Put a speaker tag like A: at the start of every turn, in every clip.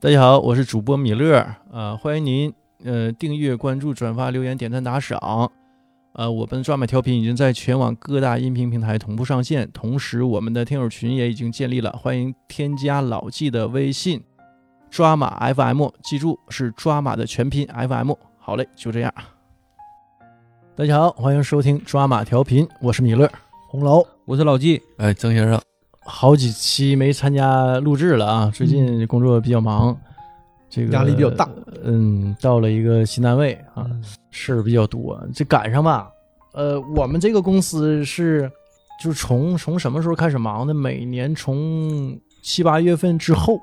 A: 大家好，我是主播米勒，呃，欢迎您，呃，订阅、关注、转发、留言、点赞、打赏，呃，我们抓马调频已经在全网各大音频平台同步上线，同时我们的听友群也已经建立了，欢迎添加老纪的微信，抓马 FM，记住是抓马的全拼 FM。好嘞，就这样。大家好，欢迎收听抓马调频，我是米勒，
B: 红楼，
C: 我是老纪，
D: 哎，曾先生，
A: 好几期没参加录制了啊，最近工作比较忙，这个
B: 嗯压力比较大。
A: 嗯，到了一个新单位啊，
B: 嗯
A: 事儿比较多。这赶上吧，呃，我们这个公司是就是从从什么时候开始忙的？每年从七八月份之后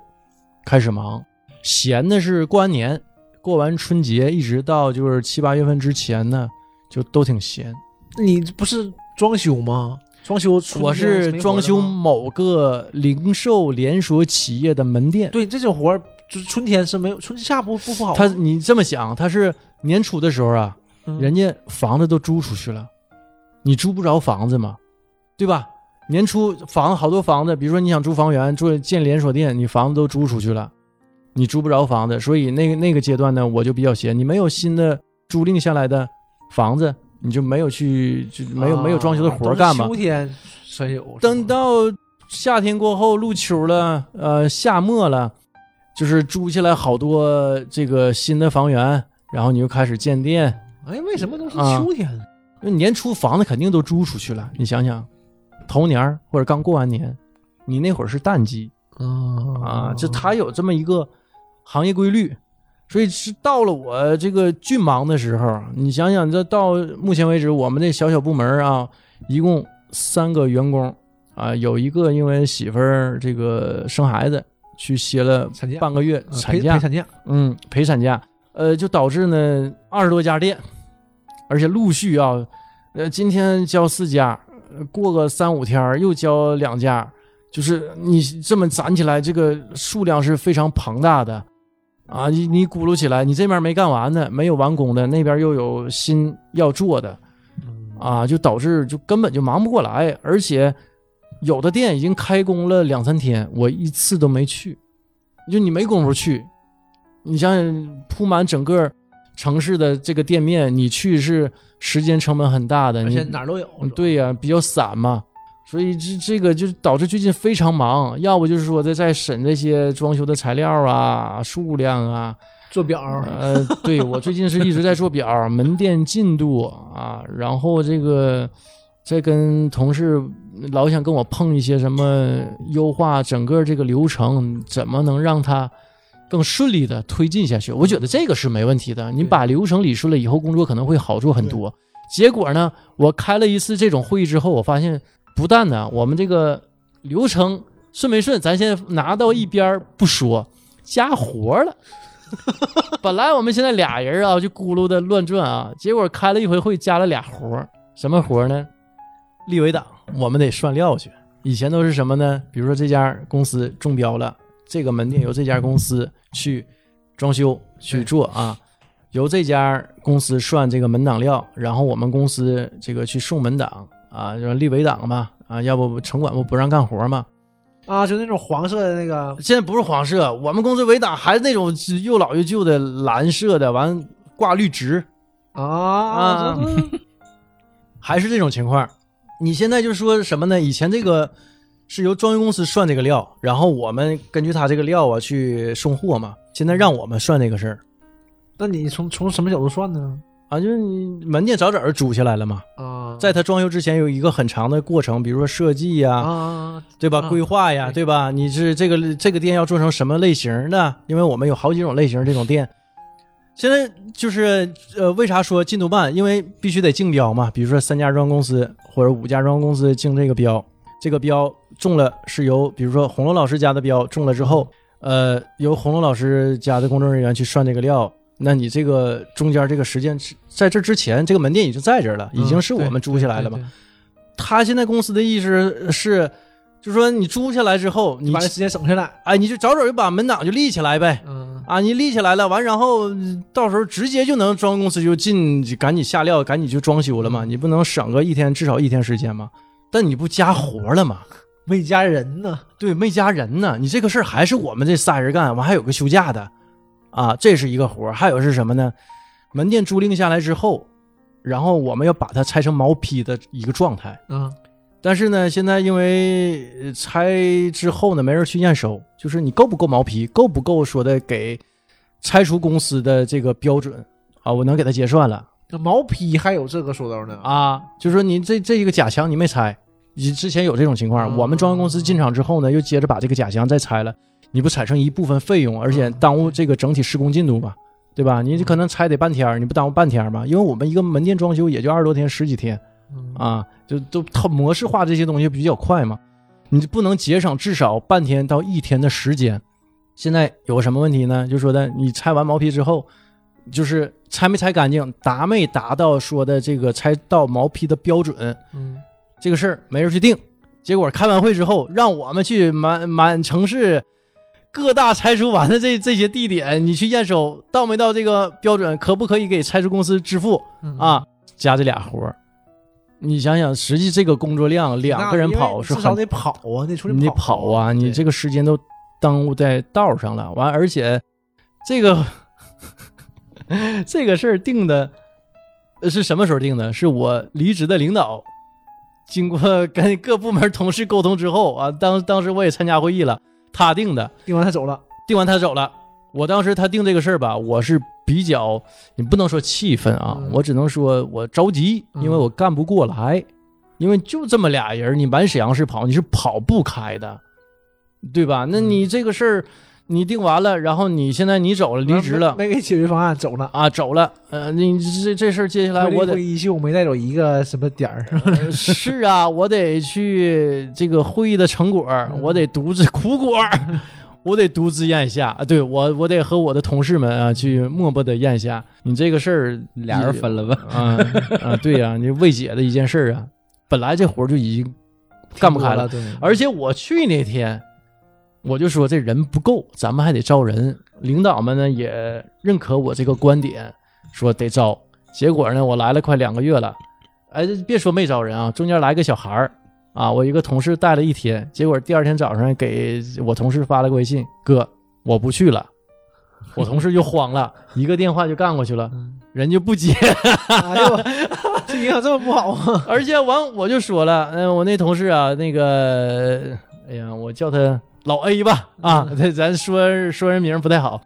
A: 开始忙，闲的是过完年，过完春节一直到就是七八月份之前呢，就都挺闲。
B: 你不是装修吗？装修春
A: 我
B: 天
A: 是
B: 没活
A: 装
B: 了
A: 修
B: 吗
A: 某个零售连锁企业的门店。
B: 对这种活儿，就是春天是没有，春夏不不不好吗。
A: 他，你这么想，他是年初的时候啊，
B: 嗯
A: 人家房子都租出去了，你租不着房子嘛，对吧？年初房子好多房子，比如说你想租房源，做建连锁店，你房子都租出去了，你租不着房子，所以那个那个阶段呢，我就比较闲，你没有新的租赁下来的房子，你就没有去就没有、没有装修的活儿
B: 啊
A: 干
B: 都
A: 嘛
B: 是秋。天才有。
A: 等到夏天过后，入秋了，呃，夏末了，就是租下来好多这个新的房源，然后你又开始建店。
B: 哎，为什么都是
A: 啊
B: 秋天？
A: 那年初房子肯定都租出去了，你想想，头年儿或者刚过完年，你那会儿是淡季啊，
B: 哦
A: 这它有这么一个行业规律。所以是到了我这个巨忙的时候，你想想，这到目前为止，我们这小小部门儿啊，一共三个员工啊，有一个因为媳妇儿这个生孩子去歇了
B: 产假
A: 半个月
B: 啊
A: 产
B: 陪
A: 假
B: 陪，产假，
A: 嗯，陪产假，呃，就导致呢二十多家店，而且陆续啊，呃，今天交四家，呃过个三五天儿又交两家，就是你这么攒起来，这个数量是非常庞大的，啊，你你咕噜起来，你这边没干完的，没有完工的，那边又有新要做的，
B: 嗯
A: 啊，就导致就根本就忙不过来，而且有的店已经开工了两三天，我一次都没去，就你没工夫去，你想想铺满整个城市的这个店面，你去是时间成本很大的，
B: 而
A: 你
B: 且哪儿都有。
A: 嗯，对呀、比较散嘛，所以这这个就导致最近非常忙，要不就是说在在审这些装修的材料啊、数量啊，
B: 做表儿，
A: 呃，对我最近是一直在做表儿、门店进度啊，然后这个在跟同事老想跟我碰一些什么优化整个这个流程，怎么能让它更顺利的推进下去？我觉得这个是没问题的，你
B: 对
A: 把流程理顺了以后，工作可能会好做很多。结果呢，我开了一次这种会议之后，我发现不但呢，我们这个流程顺没顺，咱先拿到一边儿不说，加活儿了。本来我们现在俩人啊，就咕噜的乱转啊，结果开了一回会，加了俩活儿，什么活儿呢？立维档，我们得算料去。以前都是什么呢？比如说这家公司中标了，这个门店由这家公司去装修去做啊，由这家公司算这个门档料，然后我们公司这个去送门档啊，就是立维档嘛啊，要不城管不不让干活嘛。
B: 啊，就那种黄色的那个，
A: 现在不是黄色，我们公司围挡还是那种又老又旧的蓝色的，完挂绿植，
B: 啊
A: 啊
B: 这都
A: 还是这种情况。你现在就说什么呢？以前这个是由装修公司算这个料，然后我们根据他这个料啊去送货嘛。现在让我们算这个事儿
B: 那你从从什么角度算呢？
A: 啊，就是你门店早早就租下来了嘛，
B: 啊，
A: 在他装修之前有一个很长的过程，比如说设计呀、
B: 啊，
A: 对吧？
B: 啊
A: 规划呀，对吧？你是这个这个店要做成什么类型的？因为我们有好几种类型这种店。现在就是呃，为啥说进度慢？因为必须得竞标嘛。比如说三家装公司或者五家装公司竞这个标，这个标中了是由比如说红楼老师家的标中了之后，呃，由红楼老师家的工作人员去算这个料。那你这个中间这个时间是在这之前，这个门店已经在这儿了，已经是我们租下来了嘛
B: 嗯对？。对
A: 他现在公司的意思是，就说你租下来之后，
B: 对
A: 你
B: 把这时间省下来。
A: 哎，你就早早就把门档就立起来呗。
B: 嗯，
A: 啊，你立起来了，完然后嗯到时候直接就能装修公司就进，赶紧下料，赶紧就装修了嘛。你不能省个一天，至少一天时间嘛。但你不加活了嘛？
B: 没加人呢，
A: 对，没加人呢。你这个事儿还是我们这仨人干，完还有个休假的，啊，这是一个活儿。还有是什么呢？门店租赁下来之后，然后我们要把它拆成毛坯的一个状态。
B: 啊，
A: 但是呢，现在因为呃拆之后呢，没人去验收，就是你够不够毛坯，够不够说的给拆除公司的这个标准啊，我能给他结算了
B: 这毛坯还有这个说头呢啊，
A: 啊，就说你这这一个假墙你没拆，你之前有这种情况，
B: 嗯
A: 我们装修公司进场之后呢，又接着把这个假墙再拆了，你不产生一部分费用，而
B: 嗯
A: 且耽误这个整体施工进度嘛，对吧？你可能拆得半天儿，你不耽误半天儿吗？因为我们一个门店装修也就二十多天、十几天。
B: 嗯
A: 啊，就都它模式化这些东西比较快嘛，你不能节省至少半天到一天的时间。现在有个什么问题呢？就说的你拆完毛坯之后，就是拆没拆干净，达没达到说的这个拆到毛坯的标准，
B: 嗯
A: 这个事儿没人去定。结果开完会之后，让我们去满满城市各大拆除完的这这些地点，你去验收到没到这个标准，可不可以给拆除公司支付？
B: 嗯，
A: 啊，加这俩活儿，你想想，实际这个工作量，两个人跑是
B: 那因为至少
A: 很，
B: 得跑啊，得出去
A: 你得跑啊，你这
B: 个
A: 个时间都耽误在道上了。完，而且这个 这个事儿定的呃是什么时候定的？是我离职的领导，经过 跟各部门同事沟通之后啊，当当时我也参加会议了，他定的。
B: 定完他走了，
A: 定完他走了。我当时他定这个事儿吧，我是比较，你不能说气愤啊，
B: 嗯
A: 我只能说我着急，
B: 嗯
A: 因为我干不过来，因为就这么俩人，你满沈阳市跑，你是跑不开的，对吧？那
B: 嗯
A: 你这个事儿你定完了，然后你现在你走了，离职了
B: 啊没没给解决方案，走了。
A: 啊，走了，呃，你这这事儿接下来我得
B: 会议秀没带走一个什么点 儿，
A: 呃是啊，我得去这个会议的成果儿，我得独自苦果儿，我得独自咽下啊！对我，我得和我的同事们啊去默默的咽下。你这个事儿，
C: 俩人分了吧？
A: 啊啊，对呀、你未解的一件事儿啊，本来这活儿就已经 干不开了，
B: 了，对，
A: 而且我去那天，我就说这人不够，咱们还得招人。领导们呢也认可我这个观点，说得招。结果呢，我来了快两个月了，哎，别说没招人啊，中间来个小孩儿啊，我一个同事带了一天，结果第二天早上给我同事发了个微信，哥，我不去了。我同事就慌了，一个电话就干过去了，人就不接
B: 哎呦，这影响这么不好吗？
A: 而且完我就说了，嗯、我那同事啊，那个，哎呀，我叫他老 A 吧，啊，这咱说说人名不太好。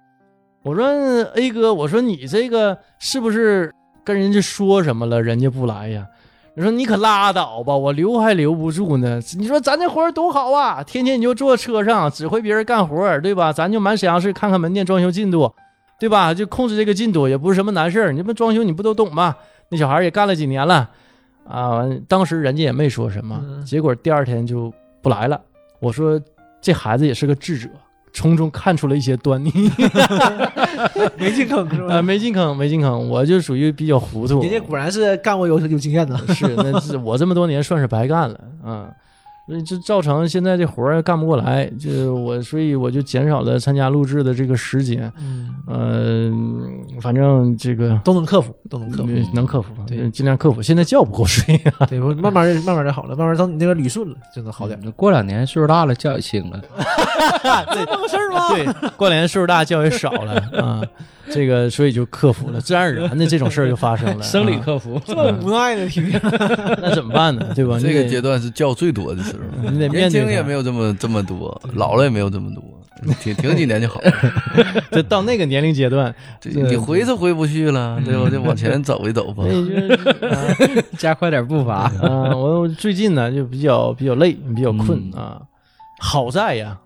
A: 我说嗯 A 哥，我说你这个是不是跟人家说什么了，人家不来呀？你说你可拉倒吧，我留还留不住呢。你说咱这活儿多好啊，天天你就坐车上指挥别人干活儿，对吧？咱就满沈阳市看看门店装修进度，对吧？就控制这个进度也不是什么难事儿。你不装修你不都懂吗？那小孩儿也干了几年了，啊，完当时人家也没说什么，
B: 嗯
A: 结果第二天就不来了。我说这孩子也是个智者，从中看出了一些端倪。
B: 没进坑 是
A: 啊，
B: 吧？
A: 没进坑，没进坑，我就属于比较糊涂。
B: 人家果然是干过有有经验的，
A: 是，那是我这么多年算是白干了，嗯，所以这造成现在这活儿干不过来，就我，所以我就减少了参加录制的这个时间，
B: 嗯，
A: 嗯、反正这个
B: 都能克服，都能克服。
A: 能克服，嗯
B: 对
A: 尽量克服。现在觉不够睡 啊，
B: 对，我慢慢地慢慢的好了，慢慢等你那个捋顺了，就能好点。
C: 嗯过两年岁数大了，觉也轻了，
A: 对，哎这么事儿吗？对，过年岁数大，觉也少了啊，这个所以就克服了，自然而然的这种事儿就发 生了，
C: 生理
A: 啊
C: 克服。
B: 这么无奈呢，听听。
A: 啊那怎么办呢？对吧？你
D: 这个
A: 得
D: 阶段是觉最多的时候，
A: 你得面
D: 年
A: 对
D: 轻也
A: 它
D: 没有这么这么多，老了也没有这么多，挺挺几年就好了。
A: 就到那个年龄阶段，
D: 这你回是回不去了，对吧？就往前走一走吧。
A: 那哎就是
C: 加快点步伐。
A: 嗯，我我最近呢就比较比较累，比较困
C: 嗯
A: 啊。好在呀，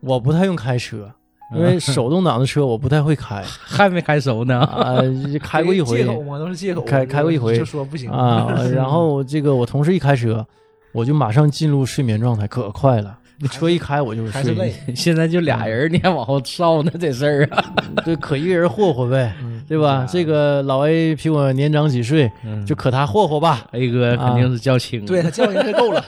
A: 我不太用开车，因为手动挡的车我不太会 开
C: 还没开熟呢，
A: 啊，开过一回
B: 借口嘛，都是借口。
A: 开开过一回
B: 就说不行
A: 啊。然后这个我同事一开车，我就马上进入睡眠状态，可快了。你车一开我就
B: 还是
A: 睡，
B: 累。
C: 现在就
A: 嗯
C: 俩人，你还往后烧呢这事儿啊？
A: 对，可一个人霍霍呗，
B: 嗯
A: 对吧？
B: 啊
A: 这个老 A 比我年长几岁，就可他霍霍吧。
C: A 哥
A: 啊
C: 肯定是较轻了，
B: 对他叫一次 够了，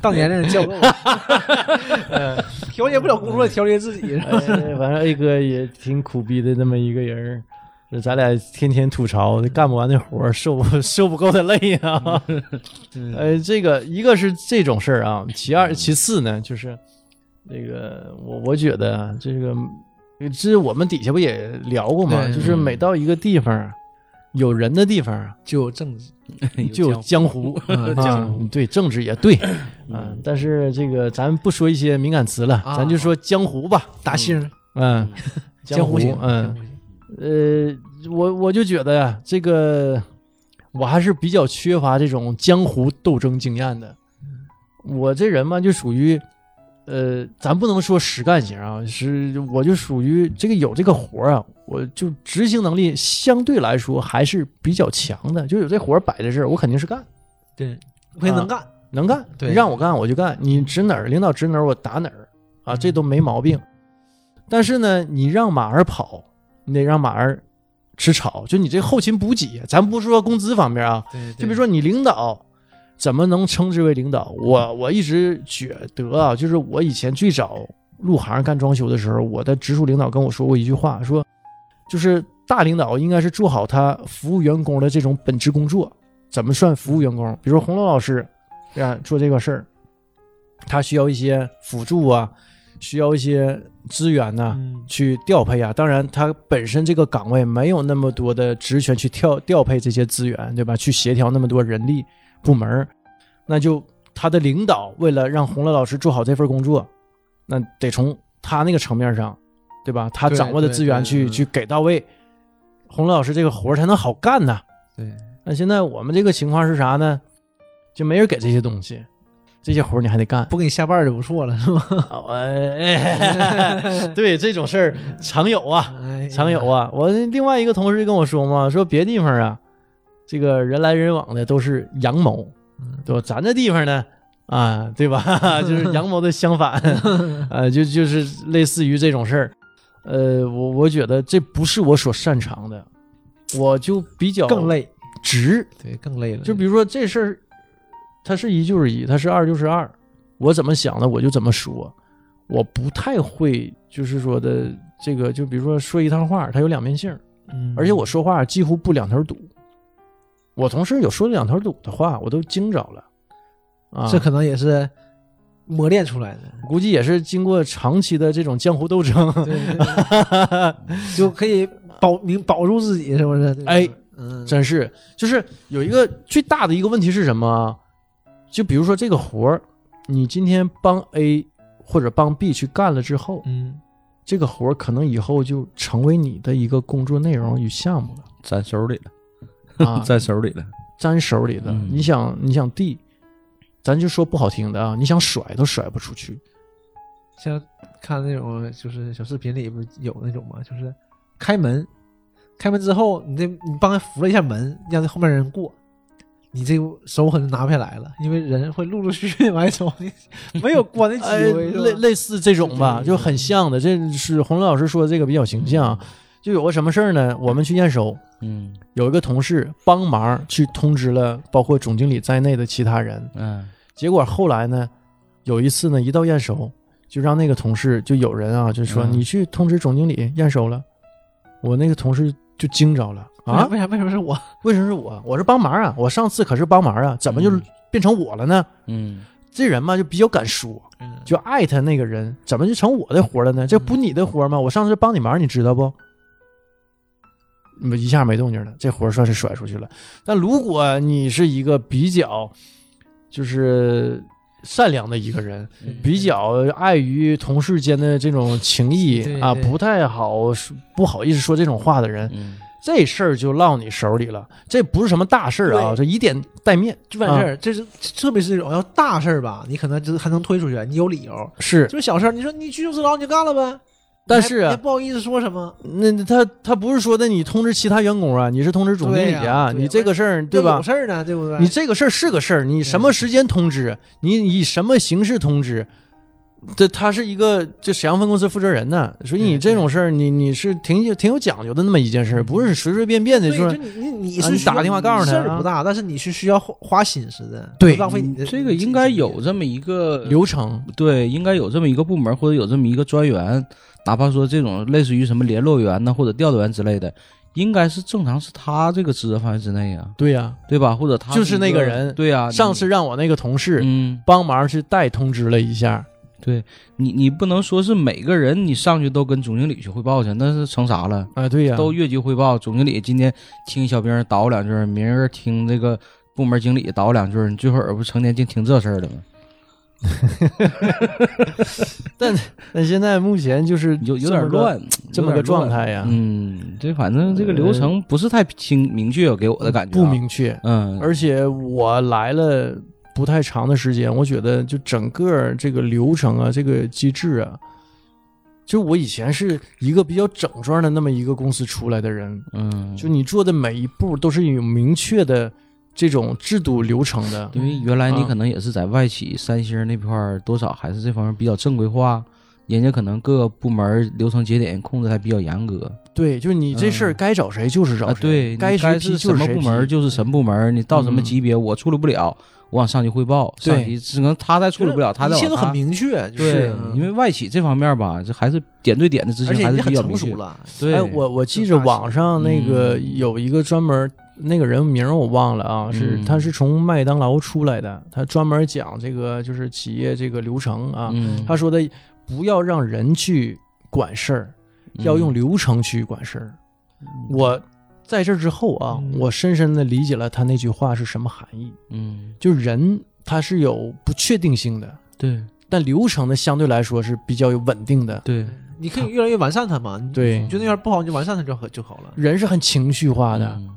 B: 到年龄叫够 了，调节不了工作，调节自己。
A: 哎反正 A 哥也挺苦逼的那么一个人儿这咱俩天天吐槽，干不完的活儿，受不 受不够的累啊。 呃，这个一个是这种事儿啊，其二其次呢，就是这个我我觉得啊这个，这我们底下不也聊过吗？
D: 对
A: 就是每到一个地方有人的地方，
B: 就有政治，
A: 就有江湖 啊，对政治也 对，嗯，但是这个咱不说一些敏感词了，
B: 啊
A: 咱就说江湖吧，
B: 打星儿，
A: 嗯，江湖，
B: 行，
A: 嗯
B: 江，湖行
A: 呃，我我就觉得呀，这个我还是比较缺乏这种江湖斗争经验的。我这人嘛，就属于，呃，咱不能说实干型啊，是我就属于这个有这个活儿啊，我就执行能力相对来说还是比较强的，就有这活儿摆在这儿，我肯定是干，
B: 对，我可以能干，
A: 能干。
B: 对
A: 你让我干我就干，你指哪儿，领导指哪儿我打哪儿啊，这都没毛病。但是呢，你让马儿跑，你得让马儿吃草，就你这后勤补给，咱不说工资方面啊，
B: 对，
A: 就比如说你领导怎么能称之为领导？我我一直觉得啊，就是我以前最早入行干装修的时候，我的直属领导跟我说过一句话，说就是大领导应该是做好他服务员工的这种本职工作。怎么算服务员工？比如说红楼老师，啊，做这个事儿，他需要一些辅助啊，需要一些资源呐、
B: 嗯，
A: 去调配啊。当然，他本身这个岗位没有那么多的职权去调调配这些资源，对吧？去协调那么多人力部门儿，那就他的领导为了让洪乐老师做好这份工作，那得从他那个层面上，对吧？他
B: 对
A: 掌握的
B: 对
A: 资源
B: 对
A: 去
B: 嗯
A: 去给到位，洪乐老师这个活儿才能好干呐。
B: 对。
A: 那现在我们这个情况是啥呢？就没人给这些东西，这些活儿你还得干。
B: 不给你下班儿就不错了，是吧？
A: 啊我哎对这种事儿常有啊，
B: 哎
A: 常有啊。我另外一个同事跟我说嘛，说别地方啊，这个人来人往的都是阳谋，对吧？咱这地方呢，啊，对吧？就是阳谋的相反，呃，就就是类似于这种事儿。呃，我我觉得这不是我所擅长的，我就比较
B: 更累，
A: 直。
B: 对，更累了。
A: 就比如说这事儿，它是一就是一，它是二就是二，我怎么想的我就怎么说，我不太会就是说的这个，就比如说说一趟话，它有两面性儿，
B: 嗯，
A: 而且我说话几乎不两头堵。我同事有说两头堵的话，我都惊着了，啊，
B: 这可能也是磨练出来的，
A: 估计也是经过长期的这种江湖斗争，
B: 对，就可以保明保住自己，是不是？对吧
A: 哎，
B: 嗯，
A: 真是，就是有一个最大的一个问题是什么啊？就比如说这个活儿，你今天帮 A 或者帮 B 去干了之后，
B: 嗯，
A: 这个活儿可能以后就成为你的一个工作内容与项目了
D: 攒手里了，，
A: 啊
D: 攒手里了。
A: 沾手里的。
D: 嗯
A: 你想，你想递，咱就说不好听的啊，你想甩都甩不出去。
B: 像看那种就是小视频里不有那种嘛，就是开门，开门之后你这你帮他扶了一下门，让这后面人过。你这手可能拿不下来了，因为人会陆陆续续地往外走， 你没有过那
A: 哎，
B: 机会，
A: 类类似这种
D: 嗯
A: 吧，
B: 是这
A: 就
B: 个意思
A: 很像的。这是洪老师说的这个比较形象啊。就有个什么事儿呢？我们去验收，
D: 嗯
A: 有一个同事帮忙去通知了包括总经理在内的其他人。
D: 嗯
A: 结果后来呢，有一次呢，一到验收，就让那个同事就有人啊，就说、
D: 嗯
A: 你去通知总经理验收了。我那个同事就惊着了
B: 啊？
D: 嗯
A: 啊，
B: 为啥为什么是我？
A: 为什么是我？我是帮忙啊，我上次可是帮忙啊，怎么就
D: 嗯
A: 变成我了呢？
D: 嗯，
A: 这人嘛就比较敢说，
B: 嗯
A: 就艾特那个人，怎么就成我的活了呢？这不你的活吗？我上次帮你忙，你知道不？嗯一下没动静了，这活算是甩出去了。但如果你是一个比较就是善良的一个人，
B: 嗯
A: 比较碍于同事间的这种情谊
B: 对
A: 啊，
B: 对
A: 不太好不好意思说这种话的人，
D: 嗯
A: 这事儿就落你手里了。这不是什么大事儿啊，这
B: 对
A: 以点带面
B: 就完事
A: 啊
B: 儿，这是特别是这种要大事儿吧，你可能就是还能推出去，你有理由。
A: 是。
B: 就是小事儿，你说你居住之劳你就干了呗，
A: 但是
B: 你还
A: 啊
B: 你还不好意思说什么，
A: 那那他他不是说的你通知其他员工啊，你是通知总经理啊
B: 对呀对
A: 你这个事儿对
B: 要
A: 吧
B: 有？事儿呢，对不对？
A: 你这个事儿是个事儿，你什么时间通知？你以什么形式通知？这他是一个这沈阳分公司负责人呢，所以你
B: 对
A: 这种事儿，你你是挺有挺有讲究的那么一件事儿，不是随随便便的
B: 对，
A: 说
B: 就你你你
A: 啊
B: 是
A: 你
B: 需要
A: 打个电话告诉他
B: 事儿
A: 啊
B: 不大，但是你是需要花花心思的，
A: 对
B: 不浪费你
C: 嗯
B: 的
D: 这个应该有这么一个
A: 流程。
D: 对，应该有这么一个部门或者有这么一个专员，哪怕说这种类似于什么联络员呐或者调度员之类的，
C: 应该是正常是他这个职责范围之内呀，
A: 对呀、
C: 对吧？或者他
A: 就是那
C: 一
A: 个
C: 个
A: 人
C: 对呀，
A: 上次让我那个同
C: 你
A: 事
C: 啊嗯，
A: 帮忙去代通知了一下，
C: 对你你不能说是每个人你上去都跟总经理去汇报去，那是成啥了？
A: 啊，对呀、
C: 都越级汇报，总经理今天听小兵叨两句，明儿听这个部门经理叨两句，你最后儿不成天净听这事儿了吗？
A: 但现在目前就是
C: 有有
A: 这么
C: 点
A: 个，
C: 乱，
A: 这么
C: 有
A: 个
C: 点
A: 状
C: 乱。
A: 态呀，
C: 嗯，这反正这个流程不是太清明确，给我的感觉啊
A: 不。明确。
C: 嗯，
A: 而且我来了不太长的时间，我觉得就整个这个流程啊，这个机制啊，就我以前是一个比较整装的那么一个公司出来的人，
C: 嗯，
A: 就你做的每一步都是有明确的这种制度流程的。
C: 因为原来你
A: 啊
C: 可能也是在外企、三星那块儿，多少还是这方面比较正规化，人家可能各个部门流程节点控制还比较严格
A: 对，就是你这事儿
C: 嗯
A: 该找谁就是找
C: 啊。
A: 谁，
C: 对，你
A: 该
C: 该
A: 谁批
C: 是
A: 就
C: 什
A: 是
C: 么
A: 谁
C: 部门
A: 批
C: 就是什么部门，你到什么
A: 嗯
C: 级别我处理不了，我往上级汇报，上
A: 对
C: 级只能他再处理不了，他
B: 一
C: 再
B: 切
C: 往
B: 都很
C: 他。
B: 明确，就
C: 对
B: 是，
A: 啊
B: 嗯
C: 因为外企这方面吧，这还是点对点的执
B: 而
C: 行
B: 且
C: 还
B: 已
C: 是
B: 经很
C: 比较
B: 成
C: 明确
B: 熟。了，
C: 对，
A: 哎，我我记
B: 就
A: 着
B: 大型
A: 网上那个
C: 嗯
A: 有一个专门那个人名我忘了啊，是
C: 嗯
A: 他是从麦当劳出来的，他专门讲这个就是企业这个流程啊，
C: 嗯，
A: 他说的不要让人去管事儿，要用
C: 嗯
A: 流程去管事儿。我在这之后啊，
B: 嗯
A: 我深深的理解了他那句话是什么含义，
C: 嗯，
A: 就人他是有不确定性的，
C: 对
A: 但流程呢相对来说是比较有稳定的。
C: 对，
B: 你可以越来越完善它嘛。你
A: 对
B: 你觉得那样不好，你就完善它就好就好了。
A: 人是很情绪化的，
C: 嗯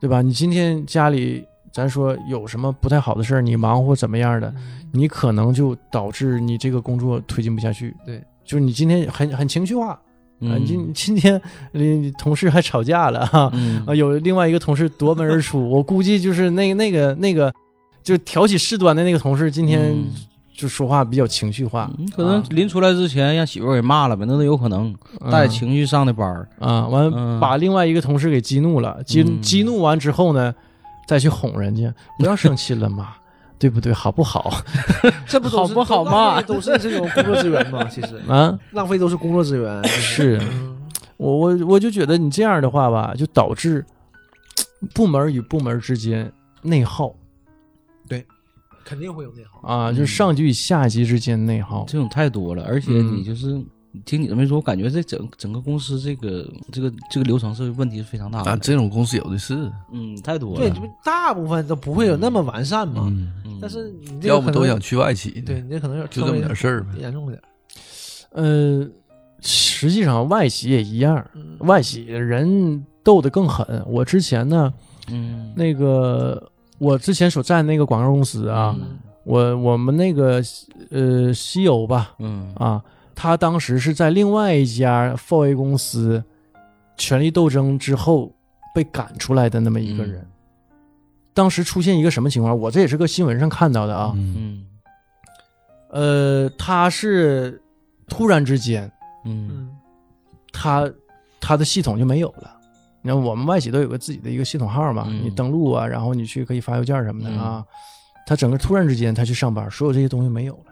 A: 对吧？你今天家里，咱说有什么不太好的事儿，你忙活怎么样的，
C: 嗯
A: 你可能就导致你这个工作推进不下去。
B: 对，
A: 就是你今天很很情绪化，啊，
C: 嗯
A: 你今今天你同事还吵架了哈、啊，
C: 嗯
A: 有另外一个同事夺门而出，我估计就是那那个那个，就挑起事端的那个同事，今天
C: 嗯
A: 就说话比较情绪化，啊
C: 嗯可能临出来之前让媳妇儿给骂了呗，那都有可能
A: 嗯
C: 带着情绪上的班儿。
A: 啊，完
C: 嗯
A: 把另外一个同事给激怒了，激
C: 嗯
A: 激怒完之后呢，再去哄人家，不要生气了 嘛，对不对？好不好？
B: 这不都是
C: 好不好嘛
B: 都是这种工作资源嘛，其实
A: 啊，
B: 浪费都是工作资源。
A: 是
B: 嗯
A: 我我我就觉得你这样的话吧，就导致部门与部门之间内耗
B: 肯定会有内耗。
C: 嗯
A: 啊，就是上级与下级之间内耗。
C: 这种太多了，而且
A: 嗯
C: 你就是、听你这么一说，我感觉这整整个公司这个这个这个流程是问题是非常大的。
D: 啊，这种公司有的是，啊
C: 嗯，太多
B: 对，
C: 了。
B: 这不大部分都不会有那么完善嘛。
D: 嗯，
C: 嗯
B: 但是你这个
D: 要不
B: 可能
D: 都想去外企，
B: 对，你这可能有
D: 就这么点事儿呗。
B: 严重点。
A: 呃，实际上外企也一样，
B: 嗯
A: 外企人斗得更狠。我之前呢，
C: 嗯
A: 那个我之前所在那个广告公司啊，
C: 嗯
A: 我我们那个呃西友吧
C: 嗯
A: 啊，他当时是在另外一家 4A 公司权力斗争之后被赶出来的那么一个人。当时出现一个什么情况？我这也是个新闻上看到的啊。
D: 嗯，
C: 嗯
A: 呃，他是突然之间，
C: 嗯
B: 嗯
A: 他他的系统就没有了。你看我们外企都有个自己的一个系统号嘛，
C: 嗯
A: 你登录啊，然后你去可以发邮件什么的啊。他整个突然之间他去上班，所有这些东西没有了。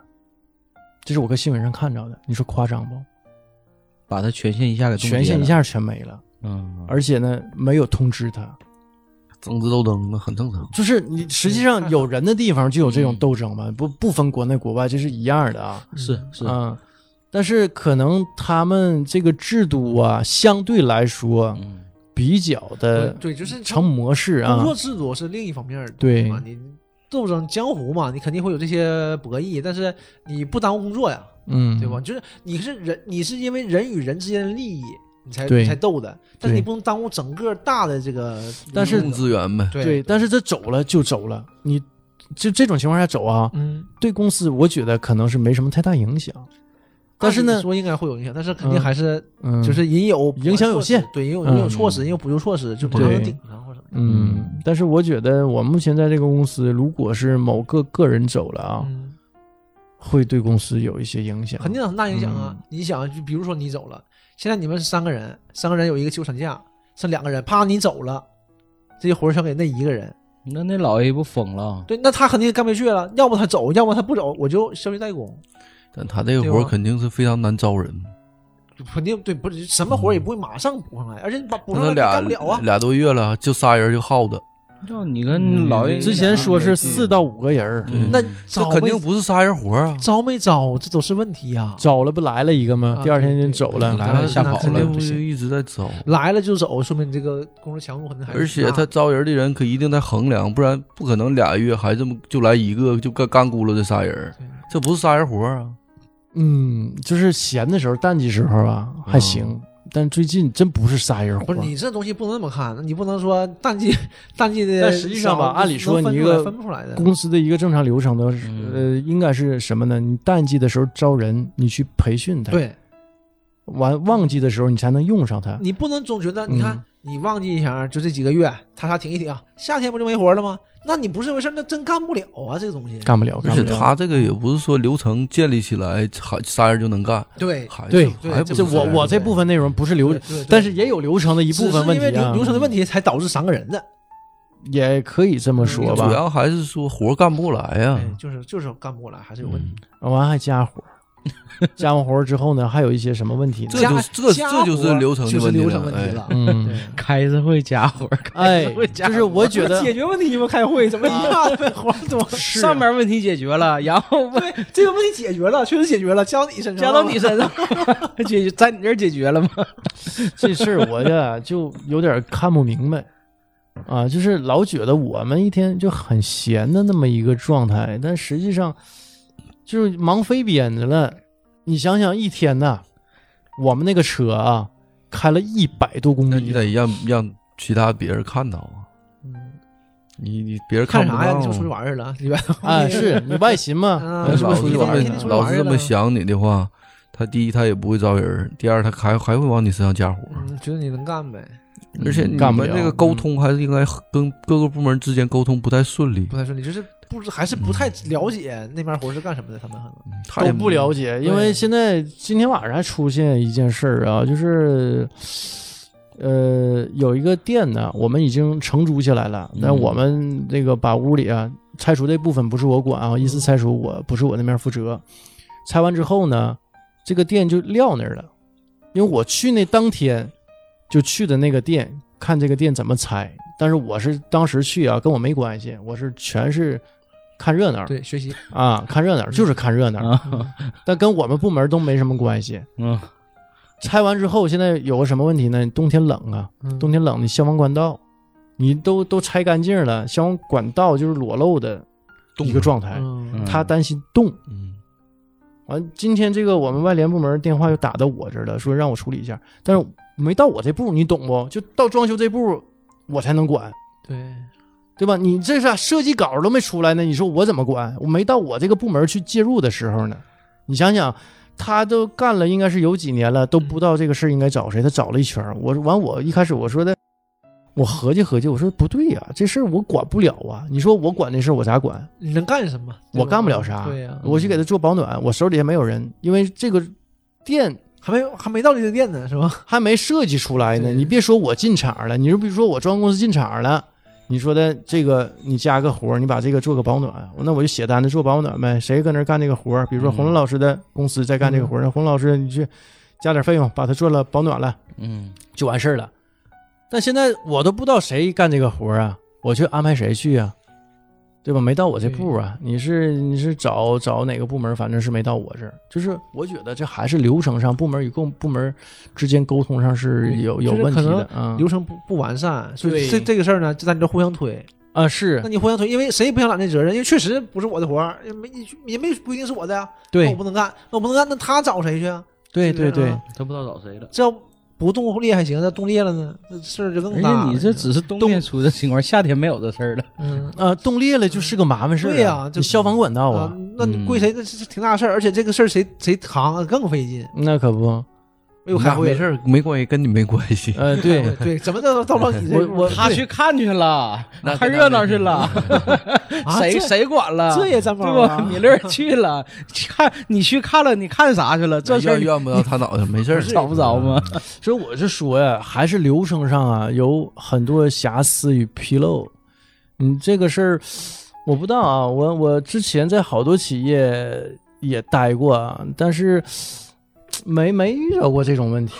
A: 这是我搁新闻上看着的，你说夸张不？
C: 把它权限一下给冻结
A: 权限一
C: 了，
A: 下全没了，
C: 嗯，
A: 而且呢没有通知他，
D: 政治斗争嘛，很正常。
A: 就是你实际上有人的地方就有这种斗争嘛，不不分国内国外，这是一样的啊。
C: 是是，
A: 嗯，但是可能他们这个制度啊，相对来说
C: 嗯
A: 比较的
B: 嗯对，就是它
A: 成模式啊，
B: 工作制度是另一方面儿的东
A: 对
B: 西嘛，你斗争江湖嘛，你肯定会有这些博弈，但是你不耽误工作呀，
A: 嗯，
B: 对吧？？就是你是人，你是因为人与人之间的利益，你才
A: 对
B: 你才斗的，但
A: 对
B: 是你不能耽误整个大的这个。
A: 但是
D: 公共资源呗，
B: 对
A: 对，但是这走了就走了，你就这种情况下走啊，
B: 嗯，
A: 对公司我觉得可能是没什么太大影响，但是
B: 按
A: 呢
B: 理，说应该会有影响，但是肯定
A: 嗯
B: 还是
A: 嗯，
B: 就是引有
A: 影响有限
B: 措施，对，引有引有
A: 嗯
B: 措施，引有补救措施，就马上
A: 对
B: 能顶上或者。
A: 嗯，但是我觉得我目前在这个公司，如果是某个个人走了啊，
B: 嗯
A: 会对公司有一些影响，嗯
B: 肯定有很大影响啊！你想，就比如说你走了，现在你们是三个人，三个人有一个休产假，剩两个人，啪你走了，这些活儿全给那一个人。
C: 那那老 A 不疯了？
B: 对，那他肯定干不下去了，要么他走，要么他不走，我就消费代工。
D: 但他这个活
B: 对
D: 儿
B: 吧
D: 肯定是非常难招人，
B: 肯定对，不是什么活儿也不会马上补上来，而且你把补
D: 那
B: 上来
D: 都
B: 你干
D: 俩
B: 不了啊。
D: 俩多月了，就仨人就耗的，
C: 就你跟老爷
A: 之前说是四到五个人儿，
D: 嗯
B: 那
D: 这
B: 招
D: 肯
B: 没
D: 定不是仨人活啊。
B: 招没招，这都是问题呀、
A: 找了不来了一个吗？
B: 啊
A: 第二天就走了
B: 对。
C: 来了吓跑
B: 那肯
C: 了
B: 定，
D: 不
B: 不行
D: 一直在招，
B: 来了就走，说明你这个工作强度可能还是
D: 而且
B: 挺大
D: 他
B: 的
D: 招人的人可一定在衡量，不然不可能俩月还这么就来一个就干干咕噜这仨人
B: 对，
D: 这不是仨人活啊。
A: 嗯，就是闲的时候、淡季时候啊还行，但最近真不是仨人活
B: 嗯不是
A: 儿。
B: 你这东西不能那么看，你不能说淡季淡季的少，
A: 但实际上吧按理说
B: 能分
A: 你
B: 出
A: 一个
B: 来分不出来的，
A: 公司的一个正常流程都是，
B: 嗯
A: 呃，应该是什么呢？你淡季的时候招人，你去培训他；
B: 对
A: 完旺季的时候你才能用上他。
B: 你不能总觉得你看
A: 嗯
B: 你忘记一下，就这几个月，他仨挺一挺，夏天不就没活了吗？那你不是回事儿，那真干不了啊，这个东西。
A: 干不了，
D: 而
A: 干不
D: 且
B: 啊
A: 了。
D: 他这个也不是说流程建立起来还仨人就能干，
B: 对
D: 还是
A: 对
D: 还不
B: 这
D: 是
A: 这我
D: 仨人
A: 我这部分内容不是流
B: 对，对对
A: 但是也有流程的一部分问
B: 只是因为
A: 题
B: 流
A: 啊
B: 流，程的问题才导致三个人的，
A: 也可以这么说
B: 嗯
D: 主
A: 吧。
D: 要还是说活干不过来呀、
B: 哎就是就是干不过来，还是有问题。
A: 完还加活儿，加完活儿之后呢，还有一些什么问题呢
D: 这？
B: 加
D: 就是这
B: 加
D: 这就是
B: 活
D: 流程的
B: 就是
D: 问题
B: 流程
D: 了
B: 问
D: 哎
B: 题了。
A: 嗯，
B: 对
C: 开着会家伙，
A: 哎
C: 开着会，家
A: 就
C: 伙
A: 是我觉得
B: 解决问题吗？开会怎么
C: 啊
B: 一下子活儿多？
A: 是啊
C: 上面问题解决 了，然后问
B: 对，这个问题解决了，确实解决了，加到你身上了，
C: 加到你身上， 解决在你这儿解决了吗？
A: 这事儿我呀就有点看不明白啊，就是老觉得我们一天就很闲的那么一个状态，但实际上就是忙飞鞭子了。你想想，一天呐，我们那个车啊，开了一百多公
D: 那
A: 里
D: 你，得让让其他别人看到啊，
B: 嗯
D: 你你别人
B: 看
D: 不
B: 啥呀？
D: 到
B: 你就出去玩儿了，你吧？
A: 啊，是你外勤嘛
B: 啊？
A: 咱是不
D: 老
A: 是出
D: 哎是
A: 去
D: 这
A: 玩
D: 么
A: 儿
B: 天
A: 呢？
B: 天出去
D: 老
B: 玩
D: 是
B: 儿啊
D: 这么
B: 了
D: 想你的话，他第一他也不会招人儿，第二他还还会往你身上加活儿，
B: 嗯，觉得你能干呗，
D: 而且
A: 嗯
D: 你
A: 干不
D: 们
A: 了
D: 这个沟通还是应该跟各个部门之间沟通不太顺利
B: 不，太顺利，就是不知还是不太了解那边活儿是干什么的，他们可能
D: 嗯他也
A: 都不了解，因为现在今天晚上还出现一件事儿啊，就是，呃，有一个店呢，我们已经承租下来了，但
C: 嗯
A: 我们这个把屋里啊拆除这部分不是我管啊，依次拆除我不是我那面负责。拆完之后呢，这个店就撂那儿了，因为我去那当天就去的那个店看这个店怎么拆，但是我是当时去啊，跟我没关系，我是全是看热闹
B: 对学习
A: 啊，看热闹就是看热闹。
C: 啊，
A: 但跟我们部门都没什么关系。
C: 嗯，
A: 拆完之后，现在有个什么问题呢？冬天冷啊，
B: 嗯
A: 冬天冷，你消防管道，你都都拆干净了，消防管道就是裸露的
D: 冻
A: 一个状态。
B: 嗯
C: 嗯
A: 他担心冻。
D: 嗯，
A: 完，今天这个我们外联部门电话又打到我这儿了，说让我处理一下，但是没到我这步，你懂不？就到装修这步，我才能管。
B: 对
A: 对吧？你这啥设计稿都没出来呢？你说我怎么管？我没到我这个部门去介入的时候呢。你想想，他都干了应该是有几年了，都不知道这个事儿应该找谁，他找了一圈儿。我完我一开始我说的，我合计合计，我说不对呀、这事儿我管不了啊。你说我管这事儿我咋管？
B: 你能干什么？对
A: 我
B: 吧
A: 干不了啥
B: 对呀，啊
A: 我去给他做保暖，我手底下没有人，因为这个店
B: 还没有还没到你的店呢，是吧？
A: 还没设计出来呢。
B: 对
A: 你别说我进场了，你就比如说我装公司进场了，你说的这个你加个活儿，你把这个做个保暖，那我就写单子做保暖呗。谁搁那儿干这个活儿？比如说
C: 嗯
A: 洪龙老师的公司在干这个活儿，那洪老师你去加点费用把它做了保暖了
C: 嗯，
A: 就完事儿了。但现在我都不知道谁干这个活儿啊，我去安排谁去啊？对吧？没到我这步啊！你是你是找找哪个部门，反正是没到我这儿。就是我觉得这还是流程上，部门与共部门之间沟通上是有有
B: 嗯就是
A: 问
B: 可
A: 题
B: 能
A: 的啊
B: 流程不不完善，所以
A: 对
B: 这这个事儿呢，就咱就互相推。
A: 啊是
B: 那你互相推，因为谁也不想揽这责任，因为确实不是我的活儿，也没也没不一定是我的呀。那我
A: 对
B: 不能干，那我不能干，那他找谁去啊？
A: 对
B: 是不是
A: 对对
B: 啊，
C: 他不知道找谁了。
B: 这要不冻裂还行，那冻裂了呢，这事儿就
C: 而
A: 哎
B: 更大了。
C: 且你这只是冬天出的情况，夏天没有这事儿了。
B: 嗯
A: 啊冻裂了就是个麻烦事儿、啊
B: 对呀就
A: 你消防管道啊，
B: 啊，那你归谁？那是挺大事儿，而且这个事儿谁谁扛啊更费劲。
A: 那可不，
B: 又开
D: 那
B: 会
D: 没事，儿，没关系，跟你没关系。
A: 呃 对，
B: 对，怎么都到不了你这
A: 我我
C: 他去看去了，
D: 那
C: 看热闹去了，
B: 啊
C: 谁
B: 这
C: 谁管了？
B: 这也占
C: 对
B: 包啊
C: 不？米勒去了，看你去看了，你看啥去了？这事
D: 怨
C: 儿
D: 怨不到他脑袋，没事儿，
C: 找不着吗？
A: 所以我是说呀，还是流程上啊有很多瑕疵与纰漏。嗯，这个事儿我不知道啊，我我之前在好多企业也待过，啊，但是没没遇到过这种问题。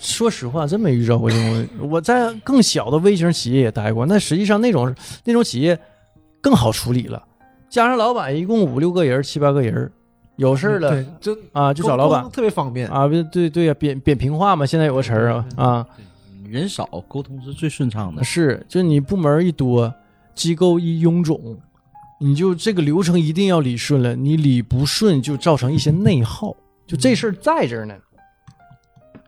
A: 说实话，真没遇到过这种问题。我在更小的微型企业也待过，那实际上那种那种企业更好处理了，加上老板一共五六个人、七八个人，有事儿了
B: 嗯对，就
A: 啊就找老板
B: 沟通特别方便。
A: 啊，对对对呀，扁扁平化嘛，现在有个词儿啊
B: 嗯
A: 啊，
C: 嗯人少，沟通是最顺畅的。
A: 是，就你部门一多，机构一臃肿，你就这个流程一定要理顺了，你理不顺就造成一些内耗，就这事儿
B: 嗯
A: 在这儿呢，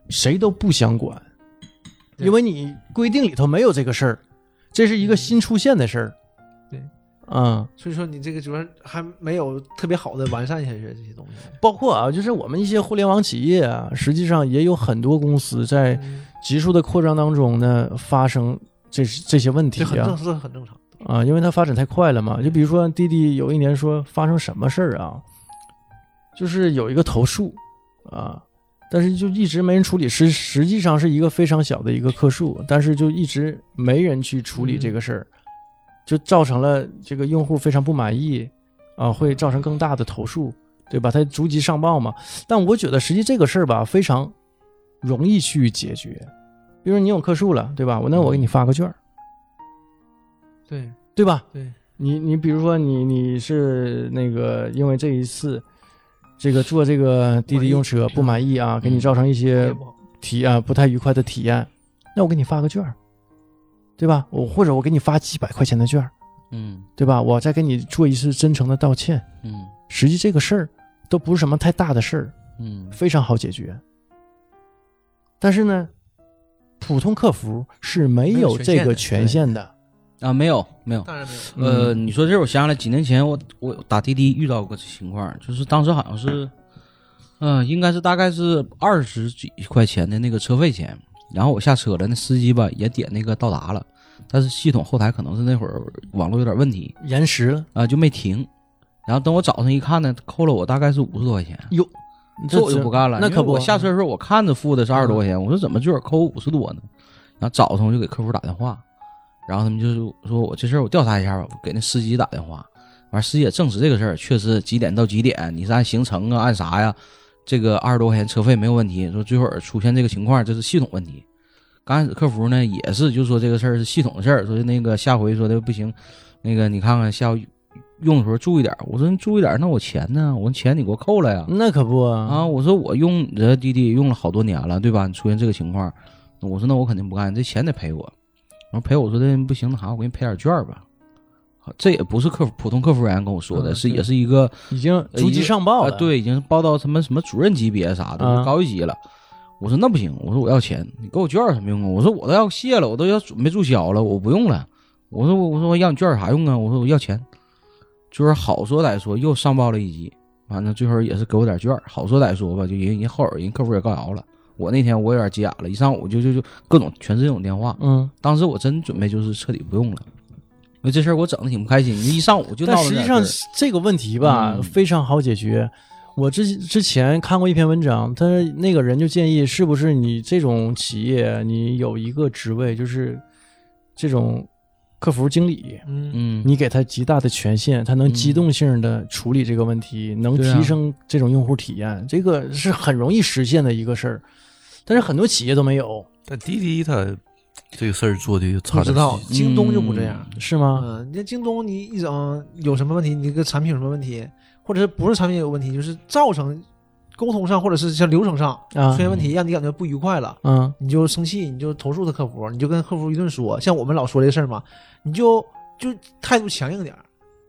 A: 谁都不想管，
B: 对嗯
A: 因为你规定里头没有这个事儿，这是一个新出现的事儿，
B: 对，
A: 嗯，
B: 所以说你这个主要还没有特别好的完善一下这些东西。
A: 包括啊，就是我们一些互联网企业啊，实际上也有很多公司在
B: 嗯
A: 急速的扩张当中呢发生这这些问题
B: 这很
A: 啊
B: 正，，这很正常。
A: 啊，因为它发展太快了嘛。就比如说滴滴有一年说发生什么事儿啊，就是有一个投诉啊，但是就一直没人处理，实实际上是一个非常小的一个客数，但是就一直没人去处理这个事儿，就造成了这个用户非常不满意啊，会造成更大的投诉，对吧？它逐级上报嘛。但我觉得实际这个事儿吧，非常容易去解决。比如你有客数了，对吧？我那我给你发个券儿，
B: 对
A: 对吧？
B: 对，
A: 你你比如说你你是那个因为这一次这个坐这个滴滴用车不满意啊，给你造成一些
B: 嗯也不好。
A: 体啊不太愉快的体验，那我给你发个券儿，对吧？我或者我给你发几百块钱的券儿，
C: 嗯
A: 对吧？我再给你做一次真诚的道歉。
C: 嗯
A: 实际这个事儿都不是什么太大的事儿，
C: 嗯
A: 非常好解决。但是呢，普通客服是没
B: 没有
A: 有
B: 权
A: 这
B: 限
A: 个
B: 的
A: 权
B: 对
A: 限的。
C: 啊，没有没有。
B: 当然没有。
C: 呃，
A: 嗯
C: 你说这我想起来，几年前我我打滴滴遇到过这情况，就是当时好像是，嗯、应该是大概是二十几块钱的那个车费钱，然后我下车了，那司机吧也点那个到达了，但是系统后台可能是那会儿网络有点问题
A: 延时了，
C: 啊、就没停，然后等我早上一看呢，扣了我大概是五十多块钱。
A: 哟，
C: 这我就不干了。
A: 那
C: 因为
A: 可不
C: 我嗯下车的时候我看着付的是二十多块钱，我说怎么这会儿扣五十多呢？然后早上我就给客服打电话，然后他们就是说我这事儿我调查一下吧，我给那司机打电话，完司机也证实这个事儿，确实几点到几点，你是按行程啊，按啥呀？这个二十多块钱车费没有问题，说最后出现这个情况，这是系统问题。刚开始客服呢也是就说这个事儿是系统的事儿，说那个下回说的不行，那个你看看下回用的时候注意点儿。我说你注意点儿，那我钱呢？我说钱你给我扣了呀。
A: 那可不
C: 啊，我说我用你这滴滴用了好多年了，对吧？你出现这个情况，我说那我肯定不干，这钱得赔我。然后赔我说的不行，那啥，我给你赔点券儿吧。好，这也不是客服普通客服人员跟我说的，
A: 嗯
C: 是
A: 对
C: 也是一个
A: 已经逐级上报
C: 啊，
A: 了。，
C: 对，已经报到什么什么主任级别啥的，
A: 啊
C: 就高一级了。我说那不行，我说我要钱，你给我券儿有什么用啊？我说我都要卸了，我都要准备注销了，我不用了。我说我我说要你券儿有啥用啊？我说我要钱，就是好说歹说又上报了一级，反正最后也是给我点券儿，好说歹说吧，就人人后耳人客服也告饶了。我那天我有点急眼了，一上午就就就各种全是这种电话，
A: 嗯，
C: 当时我真准备就是彻底不用了，因为这事儿我整的挺不开心，一上午就闹
A: 但
C: 了
A: 实
C: 点
A: 际
C: 事儿。
A: 上这个问题吧、
C: 嗯
A: 非常好解决。我之之前看过一篇文章，他那个人就建议，是不是你这种企业，你有一个职位就是这种客服经理，
B: 嗯，
C: 嗯，
A: 你给他极大的权限，他能
C: 嗯
A: 机动性的处理这个问题，能
C: 对啊
A: 提升这种用户体验，这个是很容易实现的一个事儿。但是很多企业都没有，
D: 但滴滴它这个事儿做的差
B: 不知
D: 点
B: 道
D: 细，
B: 京东就不这样。
A: 是吗？
B: 嗯，你这京东你一整有什么问题，你这个产品有什么问题，或者是不是产品有问题，就是造成沟通上或者是像流程上
A: 啊
C: 呃
B: 出，现问题，让你感觉不愉快了。
A: 嗯
B: 你就生气，你就投诉他客服，你就跟客服一顿说，像我们老说这事儿嘛，你就就态度强硬点儿，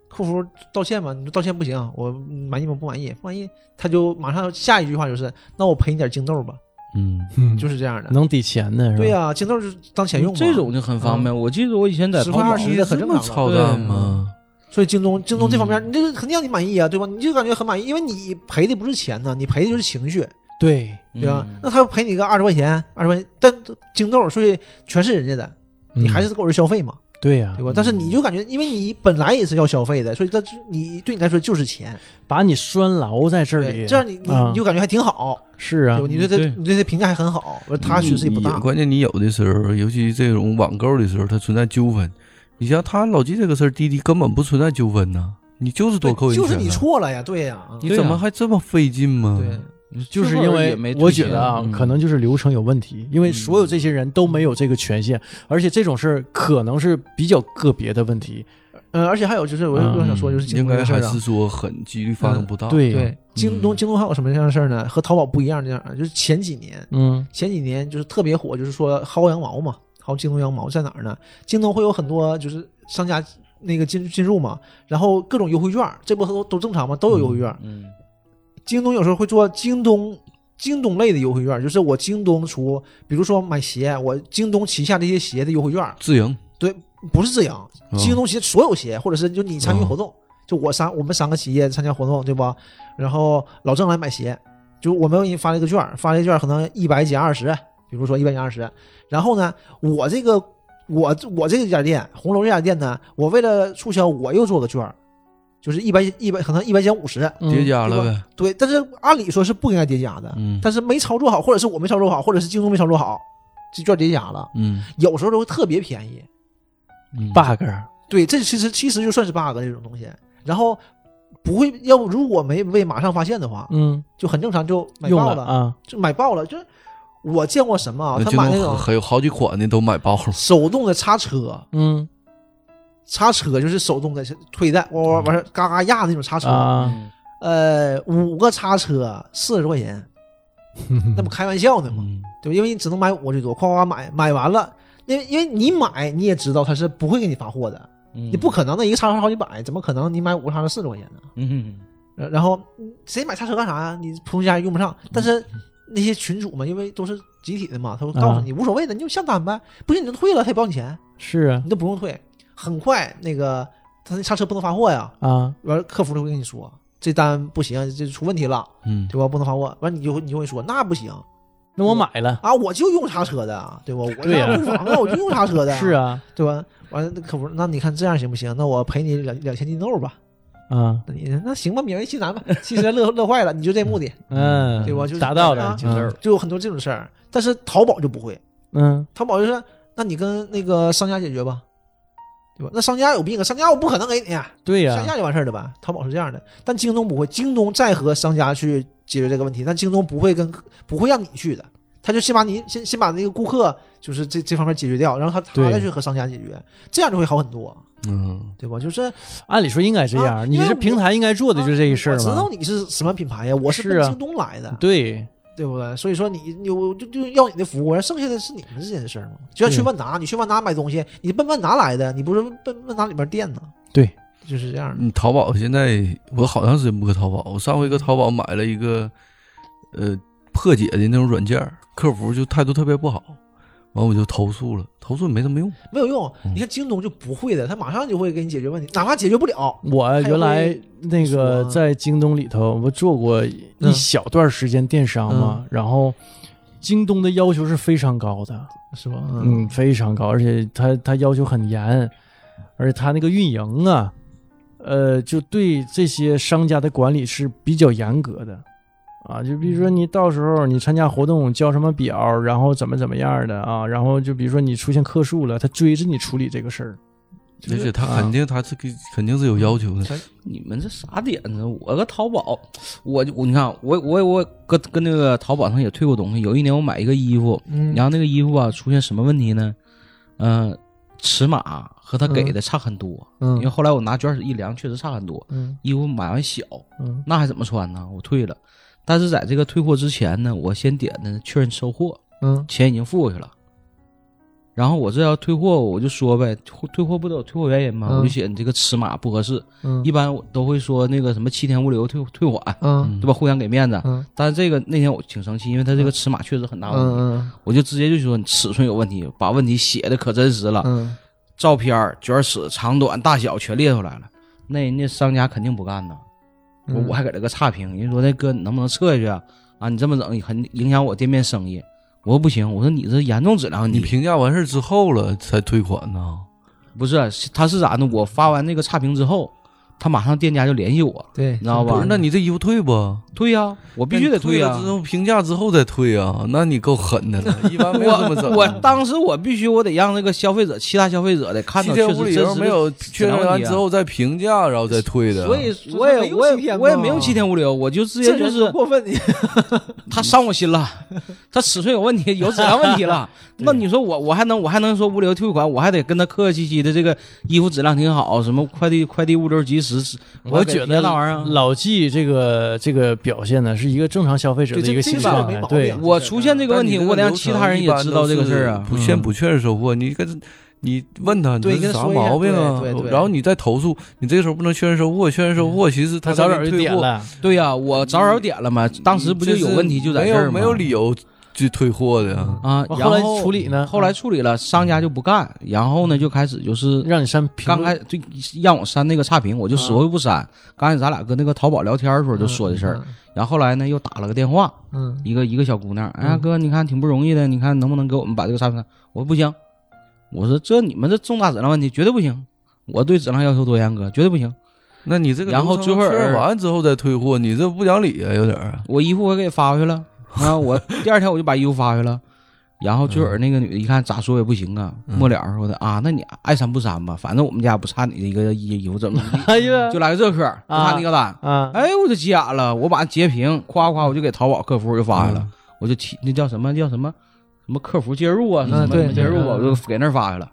B: 客服道歉嘛，你说道歉不行，我满意吗？不满意，不满意，他就马上下一句话就是，那我赔你点儿京豆吧，
D: 嗯，
A: 嗯，
B: 就是这样的。
A: 能抵钱的是吧？
B: 对呀、京豆就是当钱用嘛。
C: 这种就很方便。我记得我以前在
B: 10
C: 淘宝
B: 块20的很
D: 哦这
B: 正
D: 么
B: 常嗯的
D: 操蛋吗？
B: 所以京东京东这方面，
C: 嗯
B: 你这个肯定让你满意啊，对吧？你就感觉很满意，因为你赔的不是钱呐，你赔的就是情绪，
A: 对，
B: 对吧？
C: 嗯
B: 那他赔你个二十块钱，二十块钱，但京豆所以全是人家的，
C: 嗯
B: 你还是得给我这消费嘛。
A: 嗯对呀、
B: 对吧？
D: 嗯
B: 但是你就感觉，因为你本来也是要消费的，所以这你对你来说就是钱，
A: 把你拴牢在这
B: 对
A: 里，
B: 这样你你
A: 啊
D: 嗯
B: 你就感觉还挺好，
A: 是啊
B: 对吧？，你对
C: 对
B: 他你对他评价还很好，而他损失也不大，
D: 关键你有的时候，尤其这种网购的时候，它存在纠纷。你像他老纪这个事儿，滴滴根本不存在纠纷呐，你就是多
B: 对
D: 扣人
B: 就是
D: 钱
B: 你
D: 了
B: 错了呀，对呀，啊
D: 你怎么还这么费劲吗？
C: 嗯
B: 对，
A: 就是
C: 最
A: 因
C: 后也
A: 为
C: 没
A: 我
C: 退
A: 觉
C: 钱
A: 得啊
C: 嗯，
A: 可能就是流程有问题，因为所有这些人都没有这个权限，而且这种事儿可能是比较个别的问题。
B: 嗯，而且还有就是，我又
A: 嗯
B: 又想说，就是京
D: 应
B: 东
D: 该
B: 的事
D: 还
B: 儿啊嗯
D: 是。嗯说很几率发生不大。，
A: 对
B: 对，，京东京东还有什么样的事儿呢？和淘宝不一样，这样啊就是前几年
A: 嗯
B: 前几年就是特别火，就是说薅羊毛嘛，薅京东羊毛在哪儿呢？京东会有很多就是商家那个进进入嘛，然后各种优惠券儿，这不都都正常吗？都有优惠券儿。
C: 嗯
B: 京东有时候会做京东京东类的优惠券儿，就是我京东出，比如说买鞋，我京东旗下这些鞋的优惠券儿，
D: 自营
B: 不是这样，京东鞋所有鞋，或者是就你参与活动，就我三我们三个企业参加活动，对吧？然后老郑来买鞋，就我们给你发了一个券儿，发了一个券儿可能一百减二十，比如说一百减二十。然后呢，我这个我我这家店红楼这家店呢，我为了促销，我又做个券儿，就是一百一百可能一百减五十。
A: 嗯
D: 叠加了呗。
B: 对，但是按理说是不应该叠加的，
D: 嗯
B: 但是没操作好，或者是我没操作好，或者是京东没操作好，这券儿叠加了，
D: 嗯
B: 有时候都会特别便宜。
D: 嗯
A: bug
B: 对，这其实其实就算是 bug 这种东西，然后不会要不如果没被马上发现的话，
A: 嗯
B: 就很正常，就买
A: 用
B: 爆
A: 了
B: 了，
A: 啊，
B: 就买爆了。就是我见过什么啊？
D: 那
B: 他
D: 京
B: 买那
D: 东
B: 种
D: 还有好几款呢，都买爆了。
B: 手动的叉车，
A: 嗯
B: 叉车就是手动的推的，哇哇完事儿嘎嘎压那种叉车，
A: 啊，
B: 呃，五个叉车四十块钱，那不开玩笑呢吗？
D: 嗯
B: 对吧？因为你只能买我最多，夸夸买，买完了，因为因为你买你也知道他是不会给你发货的，
C: 嗯
B: 你不可能那一个叉车好几百，怎么可能你买五个叉车四十块钱呢？
C: 嗯
B: 呃然后嗯谁买叉车干啥呀？你普通家也用不上。但是那些群主嘛，因为都是集体的嘛，他会告诉你无所谓的，你就下单呗。不行你就退了，他也不要你钱，
A: 是啊
B: 你都不用退。很快那个他那叉车不能发货呀，
A: 啊，
B: 完了客服就会跟你说这单不行，这出问题了，
D: 嗯，
B: 对吧？不能发货。完了你就会你就会说那不行
A: 那我买了，
B: 啊，我就用叉车的，啊对吧？我
A: 对呀
B: 家不房啊，我就用叉车的，
A: 是，啊
B: 对吧？ 完了那客服，那你看这样行不行？那我赔你两两千斤肉吧。
A: 啊
B: 那你那行吧，勉为其难吧。其实乐乐坏了，你就这目的。
A: 嗯，
B: 对吧？就是
A: 达到了
B: 啊，
A: 嗯
B: 就有很多这种事儿。但是淘宝就不会，
A: 嗯
B: 淘宝就是那你跟那个商家解决吧，对吧？那商家有病啊，商家我不可能给你啊，
A: 对呀
B: 商家就完事儿了呗。淘宝是这样的，但京东不会，京东再和商家去解决这个问题，但京东不会跟不会让你去的，他就先把你先先把那个顾客就是这这方面解决掉，然后他他
A: 对
B: 再去和商家解决，这样就会好很多，
D: 嗯，
B: 对吧？就是
A: 按理说应该这
B: 啊
A: 样，你
B: 因为
A: 是
B: 我啊
A: 平台应该做的就是这个事
B: 我
A: 儿
B: 知道
A: 嘛，
B: 你是什么品牌呀，我是
A: 是
B: 奔
A: 啊
B: 京东来的，
A: 对，
B: 对不对？所以说你你我就就要你的服务，剩下的是你们之间的事儿嘛。就像去万达，你去万达买东西，你奔万达来的，你不是奔万达里边店呢？
A: 对，
B: 就是这样的。
D: 你嗯淘宝现在我好长时间不搁淘宝，我上回搁淘宝买了一个呃破解的那种软件儿，客服就态度特别不好，完我就投诉了，投诉也没什么用。
B: 没有用。你看京东就不会的，他马上就会给你解决问题，哪怕解决不了，
A: 我原来那
B: 还
A: 个
B: 会
A: 在京东里头，我做过
B: 嗯
A: 一小段时间电商嘛，然后京东的要求是非常高的，
B: 是吧？
A: 嗯，非常高，而且它它要求很严，而且它那个运营啊，呃，就对这些商家的管理是比较严格的。啊，就比如说你到时候你参加活动交什么表，然后怎么怎么样的啊，然后就比如说你出现客诉了，他追着你处理这个事儿，
D: 而且他
B: 啊
D: 肯定他是给肯定是有要求的，
C: 你们这啥点子？我搁淘宝，我就我你看，我我我搁跟那个淘宝上也退过东西。有一年我买一个衣服，
B: 嗯
C: 然后那个衣服啊出现什么问题呢？嗯、尺码和他给的差很多，
B: 嗯
C: 因为后来我拿卷尺一量，确实差很多。
B: 嗯
C: 衣服买完小，
B: 嗯
C: 那还怎么穿呢？我退了。但是在这个退货之前呢，我先点的确认收货，
B: 嗯
C: 钱已经付过去了。然后我这要退货，我就说呗，退货不都有退货原因吗？
B: 嗯
C: 我就写你这个尺码不合适，
B: 嗯
C: 一般我都会说那个什么七天无理由退退款，
B: 嗯
C: 对吧？互相给面子。
B: 嗯
C: 但是这个那天我挺生气，因为他这个尺码确实很大问题，
B: 嗯
C: 我就直接就说你尺寸有问题，把问题写的可真实了，
B: 嗯
C: 照片儿、卷尺、长短、大小全列出来了。那人家商家肯定不干呢，我
B: 嗯，
C: 我还给了个差评，人家说那哥你能不能撤下去啊？啊，你这么整很影响我店面生意。我说不行，我说你这严重质量问
D: 你
C: 题。
D: 评价完事儿之后了才退款呢。
C: 啊不是，他是咋呢？我发完那个差评之后，他马上店家就联系我，
B: 对，嗯
C: 你知道
D: 不
C: 吧
D: 是？？那你这衣服退不？
C: 退呀，我
D: 我
C: 必须得啊
D: 退啊
C: 呀、
D: 了之后评价之后再退啊，那你够狠的 了，一般没有这么整啊的。
C: 我当时我必须我得让这个消费者，其他消费者得看
D: 七
C: 到确
D: 天
C: 实
D: 无理
C: 真
D: 由
C: 实
D: 没有确认完之后再评价，然后再退的。
C: 啊所以
B: 这
C: 我也
B: 啊没有欺
C: 我也
B: 骗
C: 我也
B: 吗
C: 没有七天无理由，我就直接
B: 这
C: 就
B: 就是是过分，你
C: 他伤我心了，他尺寸有问题，有质量问题了。那你说我我还能我还能说无理由退款，我还得跟他客客气气的，这个衣服质量挺好，什么快递快递物流及时，
A: 我觉得
C: 那玩意儿。
A: 老纪这个这这个表现呢，是一个正常消费者的一个
B: 这
A: 心
B: 这
A: 理
B: 个
A: 状
B: 没
A: 态
B: 毛。病
A: 对，
C: 我出现这个问题，
D: 但你
C: 我得让
D: 流
C: 其
D: 程
C: 他人也
D: 一般
C: 知道这个
D: 都是
C: 事儿啊。
D: 不
B: 嗯
D: 先不确认收货，你跟你问他，你
B: 对
D: 这
B: 跟
D: 是
B: 他
D: 啥
B: 说一下
D: 毛病啊
B: 对对？对
D: 然后你再投诉，你这时候不能确认收货，确认收货其实
A: 他
D: 早
A: 早早就点了，
C: 对呀、我早早点了嘛，当时不就有问题就在
D: 没
C: 这儿
D: 有
C: 吗？
D: 嗯没有理由去退货的呀。
C: 啊。
A: 我
C: 然
A: 后来
C: 后
A: 处理呢
C: 后来处理了，商家就不干，然后呢就开始就是
A: 让你删评
C: 刚
A: 论。
C: 开对让我删那个差评，我就死活不删。刚才咱俩搁那个淘宝聊天的时候就说这事儿，，然后后来呢又打了个电话，
B: 嗯，
C: 一个一个小姑娘，哎呀
B: 嗯
C: 哥，你看挺不容易的，你看能不能给我们把这个差评删？我说不行，我说这你们这重大质量问题绝对不行，我对质量要求多严格，确绝对不行。
D: 那你这个
C: 然后
D: 流
C: 最
D: 程
C: 后呃嗯
D: 确认
C: 儿
D: 完之后再退货，你这不讲理啊，有点儿。
C: 我衣服我给发回去了啊，我第二天我就把衣服发回去了。然后最后那个女的一看咋说也不行啊，
D: 嗯
C: 末了说的啊，那你爱删不删吧，反正我们家不差你的一个衣衣服怎么怎么
A: 哎呀
C: 地，就来个这客，不差你个单。
A: 啊，
C: 哎，我就急眼了，我把它截屏，夸夸我就给淘宝客服就发去了，
D: 嗯
C: 我就提那叫什么叫什么什么客服接入啊，
B: 嗯
C: 什么什
B: 对
C: 么接入啊，我
B: 嗯
C: 就给那儿发去了。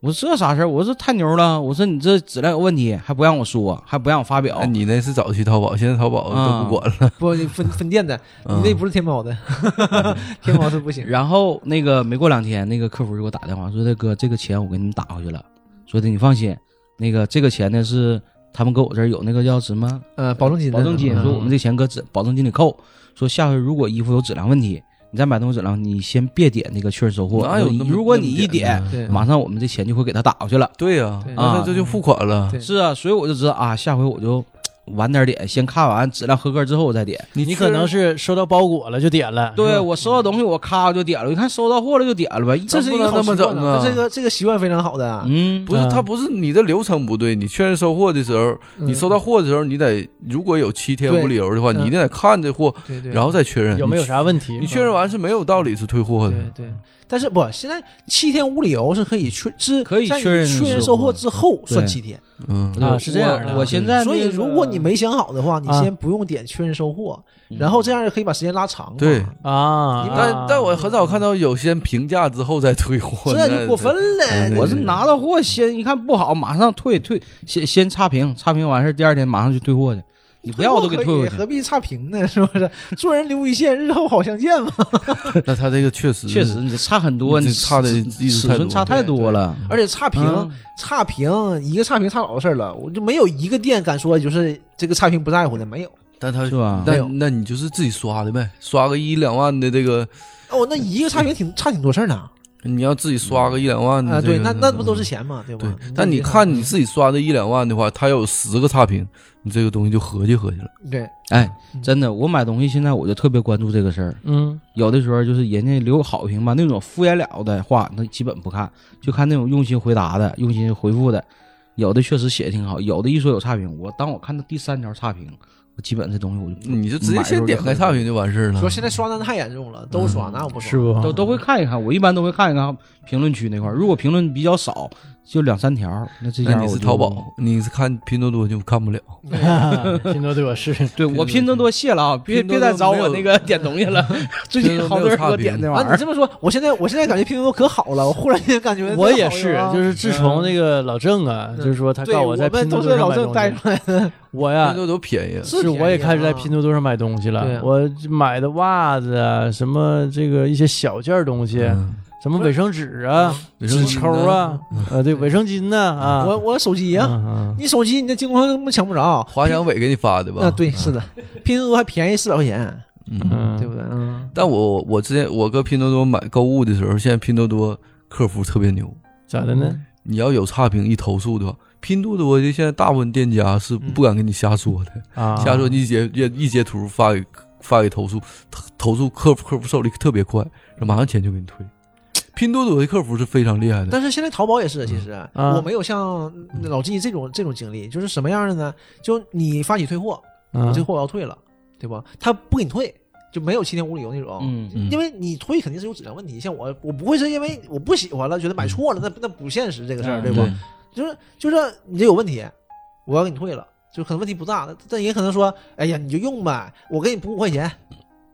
C: 我说这啥事儿？我说太牛了！我说你这质量有问题，还不让我说，还不让我发表
D: 哎，你那是早期淘宝，现在淘宝都不管了。
B: 不，你分分店的，你
D: 嗯
B: 那不是天猫的， 天猫是不行。
C: 然后那个没过两天，那个客服就给我打电话说：“大哥，这个钱我给你们打回去了。”说的你放心，那个这个钱呢是他们搁我这儿有那个叫什么
B: 呃，保证金的，
C: 保证金，
B: 嗯
C: 说我们这钱搁质保证金里扣。说下回如果衣服有质量问题，你再买东西质量，你先别点那个确认收货。
D: 哪有那么
C: 如果你一点，
D: 那么简单
B: 对
C: 马上我们这钱就会给他打过去了。
D: 对呀
B: 对，
D: 那他这就付款了。
B: 对
C: 是啊，所以我就知道啊，下回我就晚点点，先看完质量合格之后我再
D: 哎
C: 点。
A: 你可能是收到包裹了就点了，
C: 对我收到东西，我咔我就点了，一看收到货了就点了呗。
B: 这是一个好
D: 能不
B: 习
D: 能这么
B: 惯
D: 整
B: 啊
D: 啊
B: 这个这个习惯非常好的啊，
C: 嗯，
D: 不是，他不是你的流程不对。你确认收货的时候，
B: 嗯
D: 你收到货的时候，你得如果有七天
B: 对
D: 无理由的话，
B: 嗯
D: 你一定得看这货，
B: 嗯，对对，
D: 然后再确认
A: 有没有啥问题？嗯
D: 你确认完是没有道理是退货的。
B: 对对，但是不，现在七天无理由是可以确是
C: 可以
B: 在你
C: 确认
B: 确认
C: 收
B: 收
C: 货
B: 货之后算
C: 对
B: 七天，
D: 嗯，
A: 啊是这样的
C: 我我现在
B: 所以
C: 那个
B: 如果你没想好的话，你
A: 啊
B: 先不用点确认收货，
C: 嗯
B: 然后这样可以把时间拉长嘛。
D: 对
A: 啊，
D: 但但我很少看到有先评价之后再退货，
B: 这啊就过分了。
D: 嗯
C: 我是拿到货先一看不好，马上退退，先先差评，差评完事儿第二天马上就退货去。你不要我都给退
B: 回
C: 回
B: 去，何
C: 去。
B: 必差评呢？ 是不是？做人留一线，日后好相见嘛。
C: 嗯
D: 那。那他这个确实
C: 确实，你差很多，
D: 嗯你
C: 你
D: 这差得
C: 尺
D: 意思
C: 尺
D: 太
C: 寸
D: 多
C: 差太多了。
B: 而且差评
C: 嗯，
B: 差评一个差评差老多事儿了，我就没有一个店敢说就是这个差评不在乎的，没有。
D: 但他
C: 是吧
B: 没有
D: 但那你就是自己刷的呗，刷个一两万的这个，
B: 哦，那一个差评挺差挺多事儿呢。
D: 你要自己刷个一两
C: 嗯
D: 万
B: 啊，
D: 的这
B: 对，
D: 个，嗯
B: 那那不都是钱嘛，对吧
D: 对？但你看你自己刷的一两万的话，他有十个差评，你这个东西就合计合计了。
B: 对
C: 哎，真的，我买东西现在我就特别关注这个事儿。
A: 嗯
C: 有的时候就是人家留好评吧，那种敷衍了的话，那基本不看，就看那种用心回答的、用心回复的。有的确实写的挺好，有的一说有差评，我当我看到第三条差评，我基本这东西我就
D: 你就直接先点开差评就完事
C: 嗯
D: 儿了
B: 说。现在刷单太严重了，都刷，那我不刷。
A: 是不？
D: 啊
C: 都都会看一看，我一般都会看一看评论区那块儿。如果评论比较少，就两三条，那这
D: 那
C: 家
D: 你
C: 我
D: 是
C: 就
D: 淘宝，你是看拼多多就看不了。
A: 拼多多是
C: 对我拼多多卸了啊，别
D: 拼多
C: 别
D: 多
C: 再找
D: 没
C: 我
D: 有
C: 那个点东西了。最近
D: 拼多多
C: 好多人给我
D: 没有差评
C: 点那玩意
B: 啊，你
C: 儿，
B: 这么说，我现在我现在感觉拼多多可好了，我忽然间感觉
A: 我也是，就是是自从那个老郑啊，就是说他
B: 啊嗯对，
A: 告
B: 我
A: 在拼
B: 们
A: 多
B: 都
A: 多
B: 是
A: 上
B: 老
A: 买
B: 郑
A: 东
B: 带
A: 西
B: 出，来的，
A: 我
D: 拼
A: 呀
D: 多多便宜，
A: 是我也开始在拼多多上买东西
B: 对
A: 了
B: 啊，
A: 我买的袜子啊，什么这个一些小件儿东西，
D: 嗯
A: 什么卫生纸啊、
D: 卫生嗯
A: 纸
D: 巾
A: 抽啊，呃，对，卫生巾呢啊，
B: 我我手机呀，
A: 嗯嗯
B: 你手机你那京东根本抢不着，
D: 华强北给你发的吧？
B: 啊，对，是的，拼多多还便宜四百块钱，
D: 嗯。
A: 嗯
B: 对不对？嗯，
D: 但我我之前我搁拼多多买购物的时候，现在拼多多客服特别牛。
A: 咋的呢？
D: 你要有差评一投诉的话，拼多多的现在大部分店家是不敢跟你瞎说的，
A: 啊，
D: 瞎说你截截一截图发给发给投诉，投投诉客服客服受理特别快，马上钱就给你退。拼多多的客服是非常厉害的，
B: 但是现在淘宝也是，其实、
A: 啊
B: 我没有像老纪这种这种经历，就是什么样的呢？就你发起退货，我
A: 嗯
B: 这货我要退了，对吧？他不给你退，就没有七天无理由那种。
C: 嗯
D: 嗯
B: 因为你退肯定是有质量问题，像我，我不会是因为我不喜欢了，觉得买错
D: 嗯
B: 了，那那不现实这个事儿，
A: 嗯
B: 对吧？就是就是你这有问题，我要给你退了，就可能问题不大，但但也可能说，哎呀，你就用呗，我给你补五块钱，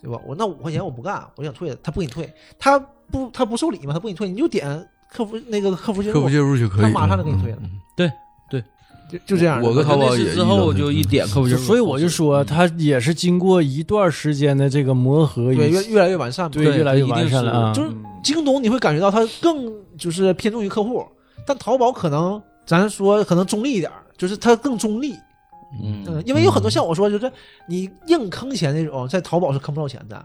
B: 对吧？我那五块钱我不干，我想退，他不给你退，他不他不受理嘛，他不给你退，你就点客服那个客服介
D: 客
B: 入
D: 服，介入就可以
B: 他
D: 了，
B: 马上就给你退了
D: 嗯。嗯
B: 就就这样的。
D: 我跟淘宝也
C: 之后就一点客服就，
A: 所以我就说，他也是经过一段时间的这个磨合与，
B: 对越越来越完善嘛，
A: 对
C: 对
A: 越来越
C: 一定
A: 完善了啊。
B: 是就
D: 嗯
B: 是京东你会感觉到它更就是偏重于客户，但淘宝可能咱说可能中立一点儿，就是它更中立。嗯，因为有很多像我说，就是你硬坑钱那种，在淘宝是坑不到钱的。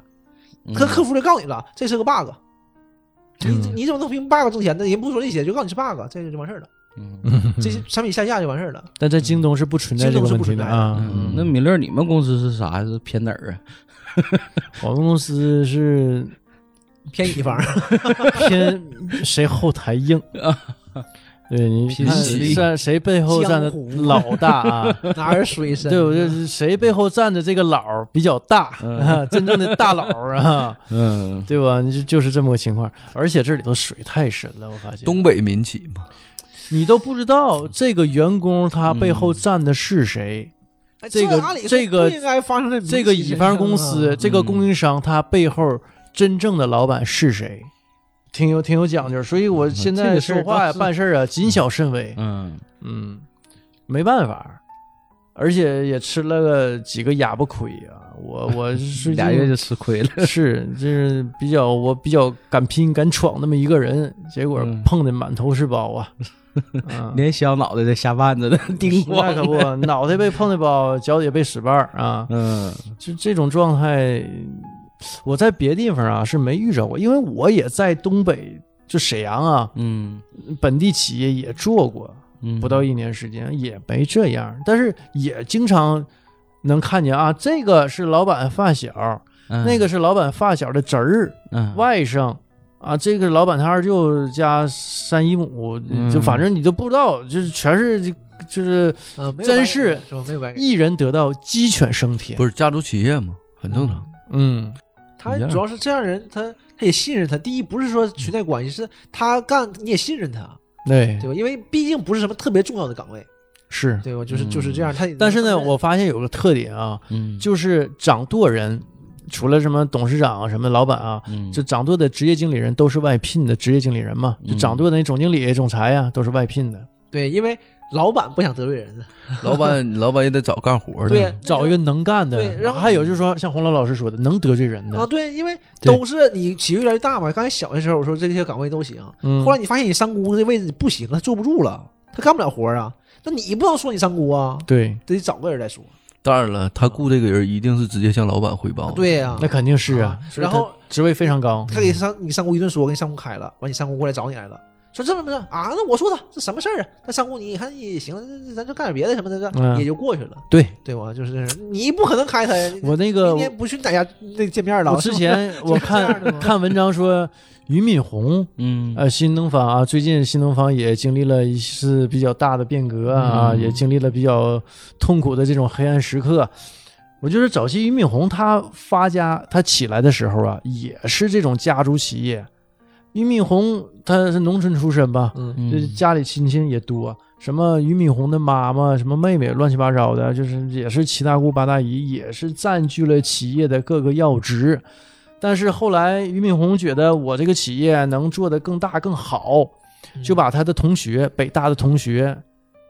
B: 客客服就告诉你了，这是个 bug，你
A: 嗯
B: 你怎么能凭 bug 挣钱呢？人不说这些，就告诉你是 bug，这就完事儿了。
C: 嗯
B: 这些产品下架就完事儿了。
A: 但在京东是不存在这个问题的啊。
C: 嗯，那米勒，你们公司是啥？是偏哪儿啊？
A: 我们公司是
B: 偏乙方，
A: 偏谁后台 硬对你
C: 拼
A: 看
C: 实力
A: 站谁背后站的
B: 江湖
A: 老大 啊？
B: 哪儿水 深？
A: 对，我就是谁背后站着这个佬儿比较大，啊真正的大佬儿啊，
C: 嗯，
A: 对吧？你就就是这么个情况，而且这里头水太深了，我发现
D: 东北民企嘛，
A: 你都不知道这个员工他背后站的是谁，
C: 嗯
B: 哎
A: 这个
B: 按理说
A: 这个
B: 不应该发生在民
A: 这个
B: 企
A: 乙方
B: 身上
A: 公司、
C: 嗯
B: 啊
A: 这个供应商他背后真正的老板是谁，挺有挺有讲究。所以我现
C: 这
A: 在
C: 个事
A: 说
C: 儿
A: 话呀、
C: 倒是
A: 办事儿啊，谨小慎微。
C: 嗯，
A: 嗯，没办法，而且也吃了个几个哑巴亏啊。 我我是
C: 俩月就吃亏了。
A: 是就是比较我比较敢拼敢闯那么一个人，结果
C: 嗯
A: 碰的满头是包 啊。啊
C: 连削脑袋的下绊子的叮
A: 那
C: 咣
A: 可不，脑袋被碰的包，脚也被使绊儿啊！
C: 嗯
A: 就这种状态，我在别地方啊是没遇着过，因为我也在东北，就沈阳啊，
C: 嗯
A: 本地企业也做过，
C: 嗯，
A: 不到一年时间也没这样，但是也经常能看见啊，这个是老板发小，
C: 嗯
A: 那个是老板发小的侄儿、外甥啊，这个老板他二舅家三姨母，
C: 嗯
A: 就反正你都不知道，就是全是就就是
B: 啊没有
A: 真
B: 白给
A: 是
B: 是吧没有白给。
A: 一人得道鸡犬升天
B: 嗯
D: 不，是家族企业嘛，很正常。
A: 嗯，
B: 他
D: 一样
B: 主要是这样人，他他也信任他。第一，不是说裙带关系，是他干你也信任他，
A: 对
B: 对，吧？因为毕竟不是什么特别重要的岗位，
A: 是。
B: 对吧？就是
C: 嗯
B: 就是这样。他也
A: 但是呢，我发现有个特点啊，
C: 嗯
A: 就是掌舵人，除了什么董事长啊、什么老板啊，
C: 嗯
B: 嗯
A: 就掌舵的职业经理人都是外聘的职业经理人嘛，就掌舵的那总经理、总裁呀、都是外聘
B: 嗯
A: 的，
B: 对，因为老板不想得罪人，
D: 老板，老板也得找干
B: 嗯
D: 活的。
B: 对，
A: 找一个能干的。
B: 对然后
A: 还有就是说，像洪老老师说的，能得罪人
B: 啊，
A: 的。
B: 对，因为
A: 对
B: 都是你企业越来越大嘛。刚才小的时候我说这些岗位都行，
A: 嗯
B: 后，来你发现你三姑这位置你不行了，坐不住了，他干不了活儿啊。那你不能说你三姑啊，
A: 对，
B: 得找个人再说。
D: 当然了，他雇这个人一定是直接向老板汇报。
B: 对，呀，
A: 哦那肯定是啊
B: 啊。
A: 所以
B: 然后
A: 他职位非常高，
B: 他给三你三姑一顿说，给你三姑开了，完你三姑过来找你来了，说这么着啊？那我说的这什么事儿啊？那三姑你看也行，那咱就干点别的什么的，
A: 嗯
B: 也就过去了，
A: 对
B: 对吧？就是这样你不可能开他呀，
A: 我那个
B: 今天不去哪家那见面了？
A: 我之前我
B: 就是这样的
A: 看
B: 吗
A: 看文章说，俞敏洪
C: 嗯
A: 呃新东方啊，最近新东方也经历了一次比较大的变革啊，
C: 嗯
A: 也经历了比较痛苦的这种黑暗时刻。我觉得早期俞敏洪他发家他起来的时候啊，也是这种家族企业。俞敏洪他是农村出身吧，
B: 嗯，
A: 就是
C: 嗯
A: 家里亲戚也多，啊什么俞敏洪的妈妈、什么妹妹，乱七八糟的，就是也是七大姑八大姨，也是占据了企业的各个要职。但是后来俞敏洪觉得我这个企业能做得更大更好，就把他的同学，北大的同学，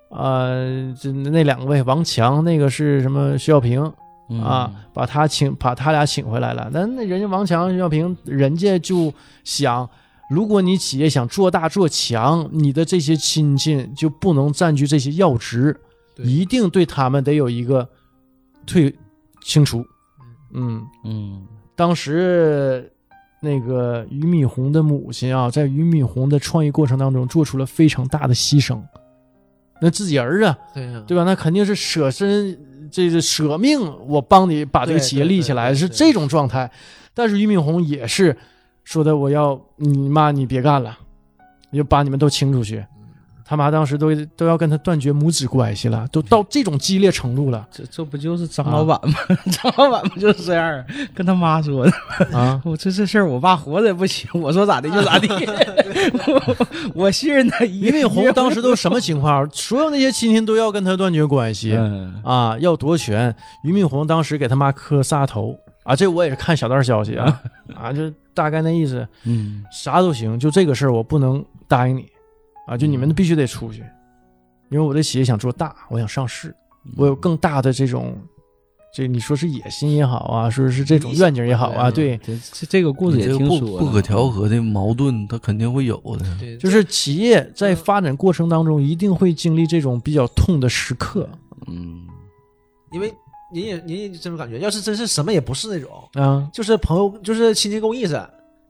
A: 呃，这那两位王强，那个是什么？徐小平，
C: 嗯
A: 啊，把他请把他俩请回来了。那那人家王强、徐小平，人家就想，如果你企业想做大做强，你的这些亲戚就不能占据这些要职，
B: 对
A: 一定对他们得有一个退清除。嗯，
C: 嗯
A: 当时那个俞敏洪的母亲啊，在俞敏洪的创业过程当中做出了非常大的牺牲。那自己儿啊，
B: 对呀，
A: 对吧？那肯定是舍身，这是舍命，我帮你把这个企业立起来，
B: 对对对
A: 是
B: 对
A: 这种状态。但是俞敏洪也是说的我要你妈你别干了，就把你们都清出去。他妈当时都都要跟他断绝母子关系了，都到这种激烈程 度了
C: 这这不就是
B: 啊
C: 张老板吗？ 张老板不就是这样儿跟他妈说的？
A: 啊！
C: 我这这事儿，我爸活着也不行，我说咋地就咋地， 我我信任他一
A: 俞
C: 个
A: 敏
C: 月。
A: 洪当时都什么情况？ 所有那些亲戚都要跟他断绝关系
C: 嗯，
A: 啊，要夺权。俞敏洪当时给他妈磕仨头啊，这我也是看小道消息啊 啊，就大概那意思，
C: 嗯，
A: 啥都行，就这个事儿我不能答应你啊，就你们必须得出去，因为我这企业想做大，我想上市，我有更大的这种，这你说是野心也好啊，说是这种愿景也好啊，对，
C: 这这这个故事
D: 你
C: 也
D: 这个
C: 听
D: 不
C: 说
D: 不可调
C: 和。
D: 和的矛盾，它肯定会有的。
B: 对，
A: 就是企业在发展过程当中一定会经历这种比较痛的时刻
C: 嗯，
B: 因为您也您也这种感觉，要是真是什么也不是那种，
A: 啊，
B: 就是朋友就是亲戚够意思，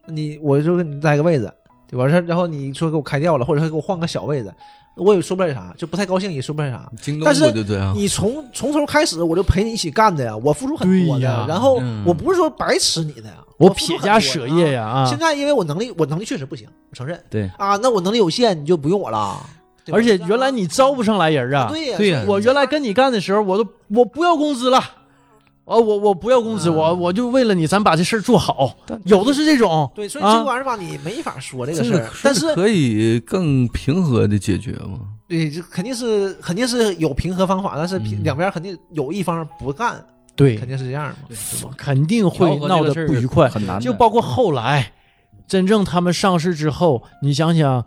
B: 你我就给你带个位置，对吧？然后你说给我开掉了，或者是给我换个小位置，我也说不来啥，就不太高兴，也说不来
A: 啊
B: 啥。
D: 京
B: 但
D: 东
B: 是
D: 不就这样？
B: 你从从头开始，我就陪你一起干的呀，我付出很多
A: 对
B: 的，
A: 呀
B: 然后
D: 嗯
B: 我不是说白吃你的呀，
A: 我
B: 付出
A: 撇
B: 很多的
A: 家舍业。呀啊
B: 现，在因为我能力，我能力确实不行，我承认。
C: 对
B: 啊，那我能力有限，你就不用我了。对吧
A: 而且原来你招不上来人啊，
B: 对呀，
D: 对呀
A: 我原来跟你干的时候，我都我不要工资了，啊，我我不要工资，
B: 嗯
A: 我我就为了你，咱把这事儿做好，有的是这种，
B: 对，所以
A: 啊
B: 这玩意儿吧，你没法说这个
D: 这
B: 事
D: 个
B: 儿，但是
D: 可以更平和的解决吗？
B: 对，这肯定是肯定是有平和方法，但是平两边肯定有一方不干，
A: 嗯对
B: 肯定是这样嘛。
A: 肯定会闹得不愉快，
C: 很难的，
A: 就包括后来，真正他们上市之后，你想想，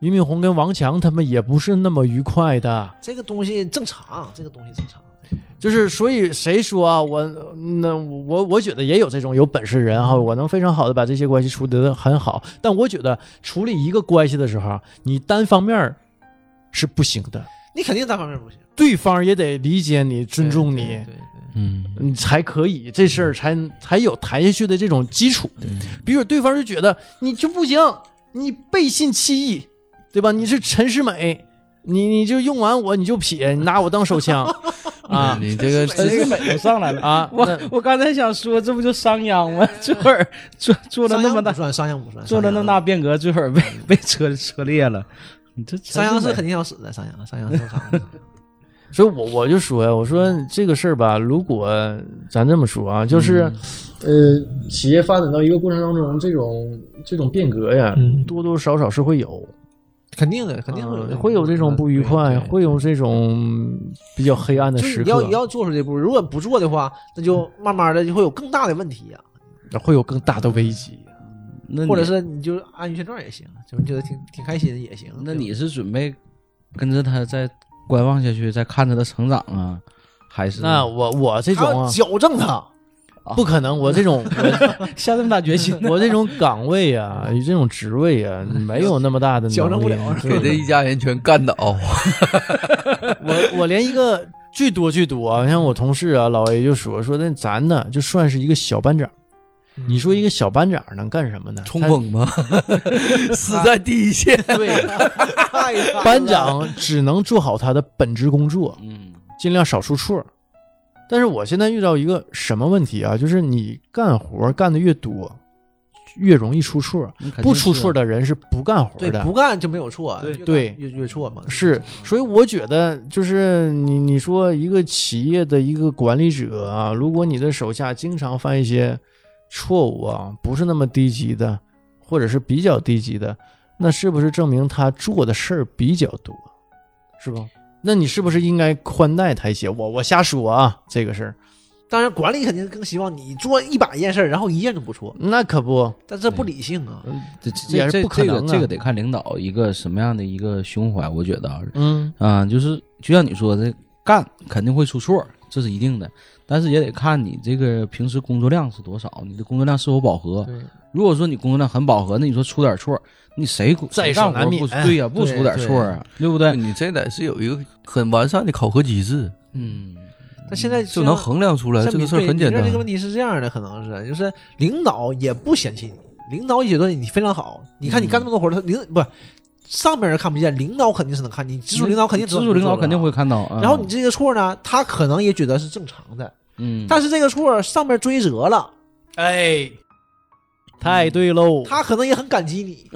A: 俞敏洪跟王强他们也不是那么愉快的，
B: 这个东西正常，这个东西正常。
A: 就是所以谁说啊，我那我我觉得也有这种有本事人哈，我能非常好的把这些关系处理得很好，但我觉得处理一个关系的时候，你单方面儿是不行的。
B: 你肯定单方面不行，
A: 对方也得理解你、尊重你，
B: 对对
D: 嗯，
A: 你才可以这事儿才才有谈下去的这种基础。比如对方就觉得你就不行，你背信弃义，对吧？你是陈世美，你你就用完我你就撇，你拿我当手 枪啊
D: 哎你这个
C: 陈世美又上来了。
A: 啊！那
C: 我我刚才想说，这不就商鞅吗？ 这会儿做做
B: 对，
C: 了
B: 商
C: 那
B: 鞅
C: 么
B: 不
C: 大，
B: 算，商鞅不算，
C: 做了那么大变革，这会儿被 被车车裂了。你这
B: 商鞅，商鞅是
C: 很
B: 肯定要死的，商鞅，商鞅正常。
A: 所以我我就说呀，我说这个事儿吧，如果咱这么说啊，就是，呃，企业发展到一个过程当中，这种这种变革呀，
B: 嗯，
A: 多多少少是会有，
B: 肯定的，肯定
A: 嗯
B: 的
A: 会有这种不愉快，
B: 对对
A: 会有这种比较黑暗的
B: 就是
A: 时
B: 你要
A: 刻嗯
B: 你，要做出这步，如果不做的话，那就慢慢的就会有更大的问题呀、啊
A: 会有更大的危机。
C: 那你
B: 或者是你就安于现状也行，就觉得挺挺开心的也行。
C: 那
B: 啊对吧
C: 你是准备跟着他再观望下去，再看他的成长啊，还是
A: 那我我这
B: 还
A: 种
B: 要
A: 啊，
B: 矫正他，
A: 不可能，我这 种
C: 下这么大决心？
A: 我这种岗位啊，这种职位 啊，没有那么大的
B: 矫正不
A: 能力
B: 了
A: 对
D: 给这一家人全干倒，
A: 我我连一个最多最多啊，像我同事啊，老 A 就说说那咱呢就算是一个小班长，你 说一个小班长能干什么呢？
D: 冲锋吗？死在第一线。
A: 他对
B: 太惨了
A: 班长只能做好他的本职工作，
C: 嗯，
A: 尽量少出错。但是我现在遇到一个什么问题啊？就是你干活干的越多，越容易出错。
C: 那肯定
A: 不出
C: 是
A: 错的人是不干活
B: 对
A: 的，
B: 不干就没有错，
A: 对
B: 越干
A: 对
B: 越越错嘛。
A: 是，所以我觉得就是你你说一个企业的一个管理者啊，如果你的手下经常犯一些错误啊，不是那么低级的，或者是比较低级的，那是不是证明他做的事儿比较多，是吧？那你是不是应该宽待他一些？我我瞎说啊，这个事儿
B: 当然管理肯定更希望你做一百件事儿，然后一件都不错，
A: 那可不，
B: 但这不理性啊。
C: 这
A: 也
C: 这
A: 是
C: 这
A: 不可
C: 这个
A: 能啊
C: 这个得看领导一个什么样的一个胸怀，我觉得啊，
A: 嗯，
C: 啊，就是就像你说的，干肯定会出错，这是一定的。但是也得看你这个平时工作量是多少，你的工作量是否饱和。
B: 对，
C: 如果说你工作量很饱和，那你说出点错，你谁
A: 在
C: 谁
A: 所
C: 干
A: 难
C: 活
A: 免
C: 不对呀、不出点错啊，对不对？
D: 你这得是有一个很完善的考核机制，
C: 嗯，
B: 但现在
D: 就能衡量出来
B: 像
D: 这个事儿很
B: 对
D: 简
B: 你这
D: 单啊
B: 个。问题是这样的，可能是就是领导也不嫌弃你，领导也觉得你非常好。你看你干那么多活儿，他领不上面人看不见，领导肯定是能看，你直属领导肯定知
C: 直
B: 道
C: 属
B: 你
C: 领导
B: 做了
C: 肯定会。看到。啊
B: 然后你这个错呢，他可能也觉得是正常的，
C: 嗯，
B: 但是这个错上面追责了，
A: 哎，太对喽。
B: 他可能也很感激你，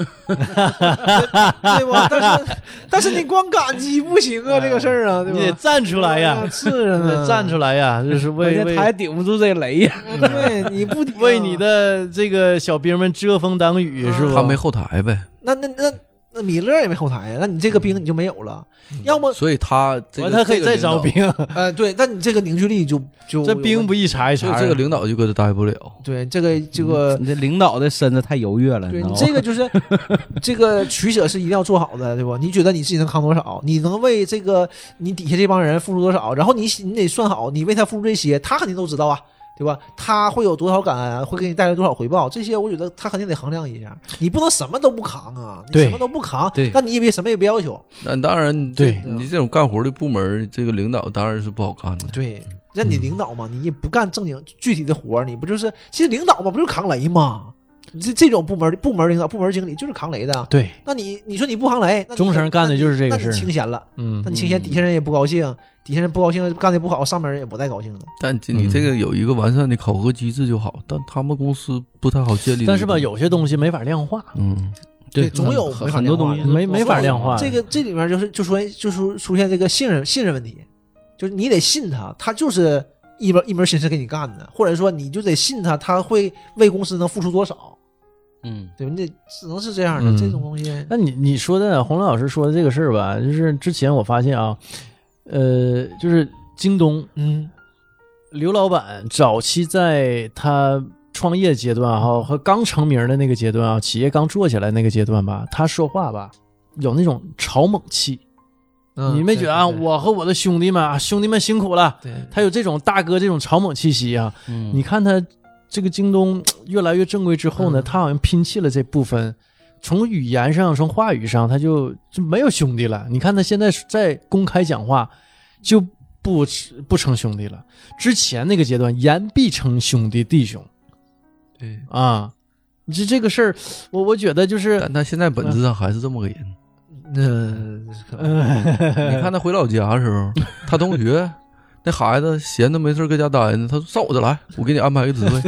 B: 对吧？但是但是你光感激不行啊，这个事儿啊，对
A: 哎
B: 吧？
A: 你得站出来
B: 哎
A: 呀，
B: 是啊，
A: 得站出来呀，就是
E: 关
A: 为
E: 键
A: 为
E: 他还顶不住这雷
B: 嗯
E: 呀，
B: 对，你不啊
A: 为你，的这个小兵们遮风挡雨是吧？
D: 他没后台呗，
B: 那那那那米勒也没后台呀，那你这个兵你就没有了，
A: 嗯
B: 要么
D: 所以他这
A: 完
D: 个
A: 呃他可以
D: 这个
A: 再
D: 领导
A: 招兵，，
B: 呃，对，那你这个凝聚力就就
A: 这兵不一茬一
D: 所以
A: 茬啊。
D: 这个领导就搁这待不了。
B: 对这个这个
E: 你这领导的身子太优越了，
B: 对
E: 你
B: 你
E: 知道
B: 这
E: 吗
B: 个就是 这个取舍是一定要做好的，对吧？你觉得你自己能扛多少？你能为这个你底下这帮人付出多少？然后你你得算好，你为他付出这些，他肯定都知道啊。对吧？他会有多少感恩，会给你带来多少回报？这些我觉得他肯定得衡量一下。你不能什么都不扛啊，你
A: 对
B: 什么都不扛
A: 对，
B: 但你也别什么也别要求。
D: 那当然，你这
A: 对
D: 你这种干活的部门，这个领导当然是不好干的。
B: 对，让你
A: 嗯
B: 领导嘛，你也不干正经具体的活儿，你不就是其实领导嘛，不就是扛雷吗？你这这种部门部门领导、部门经理就是扛雷的。啊
A: 对，
B: 那你你说你不扛雷，那你
A: 中层干的就是这个
B: 那你
A: 事儿。
B: 清闲了，
A: 嗯
B: 那，你清闲，底下人也不高兴，底下人不高兴干的不好，上面人也不太高兴了。
D: 但这
A: 嗯
D: 你这个有一个完善的考核机制就好，但他们公司不太好建立。
A: 但是吧，，有些东西没法量化，
D: 嗯，
B: 对总有
C: 很
B: 没法
C: 很多
B: 量化
C: 东
B: 的
A: 没
C: 西
A: 没法量化。
B: 这个这里面就是就出现就出出现这个信任信任问题，就是你得信他，他就是一门一门心思给你干的，或者说你就得信他，他会为公司能付出多少，
C: 嗯，
B: 对吧？你得只能是这样的、
A: 嗯
B: 这种东西。
A: 那你你说的洪老师说的这个事儿吧，就是之前我发现啊，呃，就是京东
B: 嗯
A: 刘老板早期在他创业阶段哈和刚成名的那个阶段啊，企业刚做起来那个阶段吧，他说话吧有那种草莽气，
B: 嗯，
A: 你没觉得啊？
B: 对对
A: 我和我的兄弟们啊，兄弟们辛苦了，
B: 对
A: 他有这种大哥这种草莽气息啊。
C: 嗯
A: 你看他这个京东越来越正规之后呢，
B: 嗯
A: 他好像拼弃了这部分，从语言上、从话语上，他就就没有兄弟了。你看他现在在公开讲话，就不不称兄弟了。之前那个阶段，言必称兄弟弟兄
D: 对。
A: 啊。这这个事儿，我我觉得就是，
D: 但他现在本质上还是这么个人。呃
B: 嗯，
D: 你看他回老家的时 候，他同学那孩子闲的没事儿搁家待着，他说上我这来，我给你安排个 职位。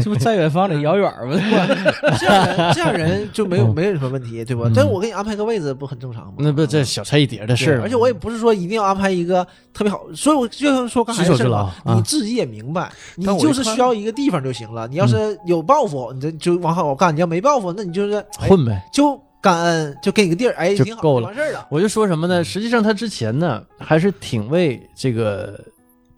E: 这不在远方里遥远吗？
B: 这样人这样人就没有没有什么问题，对吧
A: 哦嗯？
B: 但是我给你安排个位置不很正常吗？
A: 那不这小菜一碟的
B: 对
A: 事儿嘛，
B: 而且我也不是说一定要安排一个特别好，所以我就像说刚才
A: 举手
B: 的事儿
A: 之劳
B: 嘛
A: 啊
B: 你自己也明白，你
D: 但我一
B: 就是
D: 看
B: 需要一个地方就行了。你要是有抱负，你这就往好干；你要没抱负，那你就是哎
A: 混呗。
B: 就感恩，就给你个地儿，哎，
A: 就
B: 挺好，
A: 够了
B: 完事儿了。
A: 我就说什么呢？实际上他之前呢，还是挺为这个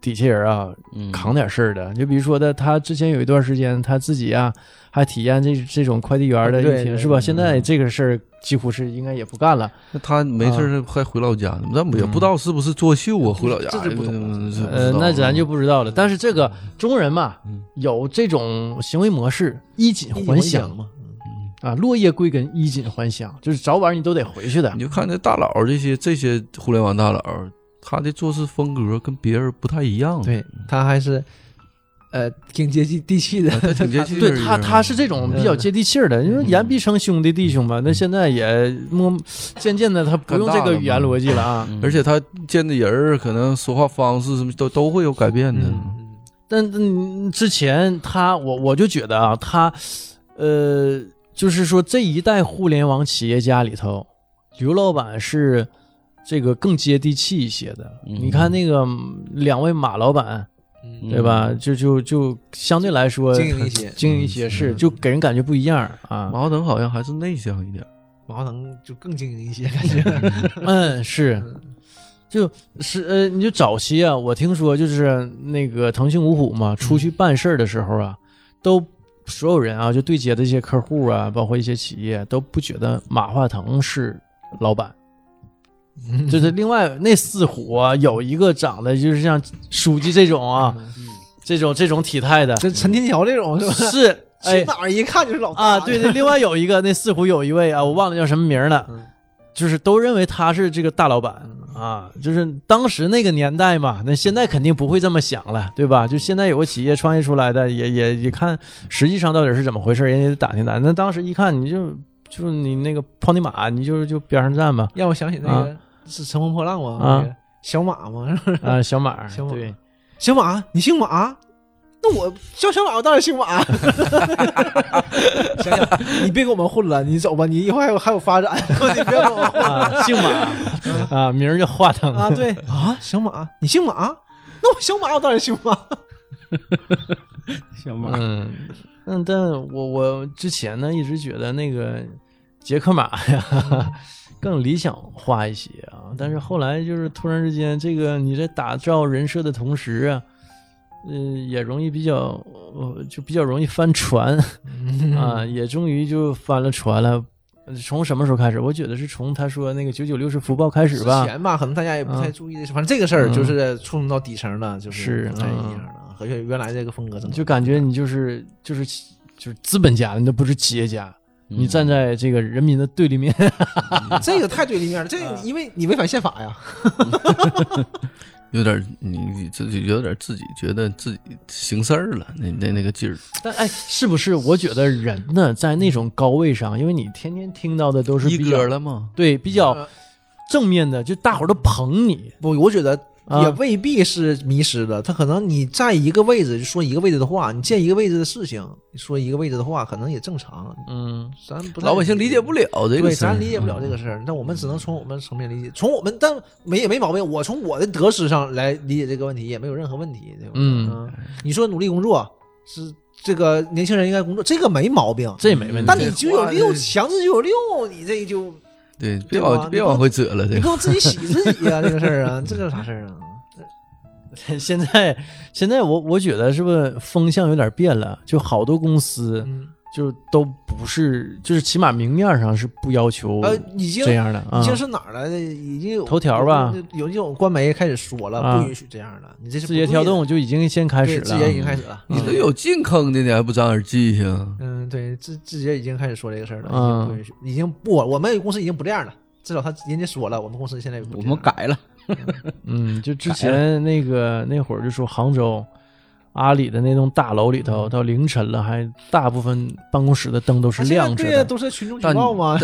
A: 底下人啊
C: 嗯
A: 扛点事儿的。你就比如说的，他之前有一段时间他自己啊，还体验这这种快递员的
E: 对
A: 一
E: 对
A: 天是吧？
E: 对
A: 现在这个事儿几乎是应该也不干了。
D: 那他没事
A: 啊
D: 儿还回老家呢，但也不知道
A: 嗯
D: 是不是作秀啊？回老家
B: 这就不懂了
D: 是不
A: 呃，
D: 知道啊
A: 那咱就不知道了。但是这个中人嘛
D: 嗯，
A: 有这种行为模式，衣锦
B: 一
A: 还
B: 想
A: 乡
B: 嘛，
A: 啊，落叶归根，衣锦还乡，就是早晚你都得回去的
D: 你。就看这大佬儿这些这些互联网大佬儿，他的做事风格跟别人不太一样，
B: 对他还是呃挺接地地气的
D: 啊，他挺接地气儿
A: 对
D: 的 人。
A: 他，他是这种比较接地气儿的。因为言必称兄弟弟兄嘛，那现在也摸渐渐的，他不用这个语言逻辑了啊。
D: 嗯 而且他见的人儿可能说话方式什么都都会有改变的。
A: 但嗯之前他，我我就觉得啊，他，呃，就是说这一代互联网企业家里头，刘老板是这个更接地气一些的。
C: 嗯
A: 你看那个嗯两位马老板，对吧？
C: 嗯
A: 就就就相对来说
B: 经营一些
A: 经营一些是，就给人感觉不一样啊。
D: 马化腾好像还是内向一点儿，
B: 马化腾就更精英一些，感 觉
A: 嗯，是，就是呃，你就早期啊，我听说就是那个腾讯五虎嘛，出去办事儿的时候啊，都所有人啊，就对接的一些客户啊，包括一些企业，都不觉得马化腾是老板。就是另外那四虎啊，有一个长得就是像书记这种啊，这种这种体态的，
B: 这陈天桥这种是吧？
A: 是
B: 去
A: 哎
B: 哪儿一看就是老大
A: 啊，对对，另外有一个那四虎有一位啊，我忘了叫什么名儿了
B: 嗯，
A: 就是都认为他是这个大老板啊，就是当时那个年代嘛，那现在肯定不会这么想了，对吧？就现在有个企业创业出来的，也也也看实际上到底是怎么回事，人也得打听打听。那当时一看你就就你那个泡泥马，你就就边上站吧，
B: 让我想起那个是《乘风破浪》吗？
A: 啊
B: 那个小马吗？是不是？
A: 啊，小马儿，
B: 小马儿
A: 对，
B: 小马，你姓马？那我叫小马，我当然姓 马。想想，你别跟我们混了，你走吧，你以后还有还有发展， 你不要跟我 混
A: 啊，姓马啊，名儿叫华灯
B: 啊。对啊，小马，你姓马，那我小马，我当然姓马。
E: 小马
A: 嗯，但但我我之前呢一直觉得那个杰克马
B: 嗯
A: 呀 更理想化一些啊，但是后来就是突然之间，这个你在打造人设的同时啊，嗯、也容易比较呃就比较容易翻船
B: 嗯
A: 啊，也终于就翻了船了。呃从什么时候开始？我觉得是从他说那个九九六是福报开始吧
B: 之。前吧，可能大家也不太注意，反正这个事儿就是触动到底层了，嗯就是
A: 是
B: 嗯不太一样了，和原原来这个风格真的
A: 就感觉你就是就是就是资本家，你都不是企业家，
B: 嗯
A: 你站在这个人民的对立面，
B: 这个太对立面了， 这个因为你违反宪法呀。
D: 有点儿你你自己有点儿自己觉得自己行事儿了，那那那个劲儿，
A: 但哎，是不是？我觉得人呢，在那种高位上，因为你天天听到的都是
D: 一
A: 比较
D: 哥了吗？
A: 对比
B: 嗯
A: 较正面的，就大伙儿都捧你
B: 不，我觉得
A: 啊
B: 也未必是迷失了，他可能你在一个位置就说一个位置的话，你见一个位置的事情说一个位置的话，可能也正常。
A: 嗯，
B: 咱不太
D: 老百姓理解不了这个
B: 对，
D: 事儿
B: 咱，理解不了这个事儿，但我们只能从我们层面理解，从我们但没也没毛病。我从我的得失上来理解这个问题，也没有任何问题，对吧？啊
A: 嗯
B: 你说努力工作是这个年轻人应该工作，这个没毛病。
A: 这没问
B: 嗯但
A: 题。
B: 你九九六强制九九六，你这就
D: 对，别
B: 对吧
D: 往别往回折了，这
B: 你
D: 个
B: 不能自己洗自己呀、这个事儿啊，这叫啥事 儿啊？
A: 现在现在我我觉得是不是风向有点变了？就好多公司
B: 嗯，
A: 就都不是，就是起码明面上是不要求
B: 呃，已经
A: 这样的啊
B: 已。经是哪儿来的？已经有
A: 头条吧，
B: 有有这种官媒开始说了，
A: 啊
B: 不允许这样了。你这是
A: 字节跳动就已经先开
B: 开
A: 始
B: 字节已经
A: 了，嗯
B: 开始了。
D: 你都有进坑的，你还不长点记性？
B: 嗯，对，字字节已经开始说这个事儿了，已
A: 嗯
B: 经不允许，已经不，我们公司已经不这样了。至少他人家说了，我们公司现在也不
C: 我
B: 这样
C: 们
B: 了
C: 改了，
A: 嗯，就之前那个那会儿就说杭州阿里的那栋大楼里
B: 嗯
A: 头，到凌晨了还大部分办公室的灯 都是
B: 啊现在
A: 亮着
B: 对呀，
A: 的。
B: 都是群众举报嘛，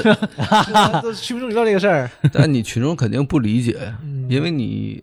B: 都 是群众举报这个事儿。
D: 但你群众肯定不理解呀，
B: 嗯
D: 因为你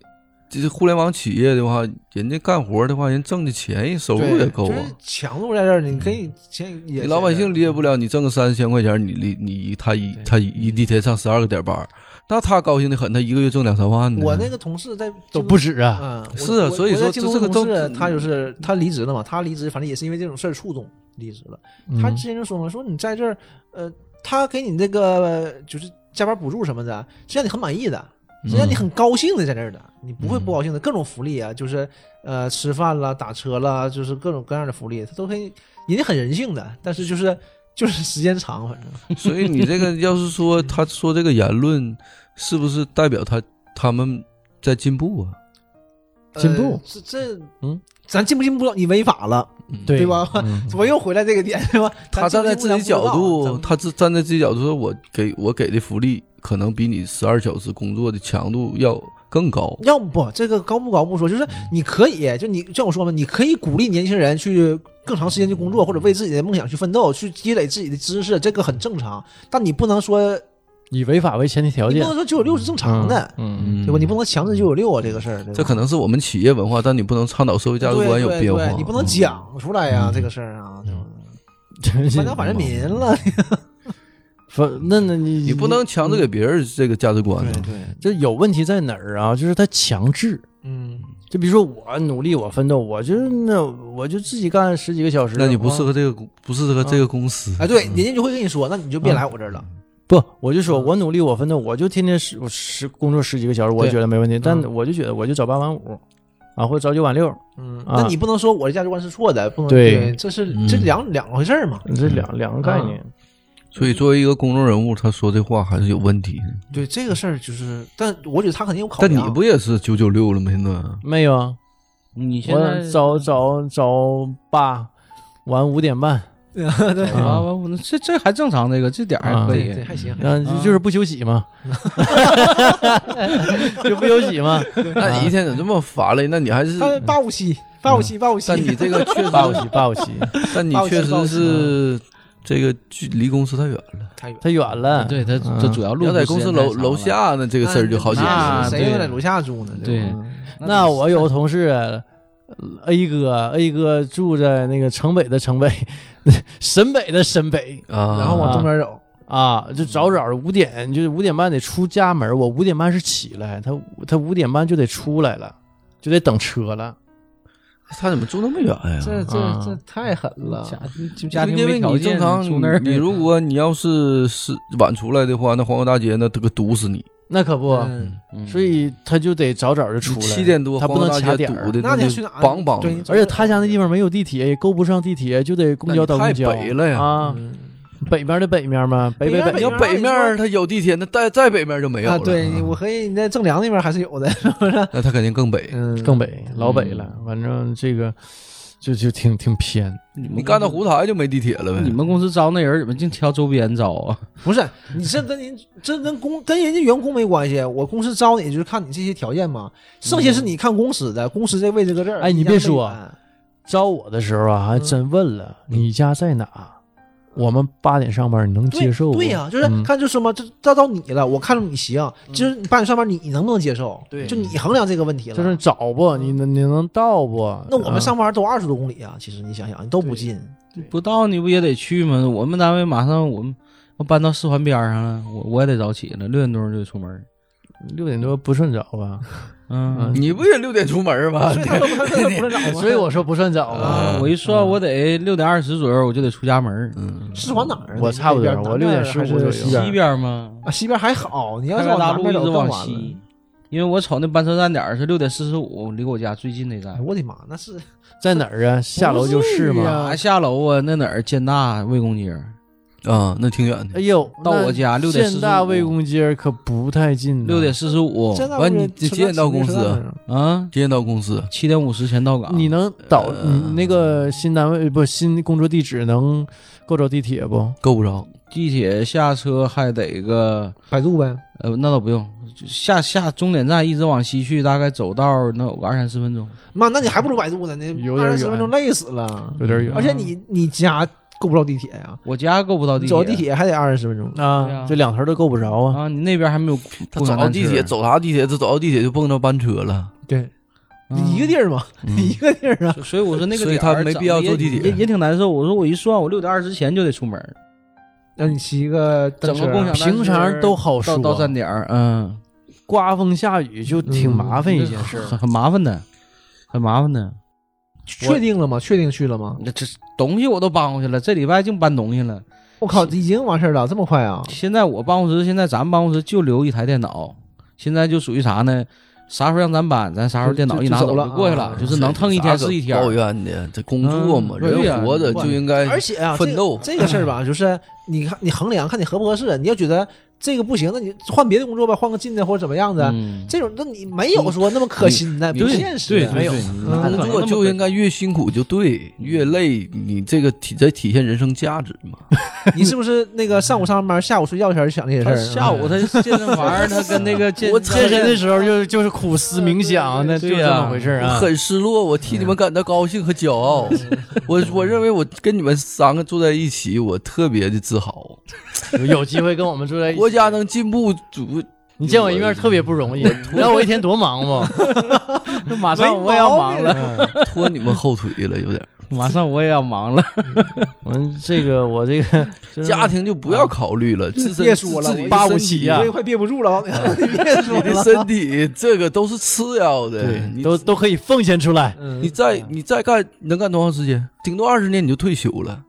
D: 这互联网企业的话，人家干活的话，人挣的钱人收入
B: 对，
D: 也够
B: 就
D: 啊
B: 是。强度在这儿，你可以先
D: 你
B: 也啊
D: 老百姓理解不了，你挣个三千块钱，你理你他一他一一天上十二个点班儿，那他高兴的很，他一个月挣两三万呢。
B: 我那个同事在
A: 都不止啊，
B: 啊，我
D: 是啊
B: 我
D: 所以
B: 我在
D: 说
B: 京东
D: 这这个嗯
B: 同
D: 都
B: 事他就是他离职了嘛，他离职反正也是因为这种事儿触动离职了。
A: 嗯
B: 他
D: 嗯
B: 之前就说嘛，说你在这儿，呃，他给你这个就是加班补助什么的，是让你很满意的，是
D: 嗯
B: 让你很高兴的在这儿的，你不会不高兴的。各种福利啊，就是呃吃饭啦、打车啦，就是各种各样的福利，他都可以，人家很人性的，但是就是就是时间长，反正
D: 所以你这个要是 说
B: 嗯
D: 他说这个言论，是不是代表他他们在进步啊？
A: 进步
B: 呃是这
A: 嗯，
B: 咱进不进步了，你违法了，
A: 对
B: 对吧？
A: 嗯
B: 怎么又回来这个点是吧？
D: 他站在自己角
B: 啊
D: 度，
B: 他
D: 他自站在自己角度说，我给我给的福利可能比你十二小时工作的强度要更高。
B: 要不这个高不高不说，就是
D: 嗯
B: 你可以，就你像我说嘛，你可以鼓励年轻人去更长时间去工作，或者为自己的梦想去奋斗，去积累自己的知识，这个很正常。但你不能说，
A: 以违法为前提条
B: 你不
A: 件
B: 能，说九九六是正常的，
A: 嗯，
B: 对吧？你不能强制九九六啊，这个事儿，对吧
D: 这可能是我们企业文化，但你不能倡导社会价值观有变
B: 对对
D: 化。嗯
B: 对你不能讲出来呀、这个事儿啊，对吧？
A: 嗯
B: 反正 反正民了，
D: 嗯
A: 反那那你
D: 你不能强制给别人这个价值观
B: 对
D: 呢。
B: 对，
A: 这有问题在哪儿啊？就是他强制，
B: 嗯，
A: 就比如说我努力，我奋斗，我就那我就自己干十几个小时，
D: 那你不适
A: 我
D: 合这个公，不适合这个公司。
B: 哎，对，人家就会跟你说，那你就
D: 嗯
B: 别来我这儿了。
A: 不，我就说我努力，我奋斗，我就天天十我十工作十几个小时，我也觉得没问题，但我就觉得我就早八晚五啊，或者早九晚六，
B: 嗯，
A: 啊
B: 那你不能说我的价值观是错的，不能
A: 对嗯
B: 这是这两两回事儿嘛。
A: 这两两个概
B: 啊
A: 念。
D: 所以作为一个公众人物，他说这话还是有问题的。
B: 对这个事儿，就是，但我觉得他肯定有考
D: 嗯
B: 啊
D: 但
B: 量。
D: 你不也是九九六了吗？现在
A: 没有啊，
C: 你现在
A: 我早早早八，晚五点半，
B: 对
C: 啊，我我这这还正常，这个这点儿还可
B: 对
C: 以
B: 对，还行，还行
A: 嗯，就就是不休息嘛，就不休息嘛。
D: 那你一天怎么这么乏嘞？那你还是，
B: 他八五七，八五七，八五七。
D: 嗯但你这个确
A: 八五
D: 实，
A: 七，八五七，
D: 但你
B: 抱歉
D: 确
B: 抱
D: 实
B: 歉
D: 是这个距离公司太远了。
B: 太远，
A: 太远了。
C: 嗯对他这主要
D: 你
C: 录
D: 要在
C: 制
D: 公
C: 时
D: 司
C: 间太
D: 楼
C: 长
D: 楼
C: 了，
D: 下呢，这个事儿就好解
C: 那
D: 释。
B: 谁又在楼下住呢？
C: 对
B: 吧，
A: 那我有个同事， A 哥，A 哥住在那个城北的城北， 沈北的沈北
D: 啊，
B: 然后往东边走，
A: 啊，就早
D: 嗯
A: 早的五点，就是五点半得出家门。我五点半是起来，他他五点半就得出来了，就得等车了。
D: 他怎么住那么远呀？
B: 这这这太狠了。
E: 家就家庭
D: 因为
E: 没条
D: 你
E: 件
D: 正常，
E: 住那儿，
D: 你你如果你要是是晚出来的话，那黄河大街那这个堵死你。
A: 那可不，
B: 嗯
A: 所以他就得早早就出
D: 你
A: 来。
D: 七点多
A: 他不
D: 黄河
A: 能
D: 大
A: 卡
D: 街
A: 点
D: 堵
A: 儿。
D: 的，
B: 那你
D: 就
B: 去哪儿
D: 梆梆
B: 对
D: 的。
A: 而且他家那地方没有地铁，也够不上地铁，就得公交搭公交。
D: 那你太北了呀
A: 啊，
B: 嗯
A: 北边的北面嘛，北北
B: 北边
A: 北
D: 你要北面儿他有地铁，那再再北面就没有
B: 啊，
D: 了。
B: 对我合计你在正良那边还是有的，是不是？
D: 那他肯定更北。
B: 嗯，
A: 更北老北了，反正这个就就挺挺偏。
C: 你
D: 你
C: 们
D: 干到胡台就没地铁了呗？
C: 你们公司招那人怎么净挑周边招 啊？
B: 不是，你这跟人这跟公跟人家员工没关系，我公司招你就是看你这些条件嘛，剩下是你看公司的，公司这位置搁这儿。
A: 嗯哎你别说
B: 家没管
A: 招我的时候啊，
D: 嗯
A: 还真问了、你家在哪？我们八点上班，你能接受不？
B: 啊对呀、就是
A: 嗯
B: 看就说嘛，这这到你了，我看着你行，
C: 嗯
B: 就是你八点上班，你你能不能接受？
A: 对嗯
B: 就你衡量这个问题了。
A: 就是找不你能你能到不？
B: 那我们
A: 啊
B: 上班都二十多公里啊，其实你想想，你都不近，
C: 不到你不也得去吗？我们单位马上我们要搬到四环边上了，我我也得早起了，六点钟就出门。
A: 六点多不算早 吧？
C: 嗯，
D: 你不也六点出门吗？
B: 所以他都不他都不认啊找
A: 哎所以我说不算早啊。
B: 嗯
C: 啊，我一算我得六点二十左右我就得出家门。
D: 嗯，
B: 四环哪儿啊？
A: 我差不多
B: 这边
A: 我6点15
B: 南边还是
A: 左右
B: 西
C: 西
B: 边
C: 边吗？
B: 啊，西边还好，你要
C: 开
B: 是
C: 外
B: 往
C: 大
B: 南
C: 路
B: 边
C: 一
B: 走
C: 直
B: 更
C: 往
B: 完
C: 西
B: 了。，
C: 因为我瞅那班车站点儿是六点四十五，离我家最近那
B: 哎
C: 站。
B: 我的妈，那是
A: 在哪儿啊？下楼就是
B: 不至于
A: 嘛。
B: 啊
C: 啊，下楼啊，那哪儿建大卫工街，
D: 啊，那挺远
A: 哎
D: 的。
A: 呦，
C: 到我家
A: 那
C: 6点45
A: 建大卫工街可不太近呢，
C: 六点四十
A: 哦
C: 五
B: 真的
D: 完
B: 不嗯是
D: 你几
B: 车
D: 几点到公司啊
B: 车站
C: 啊，
D: 今天到公司，
C: 七点五十前到岗。
A: 你能导
D: 呃
A: 你那个新单位不新工作地址能够着地铁不？
D: 够不着。
C: 地铁下车还得个
B: 百度呗，
C: 呃，那倒不用，就下下终点站一直往西去，大概走道能有个二三十分钟。
B: 妈，那你还不如百度呢，你
A: 有点
B: 二
A: 远
B: 十分钟累死了，
A: 有点远
B: 而且你你家够不着地铁呀，
C: 我家够不到地
B: 你
C: 铁，
B: 走地铁还得二十分钟。
C: 对
A: 啊
C: 啊，
A: 这两头都够不着啊。
C: 啊！你那边还 没有
D: 他
C: 共
D: 走
C: 享
D: 到
C: 单
D: 地
C: 车
D: 铁，，走啥地铁？他走到地铁就蹦到班车了。
B: 对，
C: 啊
B: 一个地儿嘛，一个地儿啊。
C: 所所以我说那个
D: 所以
C: 点
D: 他
C: 儿
D: 没
C: 整
D: 必要
C: 的也
D: 坐地铁
C: 也也挺难受。我说我一算，我六点二十前就得出门儿，
B: 那你骑个
C: 整
B: 单车啊
C: 个共享单车
A: 平常都好
B: 哦
A: 说
C: 到到站点儿， 嗯，
A: 刮风下雨就挺麻烦一件事儿。
C: 很很麻烦的，很麻烦 的。
B: 确定了吗？确定去了吗？
C: 那这东西我都搬过去了，这礼拜净搬东西了。
B: 我靠，已经完事儿了，这么快啊？
C: 现在我办公室，现在咱们办公室就留一台电脑，现在就属于啥呢？啥时候让咱搬，咱啥时候电脑一拿
B: 就就走了
C: 就过去了，
B: 啊
C: 就是能腾一天是一天。
B: 哦
D: 抱怨的，这工作嘛，
C: 嗯对呀
D: 人活着就应
C: 哎
D: 该
B: 而且啊，
D: 奋斗
B: 这个、这个事儿吧，就是你看你衡量看你合不合适，你要觉得这个不行，那你换别的工作吧，换个近的或者怎么样的。
C: 嗯，
B: 这种那你没有说那么可心的，不
C: 对
B: 现实
C: 对
A: 哎
B: 的，
C: 对对
B: 嗯
D: 工作就应该越辛苦就对，越累你这个体才体现人生价值嘛。
B: 你是不是那个上午上班，下午睡觉前就想这些事
C: 他
B: 儿？啊
C: 下午他健身房，他跟那 个健
D: 我操
A: 健身的时候就就是苦思冥想，那就
C: 对
A: 这
C: 呀
A: 么回事儿
D: 我
A: 啊。
D: 很失落，我替你们感到高兴和骄傲。
B: 嗯
D: 我我认为我跟你们三个坐在一起，我特别的自豪。
A: 有有机会跟我们住在一起，
D: 国家能进步，主
A: 你见我一面特别不容易，你知道我一天多忙不？
C: 那马上我也要忙了，
B: 啊
D: 拖你们后腿了，有点。
C: 马上我也要忙了。
A: 我们这个我这个就是
D: 家庭就不要考虑了，自身
B: 别嗯说了
D: 自己
B: 我
A: 八
D: 身
A: 五
D: 体
A: 七呀
B: 我也快憋不住了， 王哥你别 说
D: 你的
B: 了。
D: 身体这个都是次要的，
A: 对
D: 你
A: 都都可以奉献出来。
B: 嗯
D: 你再你再干能干多长时间？顶多二十年你就退休了。
B: 哎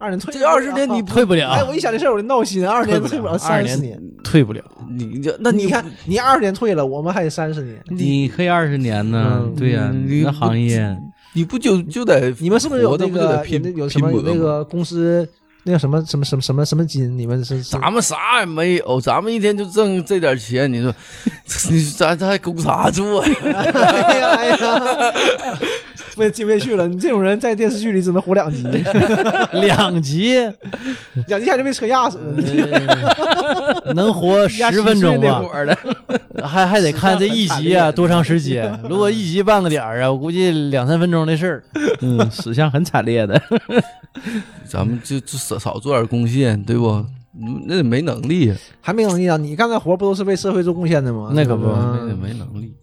B: 二年退
D: 这二十年你
A: 退不了，
B: 哎，我一想这事儿我就闹心，二十年退不了
A: 二
B: 三
A: 十
B: 十
A: 年
B: 年。
A: 退不了。
D: 你这那
B: 你
D: 你
B: 看，你二十年退了，我们还得三十年。
C: 你可以二十年呢，
B: 嗯
C: 对呀，
D: 嗯
C: 你那 行业
D: 你不就就得
B: 你们是不是有
D: 活
B: 那
D: 着就
B: 个
D: 得拼
B: 有那有什么有
D: 拼搏
B: 那
D: 吗
B: 个公司那个什么什么什么什么什么金？你们是是
D: 咱们啥也没有，咱们一天就挣这点钱，你说 你咱咱还供啥做呀？
B: 哎呀哎呀，我也进不下去了。你这种人在电视剧里只能活 两集，
A: 两集
B: 两集下就被车压死了。
D: 嗯
A: 能活十分钟
C: 那
A: 吧
C: 会，儿的，
A: 还还得看这一集啊多长时间。如果一集半个点儿啊，我估计两三分钟的事儿。
C: 嗯，史相很惨烈的。
D: 咱们就就少少做点贡献，对不？嗯那也没能力，
B: 还没能力啊？你干的活不都是为社会做贡献的吗？
A: 那可不
B: 嗯
D: 那也没能力。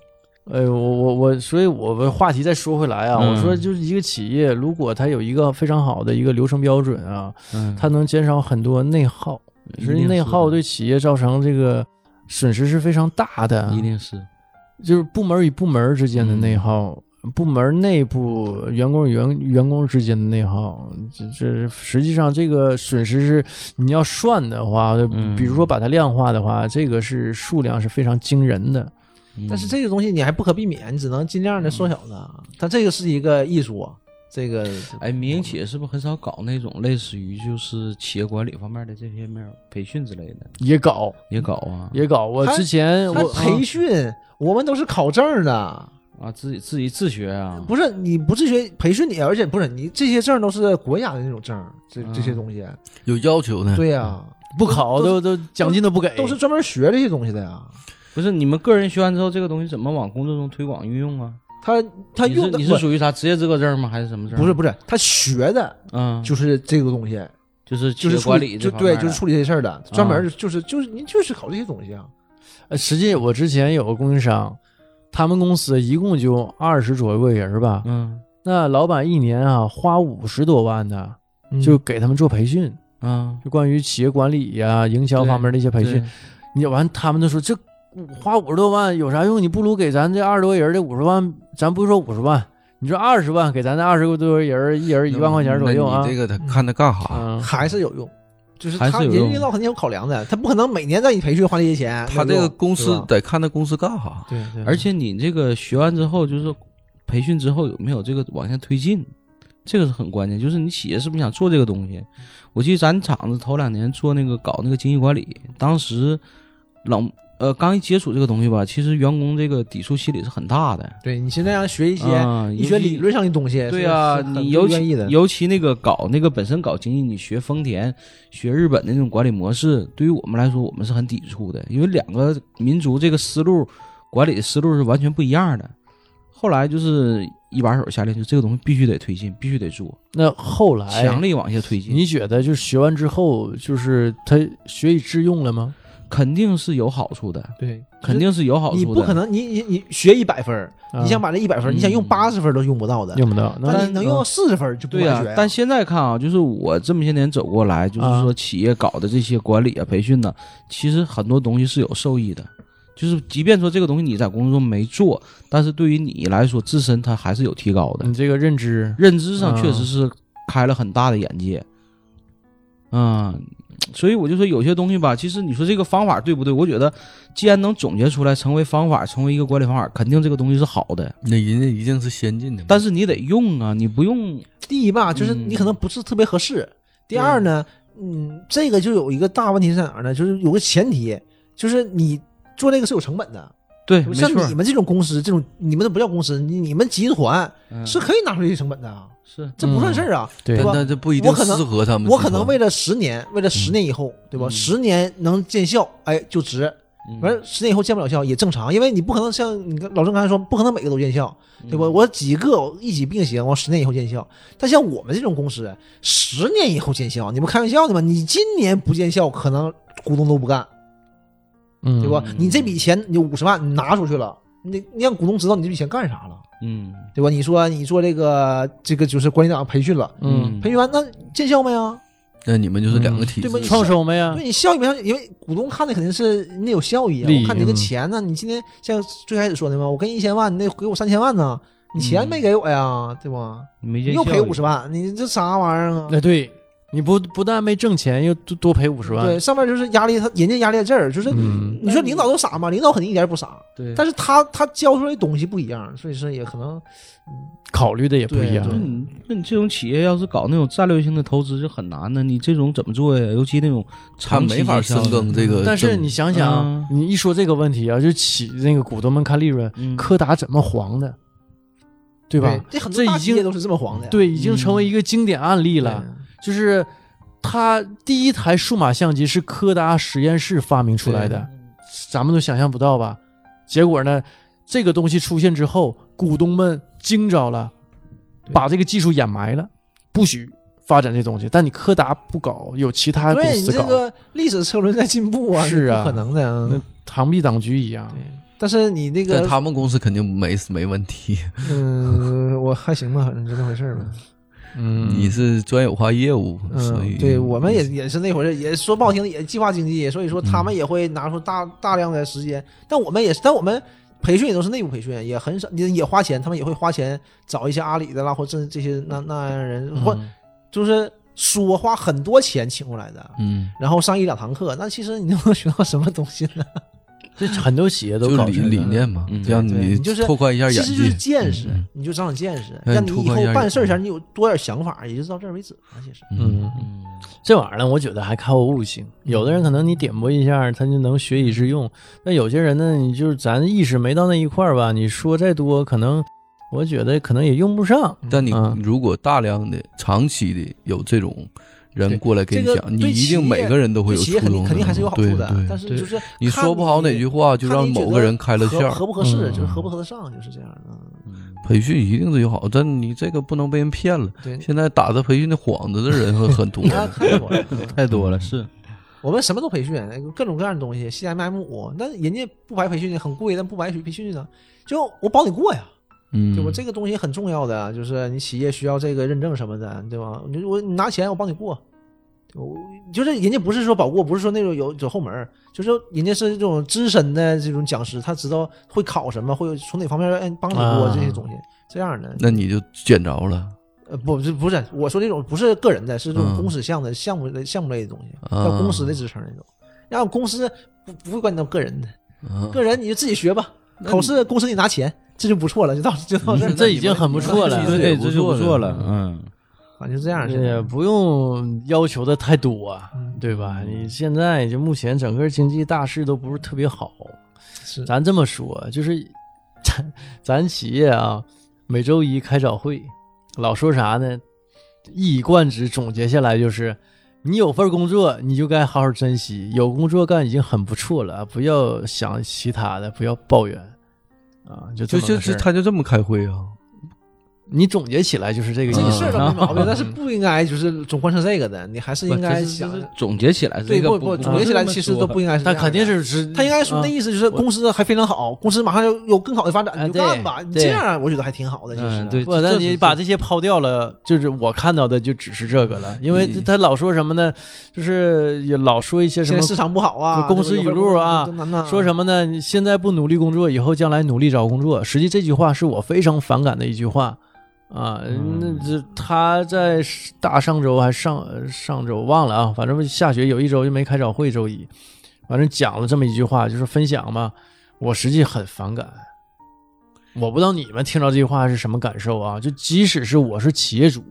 A: 哎呦，我我我，所以我们话题再说回来啊，
C: 嗯
A: 我说就是一个企业，如果它有一个非常好的一个流程标准啊，
C: 嗯
A: 它能减少很多内耗，
C: 一
A: 实
C: 定
A: 际
C: 是
A: 内耗
C: 的
A: 对企业造成这个损失是非常大的，
B: 啊
C: 一定嗯是
A: 就是部门与部门之间的内耗，部门内部员工与员员工之间的内耗，这这实际上这个损失是你要算的话，
C: 嗯
A: 比如说把它量化的话，这个是数量是非常惊人的。
C: 嗯
B: 但是这个东西你还不可避免，你只能尽量的缩小它。它这个是一个艺术，啊这个
C: 哎，民营企业是不是很少搞那种类似于就是企业管理方面的这些面儿培训之类的？
A: 也搞
C: 也搞啊，
A: 也搞，我
B: 他
A: 之前
B: 它
A: 我啊
B: 培训，我们都是考证的，
C: 啊，自己自己自学啊，
B: 不是你不自学培训你，而且不是你这些证都是国家的那种证，这
C: 啊
B: 这些东西，
D: 有要
C: 嗯
D: 求的。
B: 对呀、
A: 不考都都奖金都不给，
B: 都是专门学这些东西的呀。
C: 不是你们个人学完之后，这个东西怎么往工作中推广运用啊？
B: 他他
C: 你是
B: 用的
C: 你是属于啥职业资格证吗？还是什么证？啊
B: 不是不是他学的
C: 嗯，
B: 就是这个东西，
C: 就是
B: 就
C: 企
B: 是
C: 业
B: 处
C: 管理
B: 理
C: 这
B: 就
C: 方面
B: 对
C: 的啊
B: 就是处理这些事儿的，专门就是就是您就是考这些东西啊。
A: 呃，实际我之前有个供应商，他们公司一共就二十左右个人吧，
C: 嗯
A: 那老板一年啊花五十多万呢，就给他们做培训，
C: 嗯，
A: 就关于企业管理呀、营销方面的一些培训
C: 对。
A: 你完，他们都说这花五十多万有啥用？你不如给咱这二十多人这五十万，咱不说五十万，你说二十万，给咱这二十多人一人一万块钱左右啊
D: 那。你这个他看他干
C: 啊
D: 啥？
A: 嗯，
B: 还是有用，就是
C: 还
B: 他
C: 是有
B: 人
C: 用
B: 家老肯定有考量的，他不可能每年让你培训花这些钱。
D: 他
B: 没
D: 这
B: 有
D: 个
B: 用
D: 公司
B: 对吧
D: 得看他公司干啥。
B: 对对
C: 而且你这个学完之后，就是培训之后有没有这个往下推进，这个是很关键。就是你企业是不是想做这个东西？我记得咱厂子头两年做那个搞那个经济管理，当时冷呃刚一接触这个东西吧，其实员工这个抵触心理是很大的。
B: 对你现在让学一些
C: 啊，
B: 医学
C: 尤其
B: 理论上的东西，
C: 对
B: 呀
C: 啊，，
B: 是很
C: 你
B: 不
C: 尤
B: 愿
C: 其
B: 意的，
C: 尤其那个搞那个本身搞经济，你学丰田、学日本的那种管理模式，对于我们来说，我们是很抵触的，因为两个民族这个思路、管理的思路是完全不一样的。后来就是一把手下令，就这个东西必须得推进，必须得做，
A: 那后
B: 哎
A: 来
C: 强力往下推进，
A: 你觉得就是学完之后，就是他学以致用了吗？
C: 肯定是有好处的，
B: 对，
C: 肯定是有好处的。
B: 你不可能，你你你学一百分儿，
A: 嗯
B: 你想把这一百分儿，你想用
C: 嗯
B: 八十分儿都用不到的，
A: 啊用不到，
B: 那
A: 那
B: 你能用四十分儿就不
C: 对呀、
B: 管学。啊
C: 但现在看啊，就是我这么些年走过来，就是说企业搞的这些管理啊、培训呢，其实很多东西是有受益的。就是即便说这个东西你在工作中没做，但是对于你来说自身它还是有提高的，
A: 你这个认知
C: 认知上确
A: 啊
C: 实是开了很大的眼界。嗯，所以我就说有些东西吧，其实你说这个方法对不对？我觉得既然能总结出来成为方法，成为一个管理方法，肯定这个东西是好的。
D: 那人家一定是先进的嘛，
C: 但是你得用啊，你不用
B: 第一
C: 嗯
B: 吧，就是你可能不是特别合适。第二呢，嗯，这个就有一个大问题是在哪儿呢？就是有个前提，就是你做这个是有成本的。
C: 对，没
B: 像
C: 错
B: 你
C: 儿，
B: 们这种公司，这种你们都不叫公司，你你们集团
C: 嗯
B: 是可以拿出这些成本的啊，
C: 是
B: 这不算事儿啊。
A: 对
B: 对吧
D: 但但这不一定
B: 我可能
D: 适合他们。
B: 我可能为了十年，为了十年以后，对吧？
C: 嗯
B: 十年能见效，哎，就值。
C: 嗯
B: 完了，十年以后见不了效也正常，因为你不可能像你跟老郑刚才说，不可能每个都见效，对吧？
C: 嗯
B: 我几个我一起并行，我十年以后见效。但像我们这种公司，十年以后见效，你不开玩笑呢吗？你今年不见效，可能股东都不干，
A: 嗯
B: 对吧？
C: 嗯
B: 你这笔钱，你五十万你拿出去了，你你让股东知道你这笔钱干啥了，
C: 嗯
B: 对吧？你说你做这个这个就是管理党培训了，
A: 嗯，
B: 培训完那见效没啊？
D: 那你们就是两个体制
B: 对，吧？你
A: 创收没呀
B: 对？你效益没上，因为股东看的肯定是你得有效益啊。
A: 利益
B: 我看你这个
A: 嗯
B: 钱呢，你今天像最开始说的嘛，我给你一千万，你得给我三千万呢，你
A: 嗯
B: 钱没给我呀，对吧？
C: 没
B: 你
C: 见
B: 又
C: 效
B: 赔
C: 益
B: 五十，万，你这啥玩意儿啊？
A: 那哎对，你不不但没挣钱，又多多赔五十万。
B: 对，上面就是压力，他人家压力在这儿，就是
A: 嗯
B: 你说领导都傻吗？领导肯定一点也不傻，
C: 对，
B: 但是他他教出来的东西不一样，所以说也可能
A: 考虑的也不一样
B: 对
C: 那。你那你这种企业要是搞那种战略性的投资就很难呢，你这种怎么做呀？尤其那种
D: 他
C: 长期
D: 没法
C: 见效的
D: 深耕，这个政。
A: 但是你想想
B: 嗯
A: 啊，你一说这个问题啊，就起那个股东们看利润，
C: 嗯
A: 柯达怎么黄的，对吧？
B: 这很
A: 这
B: 多
A: 已
B: 大企业
A: 经
B: 都是这么黄的呀。
A: 对，已经成为一个经典案例
B: 对
A: 了。就是它第一台数码相机是柯达实验室发明出来的，咱们都想象不到吧？结果呢，这个东西出现之后，股东们惊着了，把这个技术掩埋了，不许发展这东西。但你柯达不搞，有其他公
B: 对你
A: 司
B: 这
A: 搞，
B: 个历史车轮在进步啊，
A: 是啊
B: 不可能的啊。
A: 那螳臂挡车一样。
B: 对但是你那
D: 在
B: 个，
D: 他们公司肯定没没问题。
B: 嗯、我还行吧，反正就那回事儿吧。
A: 嗯，
D: 你是专有化业务，所以
B: 嗯，对，我们也也是那回事，也说不好听的，也计划经济，所以说他
D: 嗯
B: 们也会拿出大大量的时间，但我们也是，但我们培训也都是内部培训，也很少，也也花钱，他们也会花钱找一些阿里的啦，或者这这些那那样人，或
A: 嗯
B: 就是说花很多钱请过来的，
D: 嗯，
B: 然后上一两堂课，那其实你能不能学到什么东西呢？
A: 这很多企业都
D: 就
A: 搞
D: 理
A: 这个
D: 理念嘛
C: 嗯，
D: 这样
B: 对
D: 你
B: 你就是
D: 拓宽一下
B: 其
D: 眼
B: 实就是
D: 界。
B: 见识
D: 嗯嗯，
B: 你就长长见识，
D: 哎
B: 让你
D: 拓
B: 以
D: 宽一
B: 后
D: 下
B: 办
D: 眼
B: 事儿
D: 界
B: 前你有多点想法，也就到这儿为止了。其实，
A: 嗯，
C: 嗯，
A: 这玩意儿呢，我觉得还看我悟性。有的人可能你点拨一下，他就能学以致用；但有些人呢，你就是咱意识没到那一块儿吧，你说再多，可能我觉得可能也用不 上。
D: 但你
A: 嗯
D: 如果大量的、长期的有这种人
B: 对
D: 过来给你
B: 这个
D: 讲，你
B: 对
D: 一
B: 企业
D: 定每个人都会
B: 对
D: 有
B: 企
D: 触
B: 业肯
D: 动
B: 定
D: 的，
B: 肯定还是有好
D: 对
B: 处的，
D: 对
B: 但是
A: 对
B: 就是
D: 你
B: 看
D: 说不好哪句话就
B: 看
D: 让
B: 你觉
D: 某个
B: 得
D: 人开了
B: 合
D: 窍。
B: 合不合适，
A: 嗯
B: 就是合不合得上，就是这样啊的。
D: 培训一定是有好，但你这个不能被人骗了。
B: 对，
D: 现在打着培训的幌子的人很很 多
B: 你，看看我，
C: 太多
D: 嗯
C: 了，是
B: 我们什么都培训，各种各样的东西，CMM 五，那人家不白培训，很贵，但不白培训呢，就我保你过呀。
D: 嗯
B: 对吧？这个东西很重要的，啊就是你企业需要这个认证什么的，对吧？你我你拿钱，我帮你过，我就是人家不是说保过，不是说那种有走后门儿，就是人家是这种资深的这种讲师，他知道会考什么，会从哪方面哎帮你过
A: 啊
B: 这些东西，这样的。
D: 那你就捡着了。
B: 呃，不是不是，我说这种不是个人的，是这种
D: 嗯
B: 公司项的项目的项目类的东西，
D: 啊
B: 要公司的支撑那种。然后公司不不会管你到个人的，
D: 嗯
B: 个人你就自己学吧，
D: 那
B: 考
D: 你嗯
B: 试公司给你拿钱，这就不错了，就到就到这儿了。
A: 这已经很不错了，
D: 对
C: 这就不错了
D: 不，
C: 嗯，
B: 反正就这样似
A: 也
B: 的。
A: 不用要求的太多、啊
B: 嗯
A: 对吧？你现在就目前整个经济大势都不是特别好，
B: 是
A: 咱这么说，就是咱咱企业啊，每周一开早会，老说啥呢？一以贯之，总结下来就是，你有份工作你就该好好珍惜，有工作干已经很不错了，不要想其他的，不要抱怨啊，就这么
D: 就
A: 个
D: 就
A: 事
D: 就
A: 儿
D: 他就这么开会啊？
A: 你总结起来就是这个
B: 这
A: 意
B: 个
A: 思
B: 事儿倒没毛病
A: 啊，
B: 但是不应该就是总贯彻这个的，你还是应该想
C: 不是这是总结起来是
B: 对
C: 这
B: 不
C: 个
B: 不总结起来其实都不应该是
A: 他
B: 这样的，
A: 肯定是是
B: 他应该说那
A: 啊
B: 意思就是公司还非常好，公司马上要有更好的发展，
A: 啊
B: 你就干吧，
A: 对
B: 你这样我觉得还挺好的，其
C: 嗯，
B: 实
C: 对，
A: 不，那
C: 这
A: 你
C: 是
A: 把这些抛掉了，就是我看到的就只是这个了，因为
D: 嗯
A: 他老说什么呢？就是也老说一些什
B: 现
A: 么
B: 在，市场不好啊，
A: 公司语录啊说什么
B: 么
A: 呢？你现在不努力工作，以后将来努力找工作。实际这句话是我非常反感的一句话啊。
B: 嗯
A: 那这他在大上周还上呃上周忘了啊，反正下雪有一周就没开早会，周一，反正讲了这么一句话，就是分享嘛。我实际很反感。我不知道你们听到这句话是什么感受啊？就即使是我是企业主，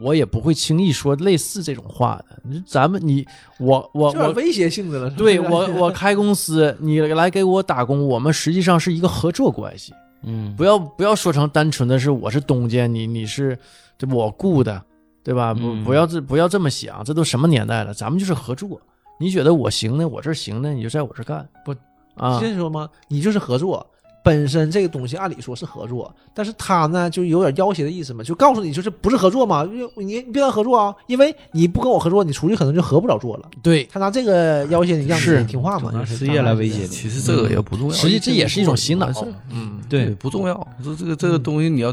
A: 我也不会轻易说类似这种话的。你咱们你我我
B: 有点
A: 我
B: 威胁性质 了，是吧
A: 对我，我开公司，你来给我打工，我们实际上是一个合作关系。
C: 嗯，
A: 不要不要说成单纯的是我是东家，你你是这我雇的，对吧？不
C: 嗯
A: 不要这不要这么想，这都什么年代了，咱们就是合作。你觉得我行呢，我这儿行呢，你就在我这儿干。
B: 不
A: 啊，
B: 先说嘛，你就是合作。本身这个东西按理说是合作，但是他呢就有点要挟的意思嘛，就告诉你就是不是合作嘛，因为你你别跟我合作啊，因为你不跟我合作，你出去可能就合不了作了。
A: 对，
B: 他拿这个要挟你，让
A: 是
B: 你听话嘛，
C: 拿
B: 就是
C: 失业来威胁你
D: 其实这个也不重要，
A: 实际这也是一种洗脑
D: 完事儿。
A: 嗯，
D: 对，，不重要。这这个这个东西你要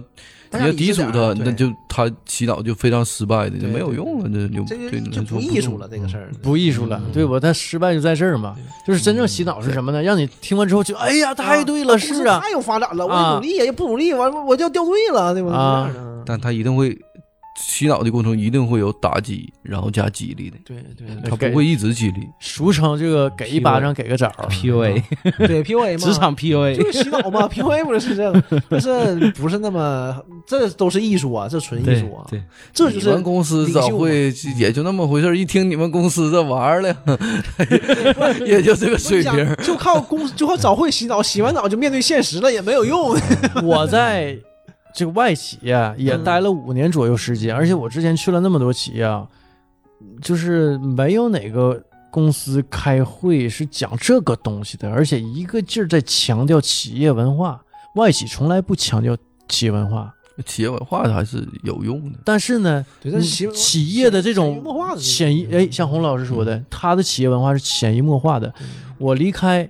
B: 大
D: 你
B: 家
D: 要
B: 理智
D: 抵触
B: 点
D: 它
B: 儿，啊对
D: 那就它洗脑就非常失败的，就
B: 对
D: 没有
B: 对
D: 用了，那就
B: 这
D: 对
B: 个
D: 你
B: 就
D: 来说
B: 不
D: 不
B: 艺术
D: 重
B: 了，
D: 要
B: 这个事儿
A: 不艺术了，对我他失败就在这儿嘛。就是真正洗脑是什么呢？让你听完之后就哎呀，太对了，
B: 公司
A: 是啊，
B: 太有发展了，我
A: 啊
B: 得努力呀，也不努力，完了我就掉队了，对吧？
A: 啊
B: 这样的
D: 但它一定会洗脑的过程中一定会有打击，然后加激励的，
B: 对对
D: 它
A: 给
D: 不会一直激励。
A: 俗称这个给一巴掌给个枣儿，
C: PUA
B: 对，PUA 嘛，
C: 职场
B: 就
C: PUA，
B: 是洗脑嘛，PUA 不是这个，但是不是那么，这都是艺术啊，这纯艺术啊，
C: 对，
B: 这就
D: 你
B: 是
D: 们公司早会也就那么回事儿一听你们公司这玩意儿了， 也就这个水平
B: 我
D: 儿
B: 跟。你讲就靠公，就靠早会洗脑，洗完脑就面对现实了，也没有用。
A: 我在这个外企业也待了五年左右时间，而且我之前去了那么多企业，啊，就是没有哪个公司开会是讲这个东西的，而且一个劲儿在强调企业文化。外企从来不强调企业文化，
D: 企业文化它还是有用的，
A: 但是呢，
B: 对
A: 嗯
B: 但是企
A: 企业的这种
B: 潜移默化的嗯这
A: 潜移，哎，像洪
B: 嗯
A: 老师说的，他的企业文化是潜移默化的。我离开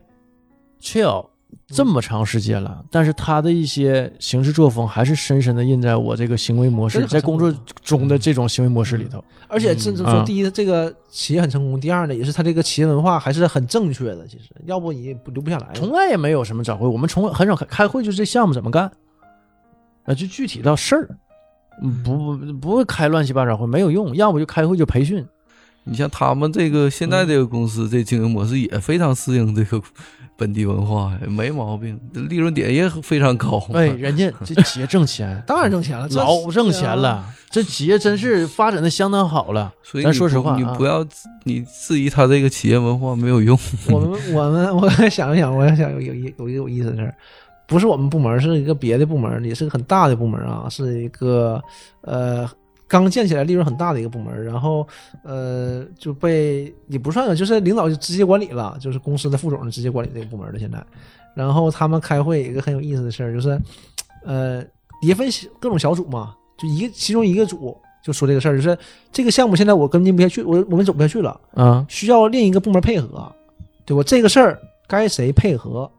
A: Chill
B: 嗯
A: 这么长时间了，但是他的一些行事作风还是深深的印在我这个行为模式，
B: 这个很
A: 在工作中
B: 嗯
A: 的这种行为模式里头。
B: 而且这这
A: 嗯
B: 说第一，这个企业很成功；第二呢，也是他这个企业文化还是很正确的。其实，要不你不留不下来。
A: 从来也没有什么早会，我们从很少开开会，就是这项目怎么干，啊，就具体到事儿，嗯不不不会开乱七八糟会，没有用，要不就开会就培 训，
D: 你像他们这个现
B: 嗯，
D: 在这个公司这经营模式也非常适应这个本地文化呀，没毛病，利润点也非常高。啊
A: 哎，人家这企业挣钱
B: 当然挣钱了，这
A: 老挣钱。
B: 对啊
A: 了，这企业真是发展的相当好了。
D: 所以
A: 咱
D: 你
A: 说实
D: 不
A: 话
D: 你
A: 啊
D: 不要自你质疑他这个企业文化没有用。
B: 我们我们我想一想，我想有有一有一个有意思的事儿，不是我们部门，是一个别的部门，也是个很大的部门啊，是一个呃刚建起来、利润很大的一个部门，然后呃就被也不算了，就是领导就直接管理了，就是公司的副总直接管理这个部门了现在。然后他们开会有一个很有意思的事儿，就是呃也分小各种小组嘛，就一个其中一个组。就说这个事儿，就是这个项目现在我跟进不下去，我我们走不下去了，
E: 嗯
A: 啊，
B: 需要另一个部门配合，对吧？这个事儿该谁配合？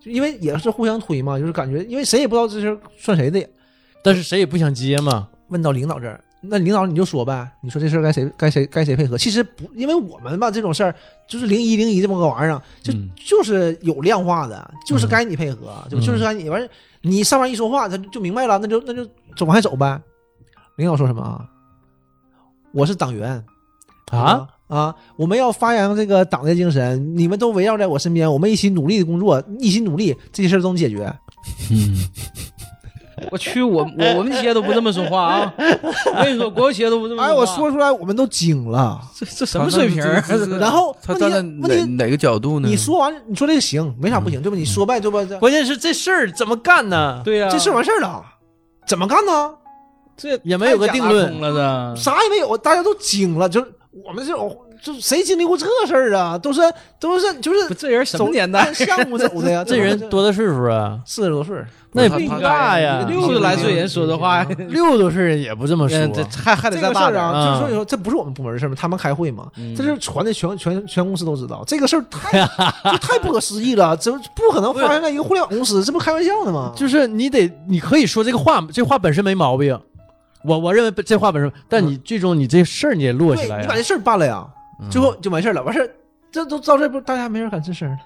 B: 就因为也是互相推嘛，就是感觉因为谁也不知道这事儿算谁的，
A: 但是谁也不想接嘛，
B: 问到领导这儿，那领导你就说呗，你说这事儿该谁该谁该谁配合？其实不，因为我们吧这种事儿就是零一零一这么个玩意儿啊，就、
D: 嗯
B: 就是有量化的，就是该你配合，就
A: 嗯
B: 就是该你完事儿，你上面一说话，他就明白了，那就那就走往下走呗。领导说什么啊？我是党员，
A: 啊，
B: 啊！我们要发扬这个党的精神，你们都围绕在我身边，我们一起努力的工作，一起努力，这些事儿都能解决。
E: 我去，我我我们企业都不这么说话 啊！我跟你说，国有企业都
C: 嗯
E: 不这么
B: 哎，
E: 说话。
B: 我说出来我们都惊了。
E: 这这什么水平
C: 啊
E: 儿？
D: 他那是这这
B: 然后
D: 他
B: 问
D: 站在
B: 题问
D: 哪
B: 题，
D: 哪个角度呢？
B: 你说完你说这个行，没啥不行，对吧？你说呗，对吧？这
A: 关键是这事儿怎么干呢？
E: 对呀、
C: 啊
B: 这事儿完事儿了，怎么干呢？
E: 这
A: 也没有个定论
E: 太假空了 这。
B: 啥也没有，大家都惊了，就是我们这种，就谁经历过这事儿啊？都是都是就是
E: 不这人什
B: 走
E: 么年代？
B: 按项目走 的呀，
A: 这人多大岁数啊？
B: 四十多岁儿，
A: 那也
D: 他
A: 不
D: 啊他
A: 大呀，
E: 六十来岁人说的话，
A: 六十多岁人也不这么说
E: 嗯，这还还得
B: 这
E: 再
B: 个事
E: 大
B: 儿
E: 点儿。
B: 啊，就是
A: 嗯
B: 说你说这不是我们部门的事儿吗？他们开会嘛，这事儿传的全全全公司都知道，这个事儿 太就太不可思议了，这不可能发生在一个互联网公司，这不开玩笑呢吗？
A: 就是你得，你可以说这个话，这话本身没毛病，我我认为这话本身，但你最终你这事儿你也落下
B: 对
A: 来
B: 你
A: 呀嗯
B: 把这。事儿办了呀，最后就完事儿了，完事儿这都到这不，大家没人敢吱声了。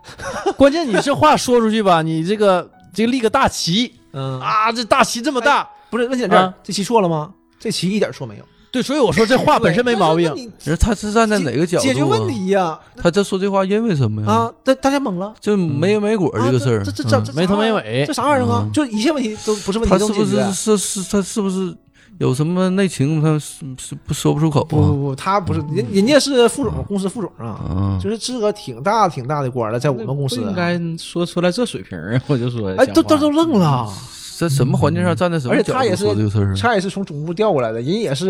A: 关键你这话说出去吧，你这个这个立个大旗
B: 嗯哎啊，
A: 啊，这大旗这么大，
B: 不是问题在这儿
A: 啊，
B: 这棋错了吗？这棋一点错没有，
A: 对，所以我说这话啊本身没毛病
B: 对。。那
D: 人他是站在
B: 解
D: 哪个角
B: 你
D: 度、啊、
B: 解决问题呀
D: 他这说这话因为什么呀？
B: 啊！大大家懵了，
D: 就没因没果
B: 啊
D: 这个事儿、
B: 这这这
D: 嗯
B: 这
A: 没头没尾
B: 这啥玩意儿啊
D: 嗯？
B: 就一切问题都不是问
D: 他
B: 题，都
D: 是
B: 解
D: 不
B: 决啊
D: 是。是是他是不是有什么内情？他是是不说不出口
B: 不
D: 啊
B: 不？不，他不是人，人家是副总，公司副总啊，
D: 嗯，
B: 就是资格挺大挺大的官了，在我们公司啊
E: 不。应该说出来这水平儿， 我就说。
B: 哎，都
E: 讲话
B: 都都愣了，
D: 在什么环境下站在什
B: 嗯
D: 么
B: 而且
D: 角
B: 他也
D: 度
B: 是
D: 说这个事儿啊？
B: 他也是从总部调过来的，人也是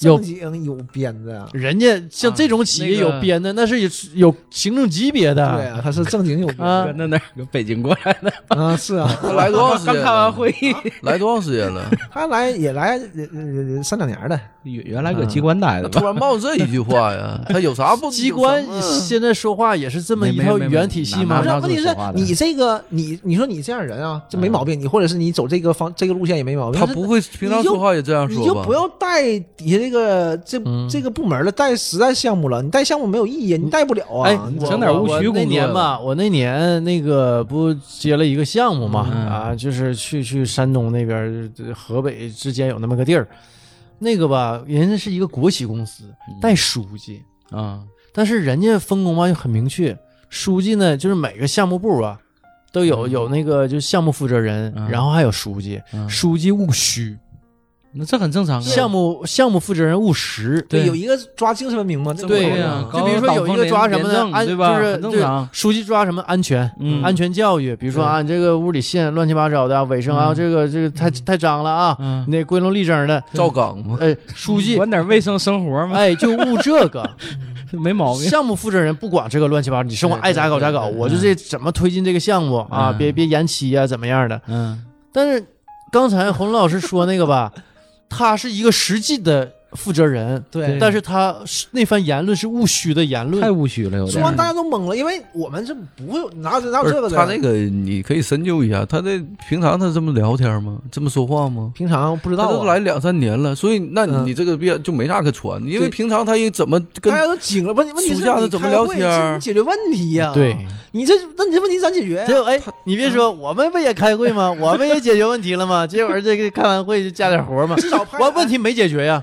A: 有
B: 正经有编啊的。
A: 人家像这种企业
E: 啊那个
A: 有编的，那是有有行政级别
B: 对
A: 的。
B: 啊，他是正经有编
A: 啊
E: 搁那哪儿搁北京过来的？
B: 啊，是啊，
D: 他来多长时
E: 刚
D: 间了？
E: 开完会议，
D: 来多长时 间了？
B: 他来也来也也也三两年了，
E: 原原来搁机关待的
D: 突
E: 吧？
D: 然冒这一句 话呀，他有啥不
A: 机关
B: 嗯
D: 有什么
A: 现在说话也是这么
E: 没
A: 一
E: 没
A: 套
E: 没
A: 语言体系
E: 啊
A: 吗
B: 不？是
E: 那
B: 问题
E: 是
B: 是
E: 说话的
B: 你这个你你说你这样人啊，这没毛病，你或者是你走这个方这个路线也没毛病，
D: 他
B: 但是
D: 不会平常说话也这样
B: 你就
D: 说
B: 不
D: 吧？
B: 要带底下这个这
A: 嗯
B: 这个部门了，带实在项目了，你带项目没有意义，你带不了
A: 哎
B: 啊，，
A: 我
E: 整点务虚工作
A: 我我那年吧，我那年那个不接了一个项目嘛，
E: 嗯
A: 啊，就是去去山东那边儿、这河北之间有那么个地儿，那个吧，人家是一个国企公司，
E: 嗯
A: 带书记，
C: 啊，
A: 但是人家分工吧就很明确，书记呢就是每个项目部啊都有有那个就项目负责人，
C: 嗯
A: 然后还有书记，
C: 嗯
A: 书记务虚，
C: 那这很正常啊。
A: 项目项目负责人务实，
C: 对
B: 有一个抓精神文明嘛，这
A: 对
B: 不
E: 呀、
B: 啊
A: 就比如说有一个抓什么呢？安
E: 对吧？
A: 就是
E: 很正
A: 对
E: 常。
A: 书记抓什么安全，
C: 嗯
A: 安全教育，比如说啊，你这个屋里线乱七八糟的啊，卫生啊，
C: 嗯
A: 这个这个太太脏了啊，
C: 嗯
A: 你得归拢立正的。
D: 赵刚吗？
A: 哎，书记，
E: 管点卫生生活嘛，
A: 哎，就务这个
E: 没毛病。
A: 项目负责人不管这个乱七八糟，你生活
C: 对
A: 爱咋搞咋搞，
C: 对对
A: 我就这怎么推进这个项目啊，
C: 嗯
A: 别别延期啊，怎么样的？
C: 嗯
A: 但是刚才洪老师说那个吧，他是一个实际的负责人，
B: 对
A: 但是他是那番言论是务虚的言
C: 太
A: 论，
C: 务虚了，有
B: 说
C: 点
B: 完大家都懵了，因为我们是不会哪有哪有
D: 不是
B: 这个的。
D: 他那个你可以深究一下，他这平常他这么聊天吗？这么说话吗？
B: 平常不知
D: 他
B: 道、
D: 都
B: 啊
D: 来，两三年了，所以那你
B: 嗯
D: 你这个别就没啥可传，因为
B: 对
D: 平常他也怎么跟
B: 大家都惊了。问问题是
D: 暑假的
B: 你
D: 怎么
B: 开
D: 聊
B: 会
D: 天儿
B: 是解决问题呀、
A: 对，
B: 你这那你这问题咋解决呀、
A: 结果哎，你别说，我们不也开会吗？我们也解决问题了吗？结果这个开完会就加点活嘛，
B: 至少拍
A: 我问题没解决呀，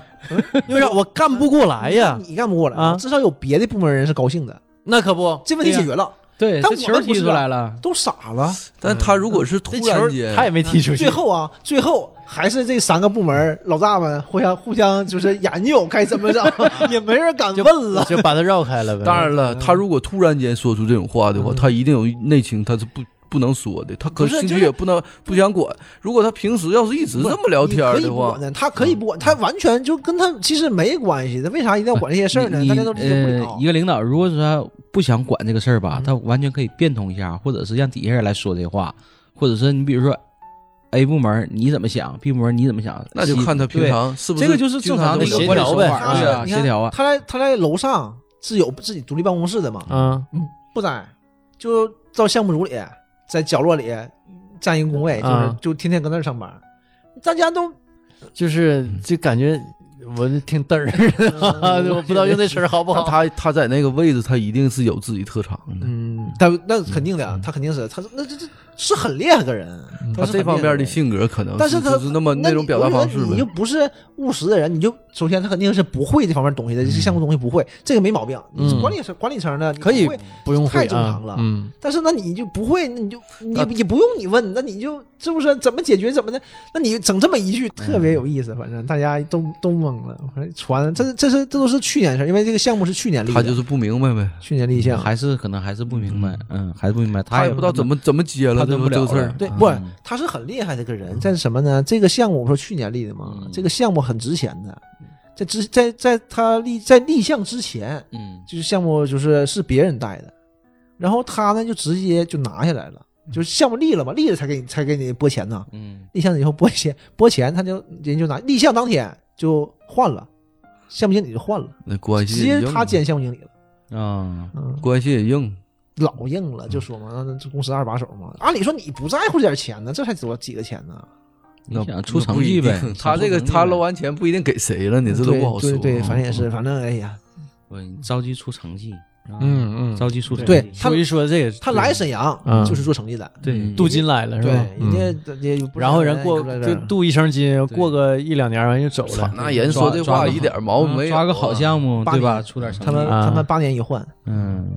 A: 因为啥？我干不过来呀，
B: 你干不过来
A: 啊
B: 至少有别的部门人是高兴的，
A: 那可不，
B: 这问题
A: 对呀
B: 解决了，
E: 对，
B: 但
E: 这
B: 我
E: 球
B: 们不
E: 踢
B: 知
E: 出
B: 道
E: 来了，
B: 都傻了。
D: 但他如果
B: 嗯
D: 是突
A: 这
D: 然
A: 球
D: 间，
A: 他也没踢出
E: 嗯
A: 去，
B: 最后啊，最后还是这三个部门老大们互相互相就是研究该怎么整， 也没人敢问了。
A: 就把他绕开了呗。
D: 当然了，他如果突然间说出这种话的话，他一定有内情，他是不不能说的，他可
B: 不是
D: 兴
B: 就
D: 许
B: 是
D: 也不能不想管。如果他平时要是一直这么聊天
B: 你可以
D: 的
B: 不
D: 话
B: 管，的，他可以不管，他完全就跟他其实没关系的，为啥一定要管这些事儿呢？
C: 你
B: 大
C: 你
B: 家都理解不了嗯
C: 呃，。一个领导如果说他不想管这个事儿吧，他完全可以变通一下，或者是让底下人来说这话，或者是你比如说 A 部门你怎么想，B 部门你怎么想，
D: 那就看他平
C: 对
D: 常是不
C: 这个就是正
D: 经常
C: 常的
D: 这么
A: 协
C: 一个
D: 聊
C: 管理
A: 调
C: 手
A: 呗
C: 法
A: 啊
C: 对啊，
B: 你
C: 协
B: 看
C: 调啊。
B: 他在他在楼上是有自己独立办公室的嘛，
A: 嗯，
B: 不在，就到项目组里，在角落里占一个工位，就是
A: 嗯
B: 就天天搁那儿上班，大家都
A: 就是就感觉我就挺嘚儿，
B: 嗯
A: 我不知道用这词儿好不
D: 但
A: 好。
D: 他他在那个位置，他一定是有自己特长的。
B: 嗯，他那肯定的，他肯定是他是那这这是很厉害的人，
D: 他
B: 是
D: 这
B: 很
D: 方
B: 厉害
D: 面
B: 的
D: 的
B: 人
D: 性格可能
B: 但是他
D: 就是那么
B: 那
D: 那种
B: 你
D: 表
B: 我
D: 达
B: 觉
D: 方
B: 得
D: 式
B: 你就
D: 呗。
B: 不是务实的人，你就首先他肯定是不会这方面东西的，这项目东西不会，这个没毛病。你
A: 嗯
B: 管理层管理层呢，你
A: 可以
B: 不会
A: 不用会
B: 太正
A: 啊
B: 常了，
A: 嗯，
B: 但是那你就不会，那你就你
D: 那
B: 也不用你问，那你就是不是怎么解决怎么的？那你整这么一句特别有意思，反正大家都都懵了。反正传这是这是这都是去年事儿，因为这个项目是去年立
D: 他
B: 的，
D: 就是不明白呗，
B: 去年立项。
C: 还是可能还是不明白，嗯，还是不明白，
D: 他也
C: 也
D: 不知道怎么怎么接了
C: 判
D: 这
C: 断
D: 个
C: 不
D: 这
C: 了
D: 个事儿
C: 了。
B: 对，
D: 嗯
B: 不是，他是很厉害的一个人，但是什么呢？这个项目我说去年立的嘛，
C: 嗯
B: 这个项目很值钱的，在之在在他立在立项之前，
C: 嗯，
B: 就是项目就是是别人带的，然后他呢就直接就拿下来了，就是项目立了嘛，立了才给你才给你拨钱呢，
C: 嗯
B: 立项以后拨钱拨钱他就人就拿立项当天就换了，项目经理就换了，
D: 那关
B: 直
D: 系也
B: 接
D: 硬
B: 他兼项目经理了，
C: 啊，
B: 嗯。
D: 关系也硬，
B: 老硬了，就说嘛，那这公司二把手嘛。按理说你不在乎这点钱呢，这才多几个钱呢，
C: 你想
D: 那
C: 出
D: 那
C: 成
D: 不一
C: 绩呗
D: 定
C: 想
D: 他
C: 出
D: 这个
C: 成绩
D: 他
C: 呗
D: 搂完钱不一定给谁了，你这都不好说。
B: 对对，
D: 嗯
B: 反正也是，反正哎呀，
C: 我着急出成绩，啊
A: 嗯嗯
C: 着急出成绩，
B: 对他
A: 所以说这个
B: 他来沈阳
A: 嗯
B: 就是做成绩的，
C: 对
A: 镀金来了是
B: 对
A: 吧，？嗯
B: 人家也不是哎
A: 然后人过
B: 在这
A: 就
B: 儿
A: 镀一升金，
C: 对
A: 过个一两年完就走
D: 操
A: 了，
D: 那人说这
C: 抓抓
D: 话
C: 个
D: 一点毛病没有啊。
C: 抓个好项目，
B: 八
C: 对吧？
B: 年
C: 出点成绩，
B: 他们
A: 啊
B: 他们八年一换，
C: 嗯，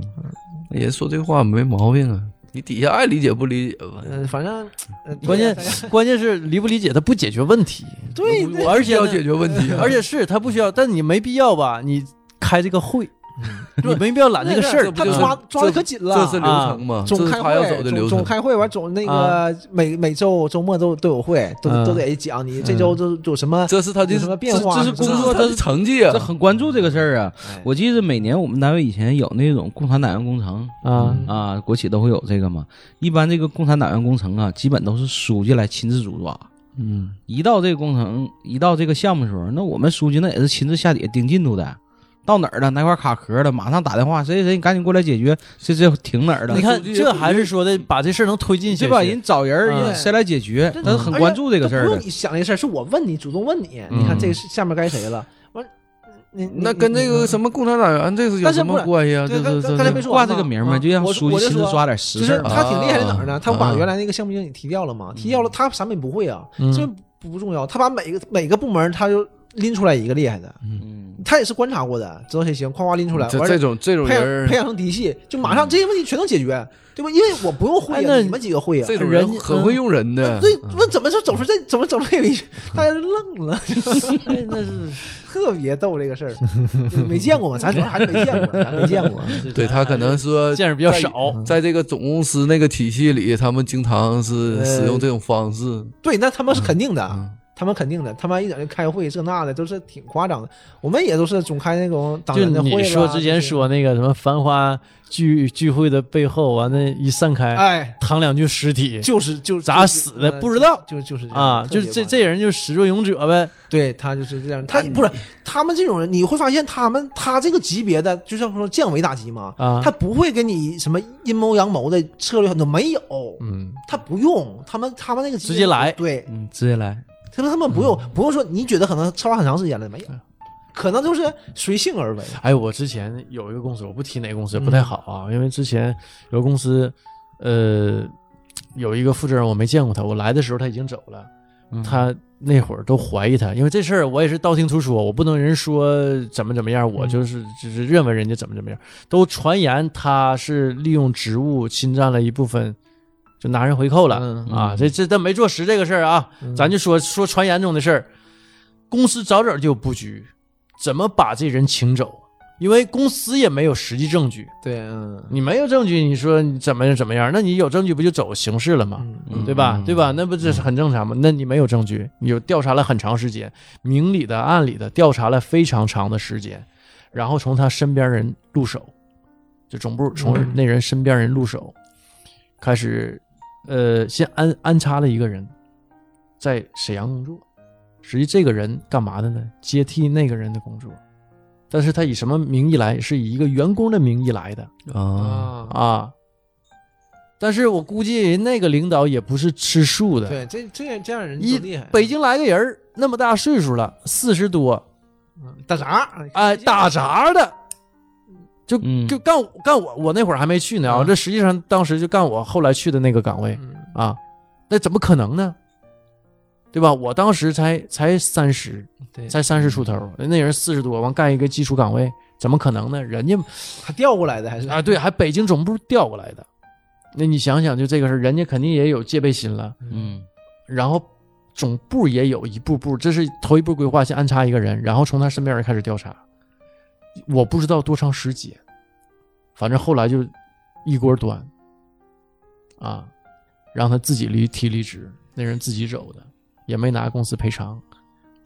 D: 那人说这话没毛病啊，你底下爱理解不理解吧？
B: 嗯，反正呃
A: 关键
B: 大家
A: 关键是理不理解，他不解决问题，
B: 对
A: 我而且
D: 要
A: 呢
D: 解决问题啊，
A: 而且是他不需要，但你没必要吧？你开这个会，你没必要揽这个事儿，
B: 他
A: 就是
B: 抓抓的可紧
D: 这
B: 了
D: 是。流程嘛，这
B: 总
D: 是
B: 开
D: 他要走
B: 会，
D: 的流
B: 总总
D: 程。
B: 开会完，总那个每每周周末都都有会，都
A: 嗯
B: 都得讲你这周都有什么
D: 这是他的
B: 有什么变化
C: 这是
B: 什么的
C: 工作
D: 这是成绩啊
C: 这。很关注这个事儿啊。
B: 哎
C: 我记得每年我们单位以前有那种共产党员工程
A: 啊
B: 嗯
C: 啊，国企都会有这个嘛。一般这个共产党员工程啊，基本都是书记来亲自主抓。
D: 嗯，
C: 一到这个工程，一到这个项目的时候，那我们书记那也是亲自下底盯进度的。到哪儿了？哪块卡壳了？马上打电话，谁谁谁，你赶紧过来解决。谁谁停哪儿了？
A: 你看这还是说的把这事儿能推进下
C: 对吧？
A: 去
C: 人，找人，
A: 嗯
C: 人谁来解决？他是很关注这个事
B: 而且
C: 儿
B: 都不
C: 的
B: 用。你想这事儿，是我问你，主动问你，你看这是下面该谁了？完，你你
D: 那跟那个什么共产党员这是有
B: 但是
D: 什
B: 不
D: 么
B: 是
D: 关系啊？
B: 对
D: 这
B: 刚
D: 是
B: 刚才
D: 这
B: 没
D: 是
B: 说
C: 挂这个名儿嘛，
B: 啊
C: 就让
B: 我
C: 书
B: 我
C: 记
B: 就
C: 亲自
B: 说
C: 抓点实
B: 就
C: 事
B: 是
C: 儿嘛。
B: 他挺厉害在哪儿呢？他把
A: 嗯
B: 原来那个项目经理提掉了嘛，提掉了，他啥也不会啊，
A: 嗯
B: 这不重要。他把每个每个部门他就拎出来一个厉害的，
C: 嗯，
B: 他也是观察过的，知道谁行，夸夸拎出来，
D: 这
B: 完
D: 这
B: 了
D: 种这种
B: 培养
D: 人
B: 培，养成嫡系，就马上这些问题全能解决，对吧？因为我不用会
A: 哎
B: 啊，
A: 那
B: 你们几个会啊。
D: 这种
A: 人
D: 人啊很会用人的。
B: 这问怎么就走出这怎么走出这个一，大家就愣了，
A: 哎那是
B: 特别逗这个事儿，就没见过嘛，咱主要还是没见过，咱没见过。
D: 对他可能说
A: 见识比较少，
D: 在这个总公司那个体系里，他们经常是
B: 呃
D: 使用这种方式。
B: 对，那他们是肯定的，啊
D: 嗯
B: 他们肯定的，他们一整就开会这那的，都是挺夸张的。我们也都是总开那种党
A: 就
B: 员的会啊
A: 你
B: 啦
A: 说之前
B: 这些，
A: 说那个什么繁花聚聚会的背后，完了，一散开，
B: 哎，
A: 躺两具尸体
B: 就是就是呃
A: 咋死的不知道，
B: 就就是这样
A: 啊，
B: 特
A: 就是
B: 别
A: 这
B: 夸张
A: 这哎人就是始作俑者呗。
B: 对他就是这样，他不是他们这种人，你会发现他们他这个级别的，就像说降维打击嘛，
A: 啊
B: 他不会给你什么阴谋阳谋的策略很多，没有，
A: 嗯，
B: 他不用，他们他们那个级别
A: 直接来嗯
B: 对，
C: 嗯，直接来，
B: 他们他们不用、不用说，你觉得可能策划很长时间了，没有，可能就是随性而为，
A: 哎，我之前有一个公司，我不提哪个公司不太好啊，因为之前有个公司，呃，有一个负责人我没见过他，我来的时候他已经走了，他那会儿都怀疑他，因为这事儿我也是道听途说，我不能人说怎么怎么样，我就是就是认为人家怎么怎么样，都传言他是利用职务侵占了一部分。就拿人回扣了、
B: 嗯
A: 啊！这这但没坐实这个事儿啊，咱就说说传言中的事儿。公司早早就有布局，怎么把这人请走？因为公司也没有实际证据，
B: 对，嗯，
A: 你没有证据，你说你怎么怎么样？那你有证据不就走形式了吗？
B: 嗯
A: 对吧？对吧？那不这是很正常吗？那你没有证据，你有调查了很长时间，明里的暗里的调查了非常长的时间，然后从他身边人入手，就总部
B: 嗯
A: 从那人身边人入手，开始，呃，先安安插了一个人，在沈阳工作。实际这个人干嘛的呢？接替那个人的工作，但是他以什么名义来？是以一个员工的名义来的。
D: 啊，
B: 啊，
A: 啊。但是我估计那个领导也不是吃素的。
B: 对，这这这样人
A: 一
B: 多厉害，
A: 北京来个人儿那么大岁数了，四十多，
B: 嗯打杂，
A: 哎，打杂的，就
C: 嗯
A: 就干我干我，我那会儿还没去呢啊，
B: 嗯
A: 这实际上当时就干我后来去的那个岗位
B: 嗯，
A: 啊，那怎么可能呢？对吧？我当时才才三十，
B: 对，
A: 才三十出头，那人四十多，完干一个基础岗位，怎么可能呢？人家
B: 他调过来的还是
A: 啊，对，还北京总部调过来的。那你想想，就这个事儿，人家肯定也有戒备心了，
C: 嗯
A: 然后总部也有一步步，这是头一步规划，先安插一个人，然后从他身边人开始调查。我不知道多长时间，反正后来就一锅端，啊，让他自己离提离职，那人自己走的，也没拿公司赔偿，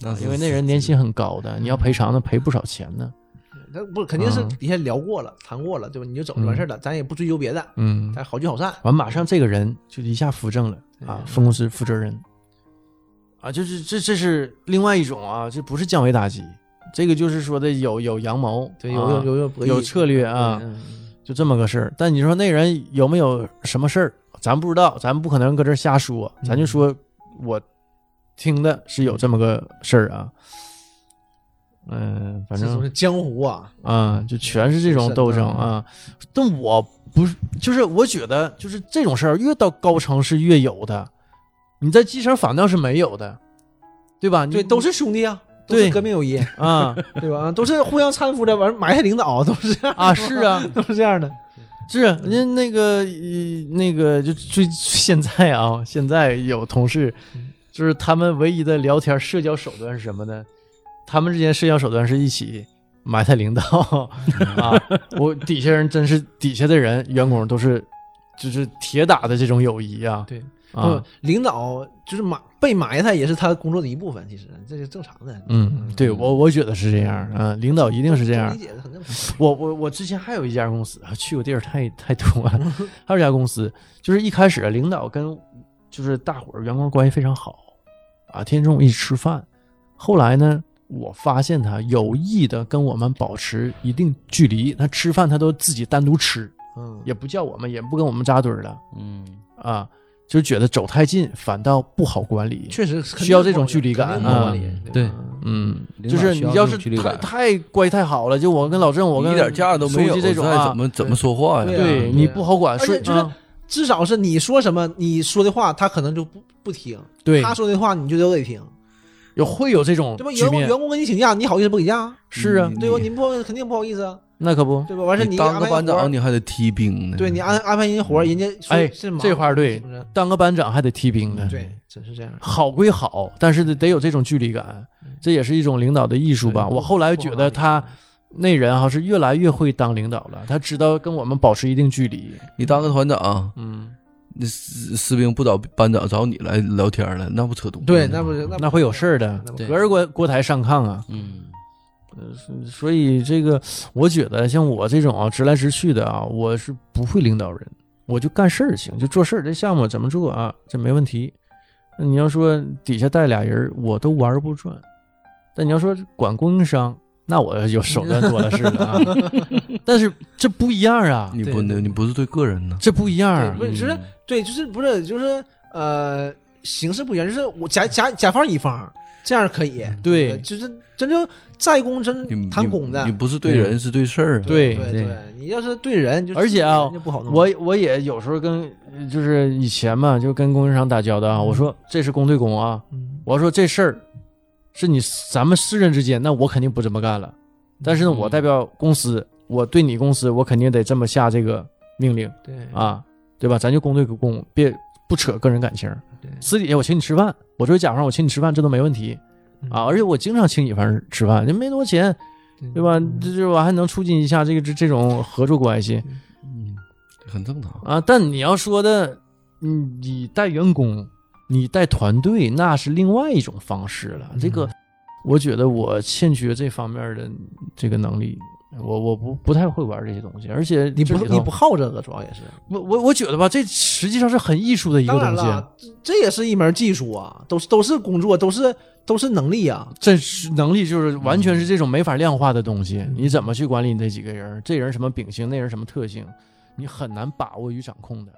A: 啊因为那人年薪很高的，你要赔偿那赔不少钱呢。
B: 那不肯定是
A: 嗯
B: 底下聊过了、谈过了，对吧？你就走就完事儿了，咱也不追究别的，
A: 嗯，
B: 咱好聚好散。
A: 完，马上这个人就一下扶正了啊，分公司负责人啊，就是这这是另外一种啊，这不是降维打击，这个就是说的有有阳谋，
B: 对，
A: 啊
B: 有有有有博弈
A: 有策略啊
B: 对嗯
A: 就这么个事儿。但你说那人有没有什么事儿，咱不知道，咱不可能搁这儿瞎说，
B: 嗯
A: 咱就说我听的是有这么个事儿啊。嗯，反
B: 这
A: 正
B: 种是江湖啊，
A: 啊，就全是这种斗争啊。但我不是，就是我觉得，就是这种事儿越到高层是越有的，你在基层反倒是没有的，对吧？你
B: 对，都是兄弟啊，
A: 嗯
B: 都
A: 对
B: 是革命 友谊，
A: 啊
B: 对吧？都是互相搀扶着，完埋汰领导，都是这样
A: 啊，是啊，
B: 都是这样的。
A: 是人家那个呃那个就最现在啊，现在有同事，就是他们唯一的聊天社交手段是什么呢？他们之间社交手段是一起埋汰领导 啊，我底下人真是底下的人员工都是就是铁打的这种友谊啊，
B: 对
A: 啊，
B: 不领导就是埋被埋汰也是他工作的一部分，其实这是正常的。
A: 嗯，对我我觉得是这样啊，领导一定是这样
B: 理，解的很正 常。
A: 我我我之前还有一家公司，啊去过地儿太太多了。还有一家公司，就是一开始啊领导跟就是大伙儿员工关系非常好，啊，天天中午一起吃饭。后来呢，我发现他有意的跟我们保持一定距离，他吃饭他都自己单独吃，
B: 嗯，
A: 也不叫我们，也不跟我们扎堆儿了
C: 嗯，
A: 啊，就觉得走太近反倒不好管理。
B: 确实是
A: 需要这种距离感啊
B: 肯定有道理
C: 嗯
B: 对吧
A: 嗯，
C: 领
A: 就
C: 导
A: 是
C: 需
A: 你
C: 要
A: 要
C: 这
A: 是
C: 种距离
A: 太
C: 感
A: 太关系太好了，就我跟老郑，我
D: 你
A: 跟
D: 一点架都没
A: 书
D: 有，
A: 记这种
D: 再
A: 啊
D: 怎，么怎么说话呀？
B: 对啊
A: 对你不好管，
B: 而且
A: 说
B: 就是
A: 啊
B: 至少是你说什么，你说的话他可能就不不听，
A: 对
B: 他说的话你就都得听，
A: 有会有这种
B: 对吧？
A: 局
B: 员工
A: 面
B: 员，工跟你请假，你好意思不给假啊？
A: 是啊
D: 你，
B: 对吧？你不肯定不好意思啊，
A: 那可不，
B: 对吧？完事儿
D: 你
B: 你
D: 当
B: 安
D: 个
B: 排
D: 班
B: 活儿
D: 长，你还得踢兵呢。
B: 对你安安排人家活儿，人家说
A: 哎
B: 是忙
A: 这块儿对嗯
B: 是不是？
A: 当个班长还得踢兵呢。
B: 对，真是这样。
A: 好归好，但是得有这种距离感，这也是一种领导的艺术吧。
B: 对
A: 我后来觉得他那人哈是越来越会当领导了，他知道跟我们保持一定距离。
D: 你当个团长，
A: 嗯，
D: 那士士兵不找班长找你来聊天了，那不扯犊子？
B: 对，那不是那
A: 嗯那会有事儿的
B: 那，不
C: 对
A: 隔着锅锅台上炕啊。
C: 嗯，
A: 所以这个，我觉得像我这种啊，直来直去的啊，我是不会领导人，我就干事儿行，就做事儿。这项目怎么做啊？这没问题。那你要说底下带俩人儿，我都玩儿不转。但你要说管供应商，那我有手段多的是了啊。 但是这不一样啊，
D: 你不
B: 对
D: 能，你不是对个人呢？
A: 这不一样
B: 对
A: 啊。
C: 嗯
B: 不是就是对，就是不是就是呃，形式不一样，就是我甲甲甲方乙方这样可以，呃
A: 对
B: 就是真就在公
D: 你
B: 真谈公的
D: 你，不是对人，是对事儿啊。
A: 对
B: 对
C: 对
B: 你要是对人就
A: 而且啊
B: 就不好弄，
A: 我我也有时候跟，呃就是以前嘛，就跟供应商打交道啊。我说这是公对公啊，
B: 嗯
A: 我要说这事儿是你咱们私人之间，那我肯定不这么干了。但是呢，
C: 嗯
A: 我代表公司，我对你公司，我肯定得这么下这个命令
B: 对
A: 啊，对吧？咱就公对公，别不扯个人感情
B: 对。
A: 私底下我请你吃饭，我作为甲方我请你吃饭，这都没问题
B: 嗯
A: 啊。而且我经常请乙方吃饭，这没多少钱，对吧？这这我还能促进一下这个这这种合作关系
D: 嗯，很正常。
A: 啊。但你要说的，嗯你带员工，你带团队，那是另外一种方式了。这个，我觉得我欠缺这方面的这个能力，我我不不太会玩这些东西，而且
B: 你不
A: 这里头
B: 你不好这个，主要也是。
A: 我我我觉得吧，这实际上是很艺术的一个
B: 当然
A: 东西，
B: 了，这这也是一门技术啊，都是都是工作，都是都是能力啊。
A: 这是能力就是完全是这种没法量化的东西。你怎么去管理你这几个人？这人什么秉性，那人什么特性，你很难把握与掌控的。